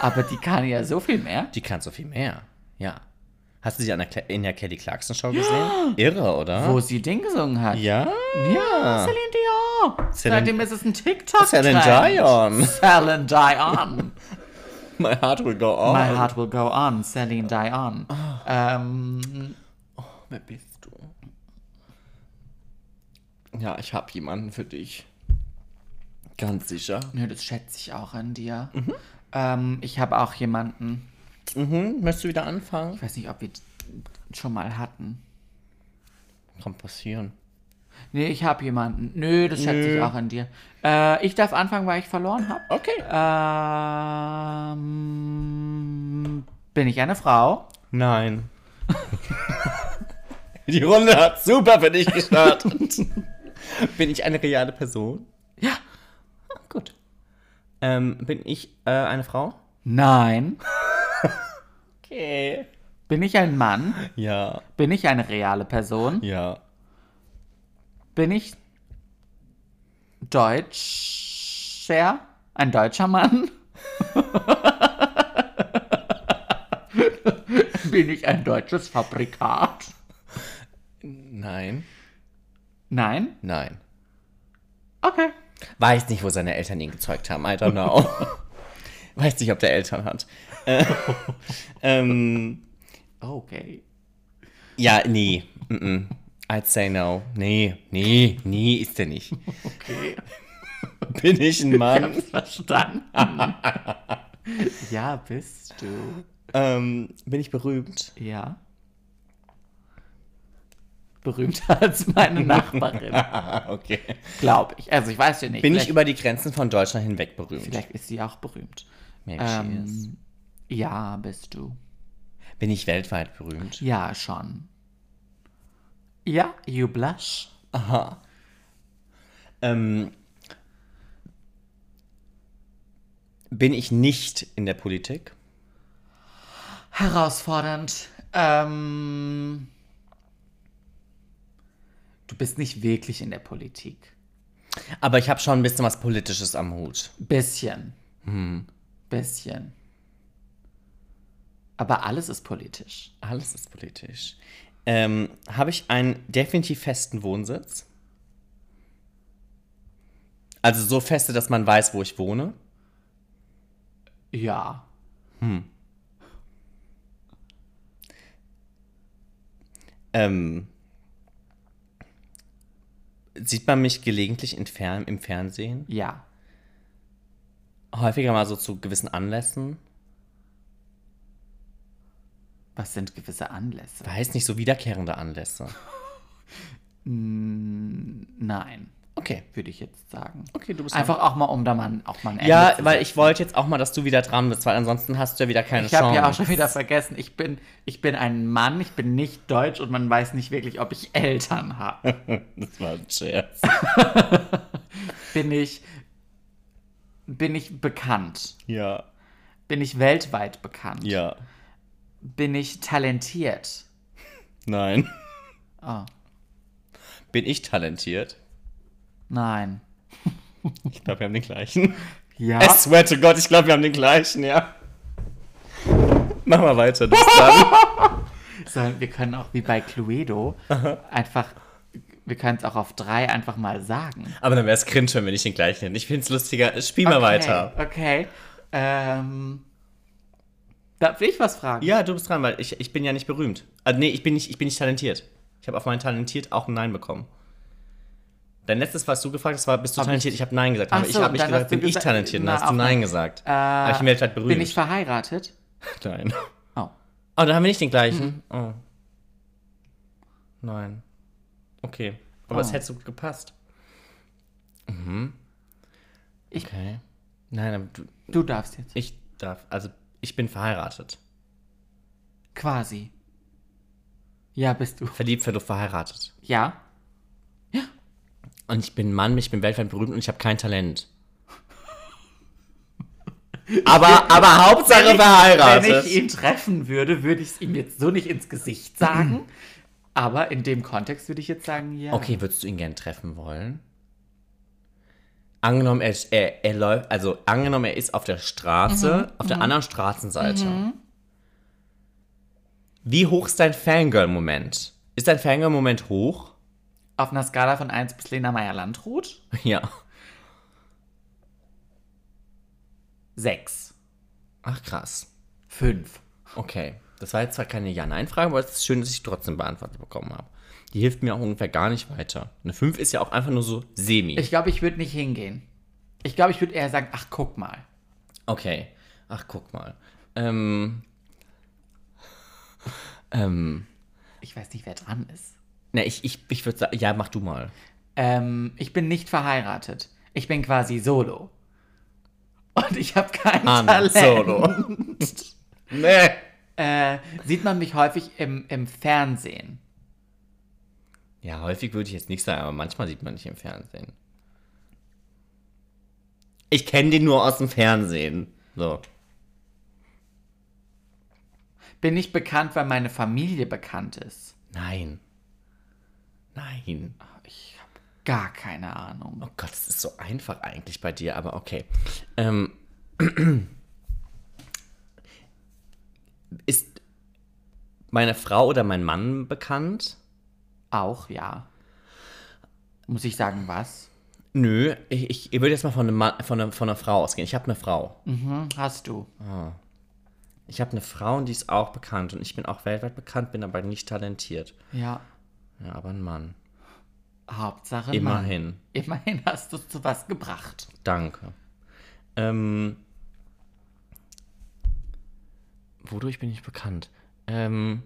[SPEAKER 1] Aber die kann ja so viel mehr.
[SPEAKER 2] die kann so viel mehr. Ja. Hast du sie an der, Cla- in der Kelly Clarkson Show gesehen? Irre, oder?
[SPEAKER 1] Wo sie den gesungen hat.
[SPEAKER 2] ja.
[SPEAKER 1] Ja, Celine Dion.
[SPEAKER 2] Celine-
[SPEAKER 1] Seitdem ist es ein TikTok.
[SPEAKER 2] Celine Dion.
[SPEAKER 1] Celine Dion.
[SPEAKER 2] My heart will go on.
[SPEAKER 1] My heart will go on. Celine Dion.
[SPEAKER 2] Oh.
[SPEAKER 1] Ähm,
[SPEAKER 2] Wer bist du? Ja, ich habe jemanden für dich. Ganz sicher.
[SPEAKER 1] nö, das schätze ich auch an dir. Ähm, ich habe auch jemanden.
[SPEAKER 2] Mhm, möchtest du wieder anfangen?
[SPEAKER 1] Ich weiß nicht, ob wir schon mal hatten.
[SPEAKER 2] Kann passieren.
[SPEAKER 1] Nee, ich habe jemanden. Nö, das schätze
[SPEAKER 2] Nö.
[SPEAKER 1] ich auch an dir. Äh, ich darf anfangen, weil ich verloren habe.
[SPEAKER 2] Okay.
[SPEAKER 1] Ähm, bin ich eine Frau?
[SPEAKER 2] Nein. Die Runde hat super für dich gestartet. bin ich eine reale Person?
[SPEAKER 1] Ja.
[SPEAKER 2] Ah, Gut. Ähm, bin ich äh, eine Frau?
[SPEAKER 1] Nein.
[SPEAKER 2] Okay.
[SPEAKER 1] Bin ich ein Mann?
[SPEAKER 2] Ja,
[SPEAKER 1] Bin ich eine reale Person?
[SPEAKER 2] ja.
[SPEAKER 1] Bin ich deutscher? Ein deutscher Mann? Bin ich ein deutsches Fabrikat?
[SPEAKER 2] Nein.
[SPEAKER 1] Nein?
[SPEAKER 2] Nein.
[SPEAKER 1] Okay.
[SPEAKER 2] Weiß nicht, wo seine Eltern ihn gezeugt haben. I don't know. Weiß nicht, ob der Eltern hat. Äh, ähm,
[SPEAKER 1] Okay.
[SPEAKER 2] ja, nee. Mm -mm. I'd say no. Nee, nee, nee, ist er nicht.
[SPEAKER 1] Okay.
[SPEAKER 2] Bin ich ein
[SPEAKER 1] Ich
[SPEAKER 2] Mann?
[SPEAKER 1] hab's verstanden. ja, bist du.
[SPEAKER 2] Ähm, bin ich berühmt?
[SPEAKER 1] Ja. Berühmter als meine Nachbarin,
[SPEAKER 2] Ah, okay.
[SPEAKER 1] glaube ich. Also ich weiß ja nicht.
[SPEAKER 2] Bin
[SPEAKER 1] Vielleicht-
[SPEAKER 2] ich über die Grenzen von Deutschland hinweg berühmt?
[SPEAKER 1] Vielleicht ist sie auch berühmt.
[SPEAKER 2] Maybe she is.
[SPEAKER 1] Ähm, ja, bist du.
[SPEAKER 2] Bin ich weltweit berühmt?
[SPEAKER 1] Ja, schon. Ja, you blush.
[SPEAKER 2] Ähm, bin ich nicht in der Politik?
[SPEAKER 1] Herausfordernd. Ähm, du bist nicht wirklich in der Politik.
[SPEAKER 2] Aber ich habe schon ein bisschen was Politisches am Hut.
[SPEAKER 1] Bisschen.
[SPEAKER 2] Hm.
[SPEAKER 1] Bisschen. Aber alles ist politisch.
[SPEAKER 2] Alles ist politisch. Ähm, habe ich einen definitiv festen Wohnsitz? Also so feste, dass man weiß, wo ich wohne.
[SPEAKER 1] Ja.
[SPEAKER 2] Ähm, sieht man mich gelegentlich in Fern im Fernsehen?
[SPEAKER 1] Ja.
[SPEAKER 2] Häufiger mal so zu gewissen Anlässen?
[SPEAKER 1] Was sind gewisse Anlässe?
[SPEAKER 2] Weiß nicht, so wiederkehrende Anlässe.
[SPEAKER 1] Nein,
[SPEAKER 2] Okay.
[SPEAKER 1] würde ich jetzt sagen.
[SPEAKER 2] Okay, du bist
[SPEAKER 1] Einfach auch mal, um da mal, ein- auch mal ein Ende
[SPEAKER 2] Ja,
[SPEAKER 1] zu
[SPEAKER 2] weil
[SPEAKER 1] setzen.
[SPEAKER 2] ich wollte jetzt auch mal, dass du wieder dran bist, weil ansonsten hast du ja wieder keine
[SPEAKER 1] Ich
[SPEAKER 2] Chance.
[SPEAKER 1] habe ja auch schon wieder vergessen, ich bin, ich bin ein Mann, ich bin nicht deutsch und man weiß nicht wirklich, ob ich Eltern habe.
[SPEAKER 2] Das war ein Scherz.
[SPEAKER 1] Bin ich, bin ich bekannt?
[SPEAKER 2] ja,
[SPEAKER 1] Bin ich weltweit bekannt?
[SPEAKER 2] ja.
[SPEAKER 1] Bin ich talentiert?
[SPEAKER 2] Nein.
[SPEAKER 1] Oh,
[SPEAKER 2] Bin ich talentiert?
[SPEAKER 1] nein.
[SPEAKER 2] Ich glaube, wir haben den gleichen.
[SPEAKER 1] Ja,
[SPEAKER 2] I swear to God, ich glaube, wir haben den gleichen, ja. Mach mal weiter, du dann.
[SPEAKER 1] Sondern wir können auch wie bei Cluedo einfach, wir können es auch auf drei einfach mal sagen.
[SPEAKER 2] Aber dann wäre es cringe, wenn wir nicht den gleichen hätten. Ich finde es lustiger. Spiel mal
[SPEAKER 1] okay,
[SPEAKER 2] weiter.
[SPEAKER 1] Okay. Ähm, darf ich was fragen?
[SPEAKER 2] Ja, du bist dran, weil ich, ich bin ja nicht berühmt. Also, nee, ich bin nicht, ich bin nicht talentiert. Ich habe auf mein Talentiert auch ein Nein bekommen. Dein letztes, was du gefragt hast, war, bist du
[SPEAKER 1] Hab ich-
[SPEAKER 2] talentiert? Ich, habe Nein gesagt.
[SPEAKER 1] Ach
[SPEAKER 2] Aber ich
[SPEAKER 1] so,
[SPEAKER 2] habe nicht
[SPEAKER 1] dann
[SPEAKER 2] gesagt,
[SPEAKER 1] hast du
[SPEAKER 2] bin ich
[SPEAKER 1] gesagt-
[SPEAKER 2] talentiert. Dann
[SPEAKER 1] Na,
[SPEAKER 2] hast du
[SPEAKER 1] auch
[SPEAKER 2] Nein
[SPEAKER 1] nicht.
[SPEAKER 2] gesagt.
[SPEAKER 1] Äh,
[SPEAKER 2] Aber ich bin weltweit berühmt.
[SPEAKER 1] Bin ich verheiratet?
[SPEAKER 2] Nein.
[SPEAKER 1] Oh.
[SPEAKER 2] Oh, dann haben wir nicht den
[SPEAKER 1] Mhm.
[SPEAKER 2] gleichen. Oh. Nein. Okay. Aber es
[SPEAKER 1] Oh.
[SPEAKER 2] hätte so gut gepasst. Mhm.
[SPEAKER 1] Ich-
[SPEAKER 2] okay. Nein, aber du,
[SPEAKER 1] Du darfst jetzt.
[SPEAKER 2] ich darf. Also, ich bin verheiratet.
[SPEAKER 1] Quasi. Ja, bist du.
[SPEAKER 2] Verliebt, verlobt, verheiratet.
[SPEAKER 1] Ja?
[SPEAKER 2] Und ich bin Mann, ich bin weltweit berühmt und ich habe kein Talent. Aber, aber Hauptsache
[SPEAKER 1] Wenn ich
[SPEAKER 2] verheiratet.
[SPEAKER 1] ihn treffen würde, würde ich es ihm jetzt so nicht ins Gesicht sagen. aber in dem Kontext würde ich jetzt sagen, ja.
[SPEAKER 2] Okay, würdest du ihn gern treffen wollen? Angenommen, er, er, er läuft, also angenommen, er ist auf der Straße, auf der anderen Straßenseite. Wie hoch ist dein Fangirl-Moment? Ist dein Fangirl-Moment hoch?
[SPEAKER 1] Auf einer Skala von 1 bis Lena Meyer-Landrut?
[SPEAKER 2] Ja.
[SPEAKER 1] 6.
[SPEAKER 2] Ach krass.
[SPEAKER 1] 5.
[SPEAKER 2] Okay. Das war jetzt zwar keine Ja-Nein-Frage, aber es ist schön, dass ich trotzdem beantwortet bekommen habe. Die hilft mir auch ungefähr gar nicht weiter. Eine 5 ist ja auch einfach nur so semi.
[SPEAKER 1] Ich glaube, ich würde nicht hingehen. Ich glaube, ich würde eher sagen, ach, guck mal.
[SPEAKER 2] Okay. Ach, guck mal. Ähm. Ähm.
[SPEAKER 1] Ich weiß nicht, wer dran ist.
[SPEAKER 2] Ne, ich, ich, ich würde sagen, ja, mach du mal.
[SPEAKER 1] Ähm, ich bin nicht verheiratet. Ich bin quasi solo. Und ich habe kein
[SPEAKER 2] Ah, ne.
[SPEAKER 1] Talent.
[SPEAKER 2] nee.
[SPEAKER 1] Äh, sieht man mich häufig im, im Fernsehen.
[SPEAKER 2] Ja, häufig würde ich jetzt nicht sagen, aber manchmal sieht man nicht im Fernsehen. Ich kenne den nur aus dem Fernsehen. So.
[SPEAKER 1] Bin ich bekannt, weil meine Familie bekannt ist?
[SPEAKER 2] Nein. Nein.
[SPEAKER 1] Ich habe gar keine Ahnung.
[SPEAKER 2] Oh Gott, das ist so einfach eigentlich bei dir, aber okay. Ähm, ist meine Frau oder mein Mann bekannt?
[SPEAKER 1] Auch ja. Muss ich sagen, was?
[SPEAKER 2] Nö, ich, ich, ich würde jetzt mal von, einem Mann, von, einer, von einer Frau ausgehen. Ich habe eine Frau.
[SPEAKER 1] Mhm, hast du.
[SPEAKER 2] Ich habe eine Frau und die ist auch bekannt und ich bin auch weltweit bekannt, bin aber nicht talentiert.
[SPEAKER 1] Ja.
[SPEAKER 2] Ja, aber ein Mann.
[SPEAKER 1] Hauptsache. Mann.
[SPEAKER 2] Immerhin.
[SPEAKER 1] Immerhin hast du zu was gebracht.
[SPEAKER 2] Danke. Ähm, wodurch bin ich bekannt? Ähm,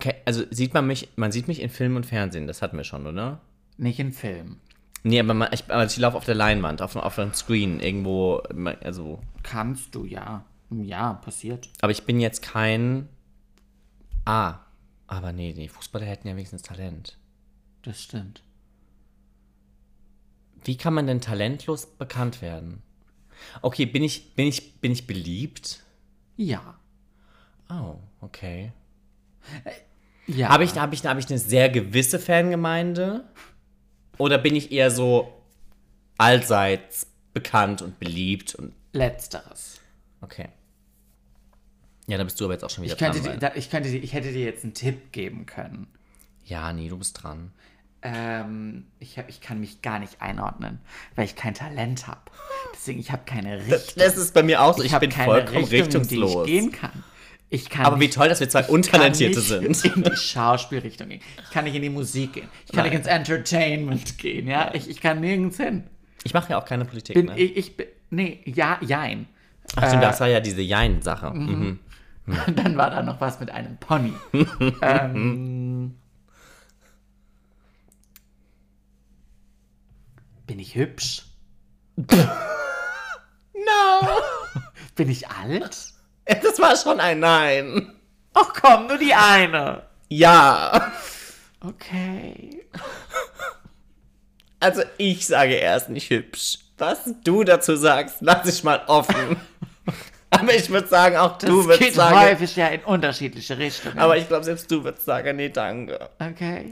[SPEAKER 2] ke- also sieht man mich, man sieht mich in Film und Fernsehen, das hatten wir schon, oder?
[SPEAKER 1] Nicht in Film.
[SPEAKER 2] Nee, aber man, ich, aber ich laufe auf der Leinwand, auf, auf einem Screen, irgendwo, also,
[SPEAKER 1] Kannst du, ja. Ja, passiert.
[SPEAKER 2] aber ich bin jetzt kein, ah, aber nee, nee, Fußballer hätten ja wenigstens Talent.
[SPEAKER 1] Das stimmt.
[SPEAKER 2] Wie kann man denn talentlos bekannt werden? Okay, bin ich, bin ich, bin ich beliebt?
[SPEAKER 1] Ja.
[SPEAKER 2] Oh, okay.
[SPEAKER 1] Ja.
[SPEAKER 2] Habe ich, hab ich, hab ich eine sehr gewisse Fangemeinde? Oder bin ich eher so allseits bekannt und beliebt und
[SPEAKER 1] Letzteres.
[SPEAKER 2] okay. Ja, da bist du aber jetzt auch schon wieder
[SPEAKER 1] Ich könnte,
[SPEAKER 2] dran.
[SPEAKER 1] dir,
[SPEAKER 2] weil-
[SPEAKER 1] da, ich könnte dir, ich hätte dir jetzt einen Tipp geben können.
[SPEAKER 2] ja, nee, du bist dran.
[SPEAKER 1] Ähm, ich, hab, ich kann mich gar nicht einordnen, weil ich kein Talent habe. Deswegen, ich habe keine Richtung.
[SPEAKER 2] Das ist bei mir auch so. Ich,
[SPEAKER 1] hab
[SPEAKER 2] bin vollkommen richtungslos.
[SPEAKER 1] die ich gehen kann. Ich kann
[SPEAKER 2] aber wie
[SPEAKER 1] nicht,
[SPEAKER 2] toll, dass wir zwei
[SPEAKER 1] kann
[SPEAKER 2] Untalentierte
[SPEAKER 1] nicht
[SPEAKER 2] sind.
[SPEAKER 1] in die Schauspielrichtung gehen. Ich kann nicht in die Musik gehen. Ich kann
[SPEAKER 2] Nein.
[SPEAKER 1] nicht ins Entertainment gehen. Ja, ich, ich kann nirgends hin.
[SPEAKER 2] Ich mache ja auch keine Politik.
[SPEAKER 1] Bin
[SPEAKER 2] ne?
[SPEAKER 1] ich, äh, ich bin, nee, ja, jein.
[SPEAKER 2] Ach stimmt, das war ja diese Jein-Sache. Mhm.
[SPEAKER 1] Dann war da noch was mit einem Pony. ähm, bin ich hübsch?
[SPEAKER 2] No!
[SPEAKER 1] Bin ich alt?
[SPEAKER 2] Das war schon ein Nein.
[SPEAKER 1] Ach komm, nur die eine.
[SPEAKER 2] Ja.
[SPEAKER 1] Okay.
[SPEAKER 2] Also ich sage erst nicht hübsch. Was du dazu sagst, lass ich mal offen. aber ich würde sagen, auch
[SPEAKER 1] Das
[SPEAKER 2] du
[SPEAKER 1] geht
[SPEAKER 2] würdest sagen.
[SPEAKER 1] häufig ja in unterschiedliche Richtungen.
[SPEAKER 2] Aber ich glaube, selbst du würdest sagen, nee, danke.
[SPEAKER 1] okay.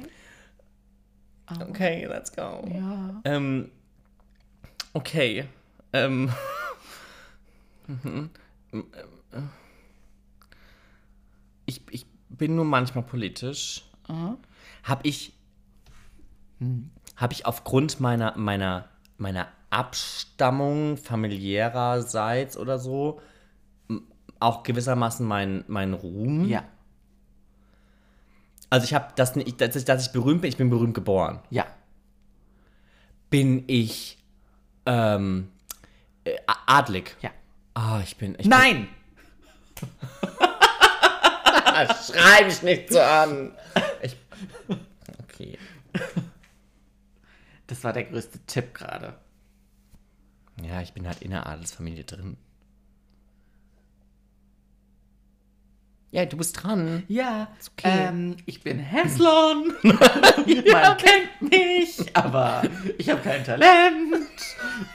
[SPEAKER 2] Okay, let's go.
[SPEAKER 1] Ja.
[SPEAKER 2] Ähm, okay. Ähm. Mhm. Ähm, ich, ich bin nur manchmal politisch. Habe ich. Habe ich aufgrund meiner, meiner, meiner Abstammung familiärerseits oder so m- auch gewissermaßen meinen meinen Ruhm.
[SPEAKER 1] Ja.
[SPEAKER 2] Also ich habe das, ni- ich- dass ich, dass ich berühmt bin, ich bin berühmt geboren.
[SPEAKER 1] Ja.
[SPEAKER 2] bin ich ähm, äh, a- adlig.
[SPEAKER 1] Ja.
[SPEAKER 2] Ah, ich bin. Ich
[SPEAKER 1] Nein!
[SPEAKER 2] Bin, schrei mich Ah, nicht so an. Ich, okay.
[SPEAKER 1] Das war der größte Tipp gerade.
[SPEAKER 2] Ja, ich bin halt in der Adelsfamilie drin. Ja, du bist dran.
[SPEAKER 1] Ja,
[SPEAKER 2] okay.
[SPEAKER 1] ähm, ich bin Häslon. Man kennt mich, aber ich habe kein Talent.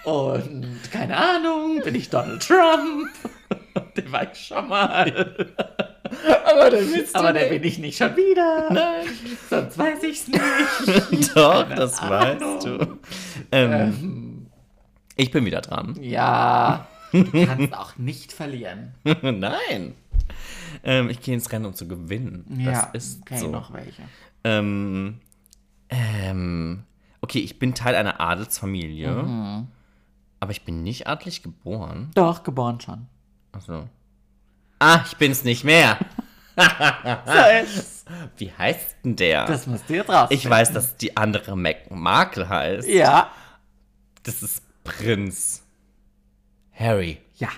[SPEAKER 1] Und keine Ahnung, bin ich Donald Trump? Den war ich schon mal.
[SPEAKER 2] Aber der bist
[SPEAKER 1] Aber der bin ich nicht schon wieder. Sonst weiß ich's nicht.
[SPEAKER 2] Doch, das
[SPEAKER 1] Ah, Ahnung.
[SPEAKER 2] weißt du. Ähm, ich bin wieder dran.
[SPEAKER 1] Ja, du kannst auch nicht verlieren.
[SPEAKER 2] Nein. Ähm, ich gehe ins Rennen, um zu gewinnen.
[SPEAKER 1] ja,
[SPEAKER 2] das ist
[SPEAKER 1] okay,
[SPEAKER 2] so.
[SPEAKER 1] noch welche.
[SPEAKER 2] Ähm, ähm, okay, ich bin Teil einer Adelsfamilie,
[SPEAKER 1] Mhm.
[SPEAKER 2] aber ich bin nicht adlig geboren.
[SPEAKER 1] Doch, geboren schon.
[SPEAKER 2] Also. Ah, ich bin's nicht mehr. Wie heißt denn der?
[SPEAKER 1] Das musst du jetzt raus.
[SPEAKER 2] ich weiß, dass die andere Mac Markle heißt.
[SPEAKER 1] Ja.
[SPEAKER 2] Das ist Prinz Harry.
[SPEAKER 1] Ja.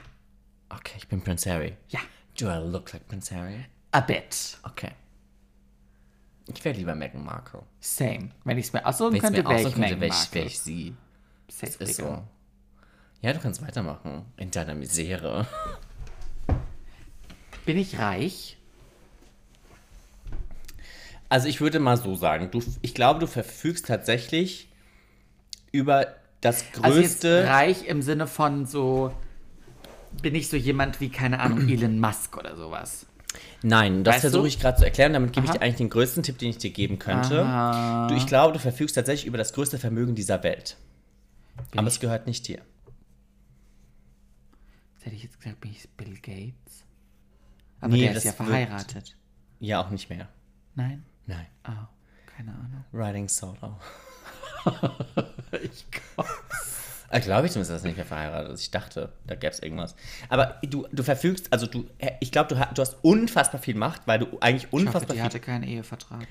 [SPEAKER 2] Okay, ich bin Prinz Harry.
[SPEAKER 1] Ja.
[SPEAKER 2] Do I look like Prinz Harry?
[SPEAKER 1] A bit.
[SPEAKER 2] Okay. Ich wäre lieber Meghan Markle.
[SPEAKER 1] Same. Wenn ich es mir aussuchen
[SPEAKER 2] Wenn es
[SPEAKER 1] könnte,
[SPEAKER 2] mir
[SPEAKER 1] wäre
[SPEAKER 2] auch
[SPEAKER 1] ich
[SPEAKER 2] so könnte, wäre
[SPEAKER 1] Meghan
[SPEAKER 2] ich, wär
[SPEAKER 1] Markle.
[SPEAKER 2] ich sie.
[SPEAKER 1] Safe,
[SPEAKER 2] Ist
[SPEAKER 1] Digga.
[SPEAKER 2] so. Ja, du kannst weitermachen. In deiner Misere.
[SPEAKER 1] Bin ich reich?
[SPEAKER 2] Also ich würde mal so sagen, du, ich glaube, du verfügst tatsächlich über das
[SPEAKER 1] Also jetzt
[SPEAKER 2] größte.
[SPEAKER 1] reich im Sinne von so, bin ich so jemand wie, keine Ahnung, Elon Musk oder sowas.
[SPEAKER 2] Nein, das
[SPEAKER 1] Weißt du?
[SPEAKER 2] versuche ich gerade zu erklären. Damit gebe ich
[SPEAKER 1] Aha.
[SPEAKER 2] dir eigentlich den größten Tipp, den ich dir geben könnte. Du, ich glaube, du verfügst tatsächlich über das größte Vermögen dieser Welt. Aber es gehört nicht dir.
[SPEAKER 1] Jetzt hätte ich jetzt gesagt, bin ich Bill Gates? Aber
[SPEAKER 2] Nee,
[SPEAKER 1] der ist
[SPEAKER 2] das
[SPEAKER 1] ja
[SPEAKER 2] wird-
[SPEAKER 1] verheiratet.
[SPEAKER 2] Ja, auch nicht mehr.
[SPEAKER 1] Nein?
[SPEAKER 2] Nein.
[SPEAKER 1] Ah, keine Ahnung.
[SPEAKER 2] Riding solo. ich glaube ich zumindest, dass er nicht mehr verheiratet ist. Ich dachte, da gäbe es irgendwas. Aber du, du verfügst, also du, ich glaube, du, ha- du hast unfassbar viel Macht, weil du eigentlich
[SPEAKER 1] Ich hoffe,
[SPEAKER 2] unfassbar
[SPEAKER 1] die
[SPEAKER 2] viel.
[SPEAKER 1] hatte keinen Ehevertrag.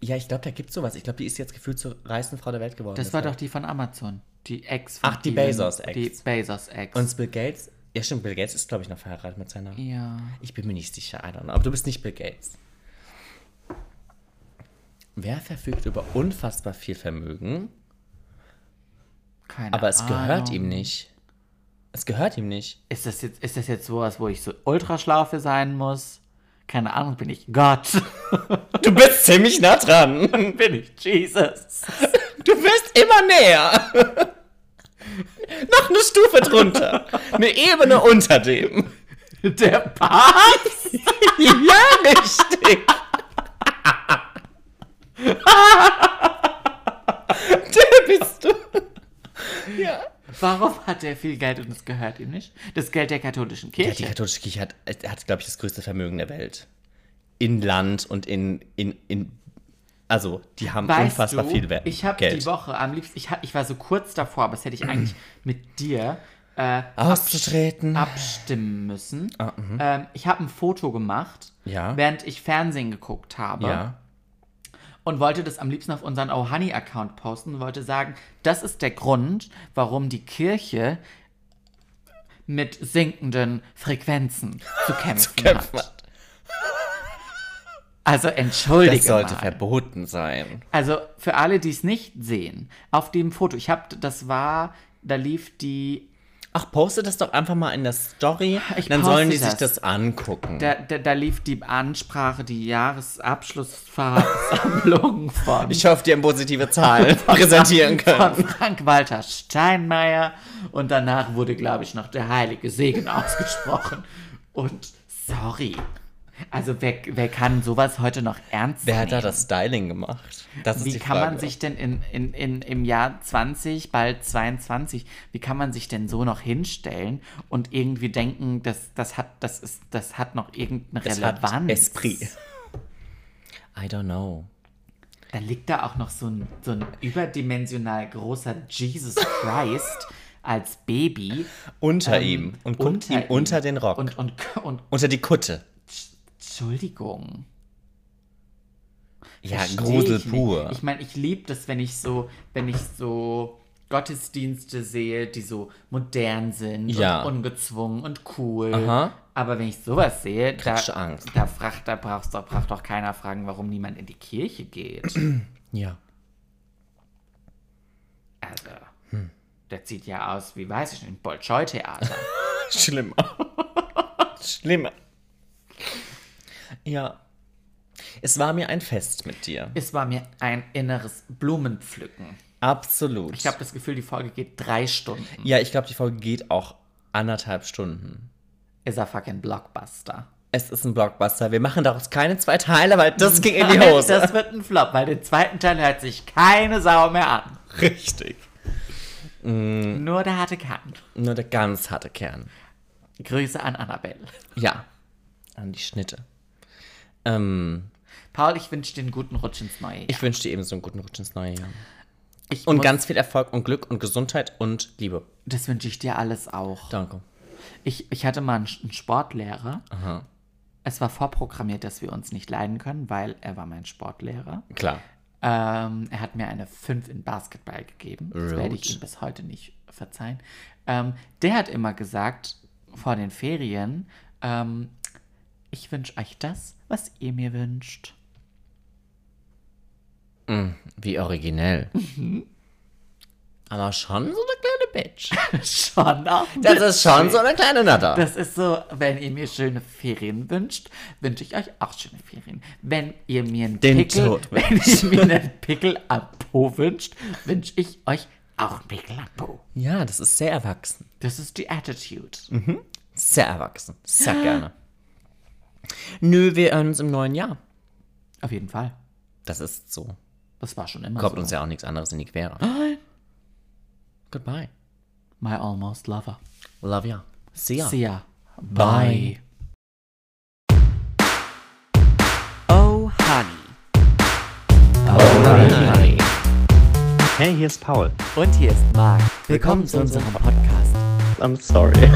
[SPEAKER 2] Ja, ich glaube, da gibt es sowas. Ich glaube, die ist jetzt gefühlt zur reichsten Frau der Welt geworden. halt.
[SPEAKER 1] Das war doch
[SPEAKER 2] deshalb.
[SPEAKER 1] die von Amazon. Die Ex von
[SPEAKER 2] Ach, die
[SPEAKER 1] Elon-
[SPEAKER 2] Bezos-Ex.
[SPEAKER 1] Die Bezos-Ex.
[SPEAKER 2] Und Bill Gates, ja stimmt, Bill Gates ist, glaube ich, noch verheiratet mit seiner.
[SPEAKER 1] ja.
[SPEAKER 2] Ich bin mir nicht sicher, I don't know. Aber du bist nicht Bill Gates. Wer verfügt über unfassbar viel Vermögen?
[SPEAKER 1] Keine
[SPEAKER 2] Aber es gehört
[SPEAKER 1] Ahnung.
[SPEAKER 2] ihm nicht. Es gehört ihm nicht.
[SPEAKER 1] Ist das jetzt, ist das jetzt sowas, wo ich so ultraschlau für sein muss? Keine Ahnung, bin ich Gott?
[SPEAKER 2] Du bist ziemlich nah dran.
[SPEAKER 1] bin ich Jesus?
[SPEAKER 2] Du bist immer näher. Noch eine Stufe drunter. Eine Ebene unter dem.
[SPEAKER 1] Der Papst?
[SPEAKER 2] Ja, richtig. Der bist du.
[SPEAKER 1] Warum hat er viel Geld und es gehört ihm nicht? Das Geld der katholischen
[SPEAKER 2] Ja, die
[SPEAKER 1] Kirche.
[SPEAKER 2] katholische Kirche hat, hat glaube ich, das größte Vermögen der Welt. In Land und in. in, in also, die haben unfassbar viel Wert.
[SPEAKER 1] ich habe die Woche am liebsten, ich, ha- ich war so kurz davor, aber das hätte ich eigentlich mit dir äh,
[SPEAKER 2] Auszutreten.
[SPEAKER 1] abstimmen müssen. ähm, ich habe ein Foto gemacht,
[SPEAKER 2] Ah, mhm. Ja.
[SPEAKER 1] während ich Fernsehen geguckt habe
[SPEAKER 2] ja.
[SPEAKER 1] und wollte das am liebsten auf unseren Oh Honey Account posten und wollte sagen, das ist der Grund, warum die Kirche mit sinkenden Frequenzen zu kämpfen,
[SPEAKER 2] Kämpfen.
[SPEAKER 1] hat. Also entschuldige
[SPEAKER 2] Das sollte
[SPEAKER 1] mal.
[SPEAKER 2] verboten sein.
[SPEAKER 1] Also für alle, die es nicht sehen, auf dem Foto, ich habe, das war, da lief die,
[SPEAKER 2] Ach, poste das doch einfach mal in der Story.
[SPEAKER 1] Ich
[SPEAKER 2] dann sollen die
[SPEAKER 1] poste
[SPEAKER 2] sich
[SPEAKER 1] das.
[SPEAKER 2] das angucken.
[SPEAKER 1] da, da, da lief die Ansprache, die Jahresabschlussversammlung von
[SPEAKER 2] ich hoffe, die haben positive Zahlen präsentieren können.
[SPEAKER 1] Von Frank-Walter Steinmeier. Und danach wurde, glaube ich, noch der heilige Segen ausgesprochen. Und sorry. Also, wer, wer kann sowas heute noch ernst
[SPEAKER 2] Wer
[SPEAKER 1] nehmen?
[SPEAKER 2] hat da das Styling gemacht? Das ist
[SPEAKER 1] Wie
[SPEAKER 2] die
[SPEAKER 1] kann
[SPEAKER 2] Frage.
[SPEAKER 1] man sich denn in, in, in, im Jahr 20, bald 22, wie kann man sich denn so noch hinstellen und irgendwie denken, das, das, hat, das, ist, das hat noch irgendeine
[SPEAKER 2] das hat
[SPEAKER 1] Relevanz?
[SPEAKER 2] Esprit. I don't know.
[SPEAKER 1] Da liegt da auch noch so ein, so ein überdimensional großer Jesus Christ als Baby
[SPEAKER 2] Unter
[SPEAKER 1] Ähm,
[SPEAKER 2] ihm und guckt ihm
[SPEAKER 1] ihm.
[SPEAKER 2] unter den Rock.
[SPEAKER 1] Und, und, und
[SPEAKER 2] unter die Kutte.
[SPEAKER 1] Entschuldigung.
[SPEAKER 2] Ja,
[SPEAKER 1] versteh
[SPEAKER 2] Grusel
[SPEAKER 1] ich nicht.
[SPEAKER 2] pur.
[SPEAKER 1] Ich meine, ich liebe das, wenn ich so, wenn ich so Gottesdienste sehe, die so modern sind
[SPEAKER 2] Ja.
[SPEAKER 1] und ungezwungen und cool.
[SPEAKER 2] Aha.
[SPEAKER 1] Aber wenn ich sowas sehe, da,
[SPEAKER 2] Kriegst du Angst.
[SPEAKER 1] da, fragt, da brauchst, da braucht doch keiner fragen, warum niemand in die Kirche geht.
[SPEAKER 2] ja.
[SPEAKER 1] Also,
[SPEAKER 2] Hm.
[SPEAKER 1] das sieht ja aus wie, weiß ich nicht, ein Bolschoi-Theater.
[SPEAKER 2] Schlimmer. Schlimmer. Ja. Es war mir ein Fest mit dir.
[SPEAKER 1] es war mir ein inneres Blumenpflücken.
[SPEAKER 2] Absolut.
[SPEAKER 1] Ich habe das Gefühl, die Folge geht drei Stunden.
[SPEAKER 2] ja, ich glaube, die Folge geht auch anderthalb Stunden.
[SPEAKER 1] Ist a fucking Blockbuster.
[SPEAKER 2] Es ist ein Blockbuster. Wir machen daraus keine zwei Teile, weil das ging in die Hose.
[SPEAKER 1] Das wird ein Flop, weil den zweiten Teil hört sich keine Sau mehr an.
[SPEAKER 2] Richtig. Hm.
[SPEAKER 1] Nur der harte Kern.
[SPEAKER 2] Nur der ganz harte Kern.
[SPEAKER 1] Grüße an Annabelle.
[SPEAKER 2] Ja. An die Schnitte. Ähm,
[SPEAKER 1] Paul, ich wünsche dir einen guten Rutsch ins neue Jahr.
[SPEAKER 2] ich wünsche dir ebenso einen guten Rutsch ins neue Jahr.
[SPEAKER 1] Ich
[SPEAKER 2] Und
[SPEAKER 1] muss-
[SPEAKER 2] ganz viel Erfolg und Glück und Gesundheit und Liebe.
[SPEAKER 1] Das wünsche ich dir alles auch.
[SPEAKER 2] Danke.
[SPEAKER 1] Ich, ich hatte mal einen, Sch- einen Sportlehrer. Es war vorprogrammiert, dass wir uns nicht leiden können, weil er war mein Sportlehrer.
[SPEAKER 2] Klar.
[SPEAKER 1] Ähm, er hat mir eine 5 in Basketball gegeben. Das werde ich
[SPEAKER 2] Ouch.
[SPEAKER 1] ihm bis heute nicht verzeihen. Ähm, der hat immer gesagt, vor den Ferien, ähm, ich wünsche euch das, was ihr mir wünscht.
[SPEAKER 2] Wie originell. Aber schon so eine kleine Bitch.
[SPEAKER 1] schon auch.
[SPEAKER 2] Das ist schon so eine kleine Natter.
[SPEAKER 1] Das ist so, wenn ihr mir schöne Ferien wünscht, wünsche ich euch auch schöne Ferien. Wenn ihr mir einen
[SPEAKER 2] Den
[SPEAKER 1] Pickel,
[SPEAKER 2] Tod
[SPEAKER 1] wenn ihr mir einen Pickel am Po wünscht, wünsche ich euch auch einen Pickel am Po.
[SPEAKER 2] Ja, das ist sehr erwachsen.
[SPEAKER 1] Das ist die Attitude.
[SPEAKER 2] Mhm. Sehr erwachsen. Sehr gerne. Nö, wir hören uns im neuen Jahr.
[SPEAKER 1] Auf jeden Fall.
[SPEAKER 2] Das ist so.
[SPEAKER 1] Das war schon immer
[SPEAKER 2] Kommt
[SPEAKER 1] so.
[SPEAKER 2] uns ja auch nichts anderes in die Quere. Goodbye.
[SPEAKER 1] My almost lover.
[SPEAKER 2] Love ya. See ya.
[SPEAKER 1] See ya. Bye.
[SPEAKER 2] Bye.
[SPEAKER 1] Oh, honey. Oh,
[SPEAKER 3] Hey, here's Paul.
[SPEAKER 1] Und hier ist Marc. Willkommen zu unserem Podcast.
[SPEAKER 3] I'm sorry.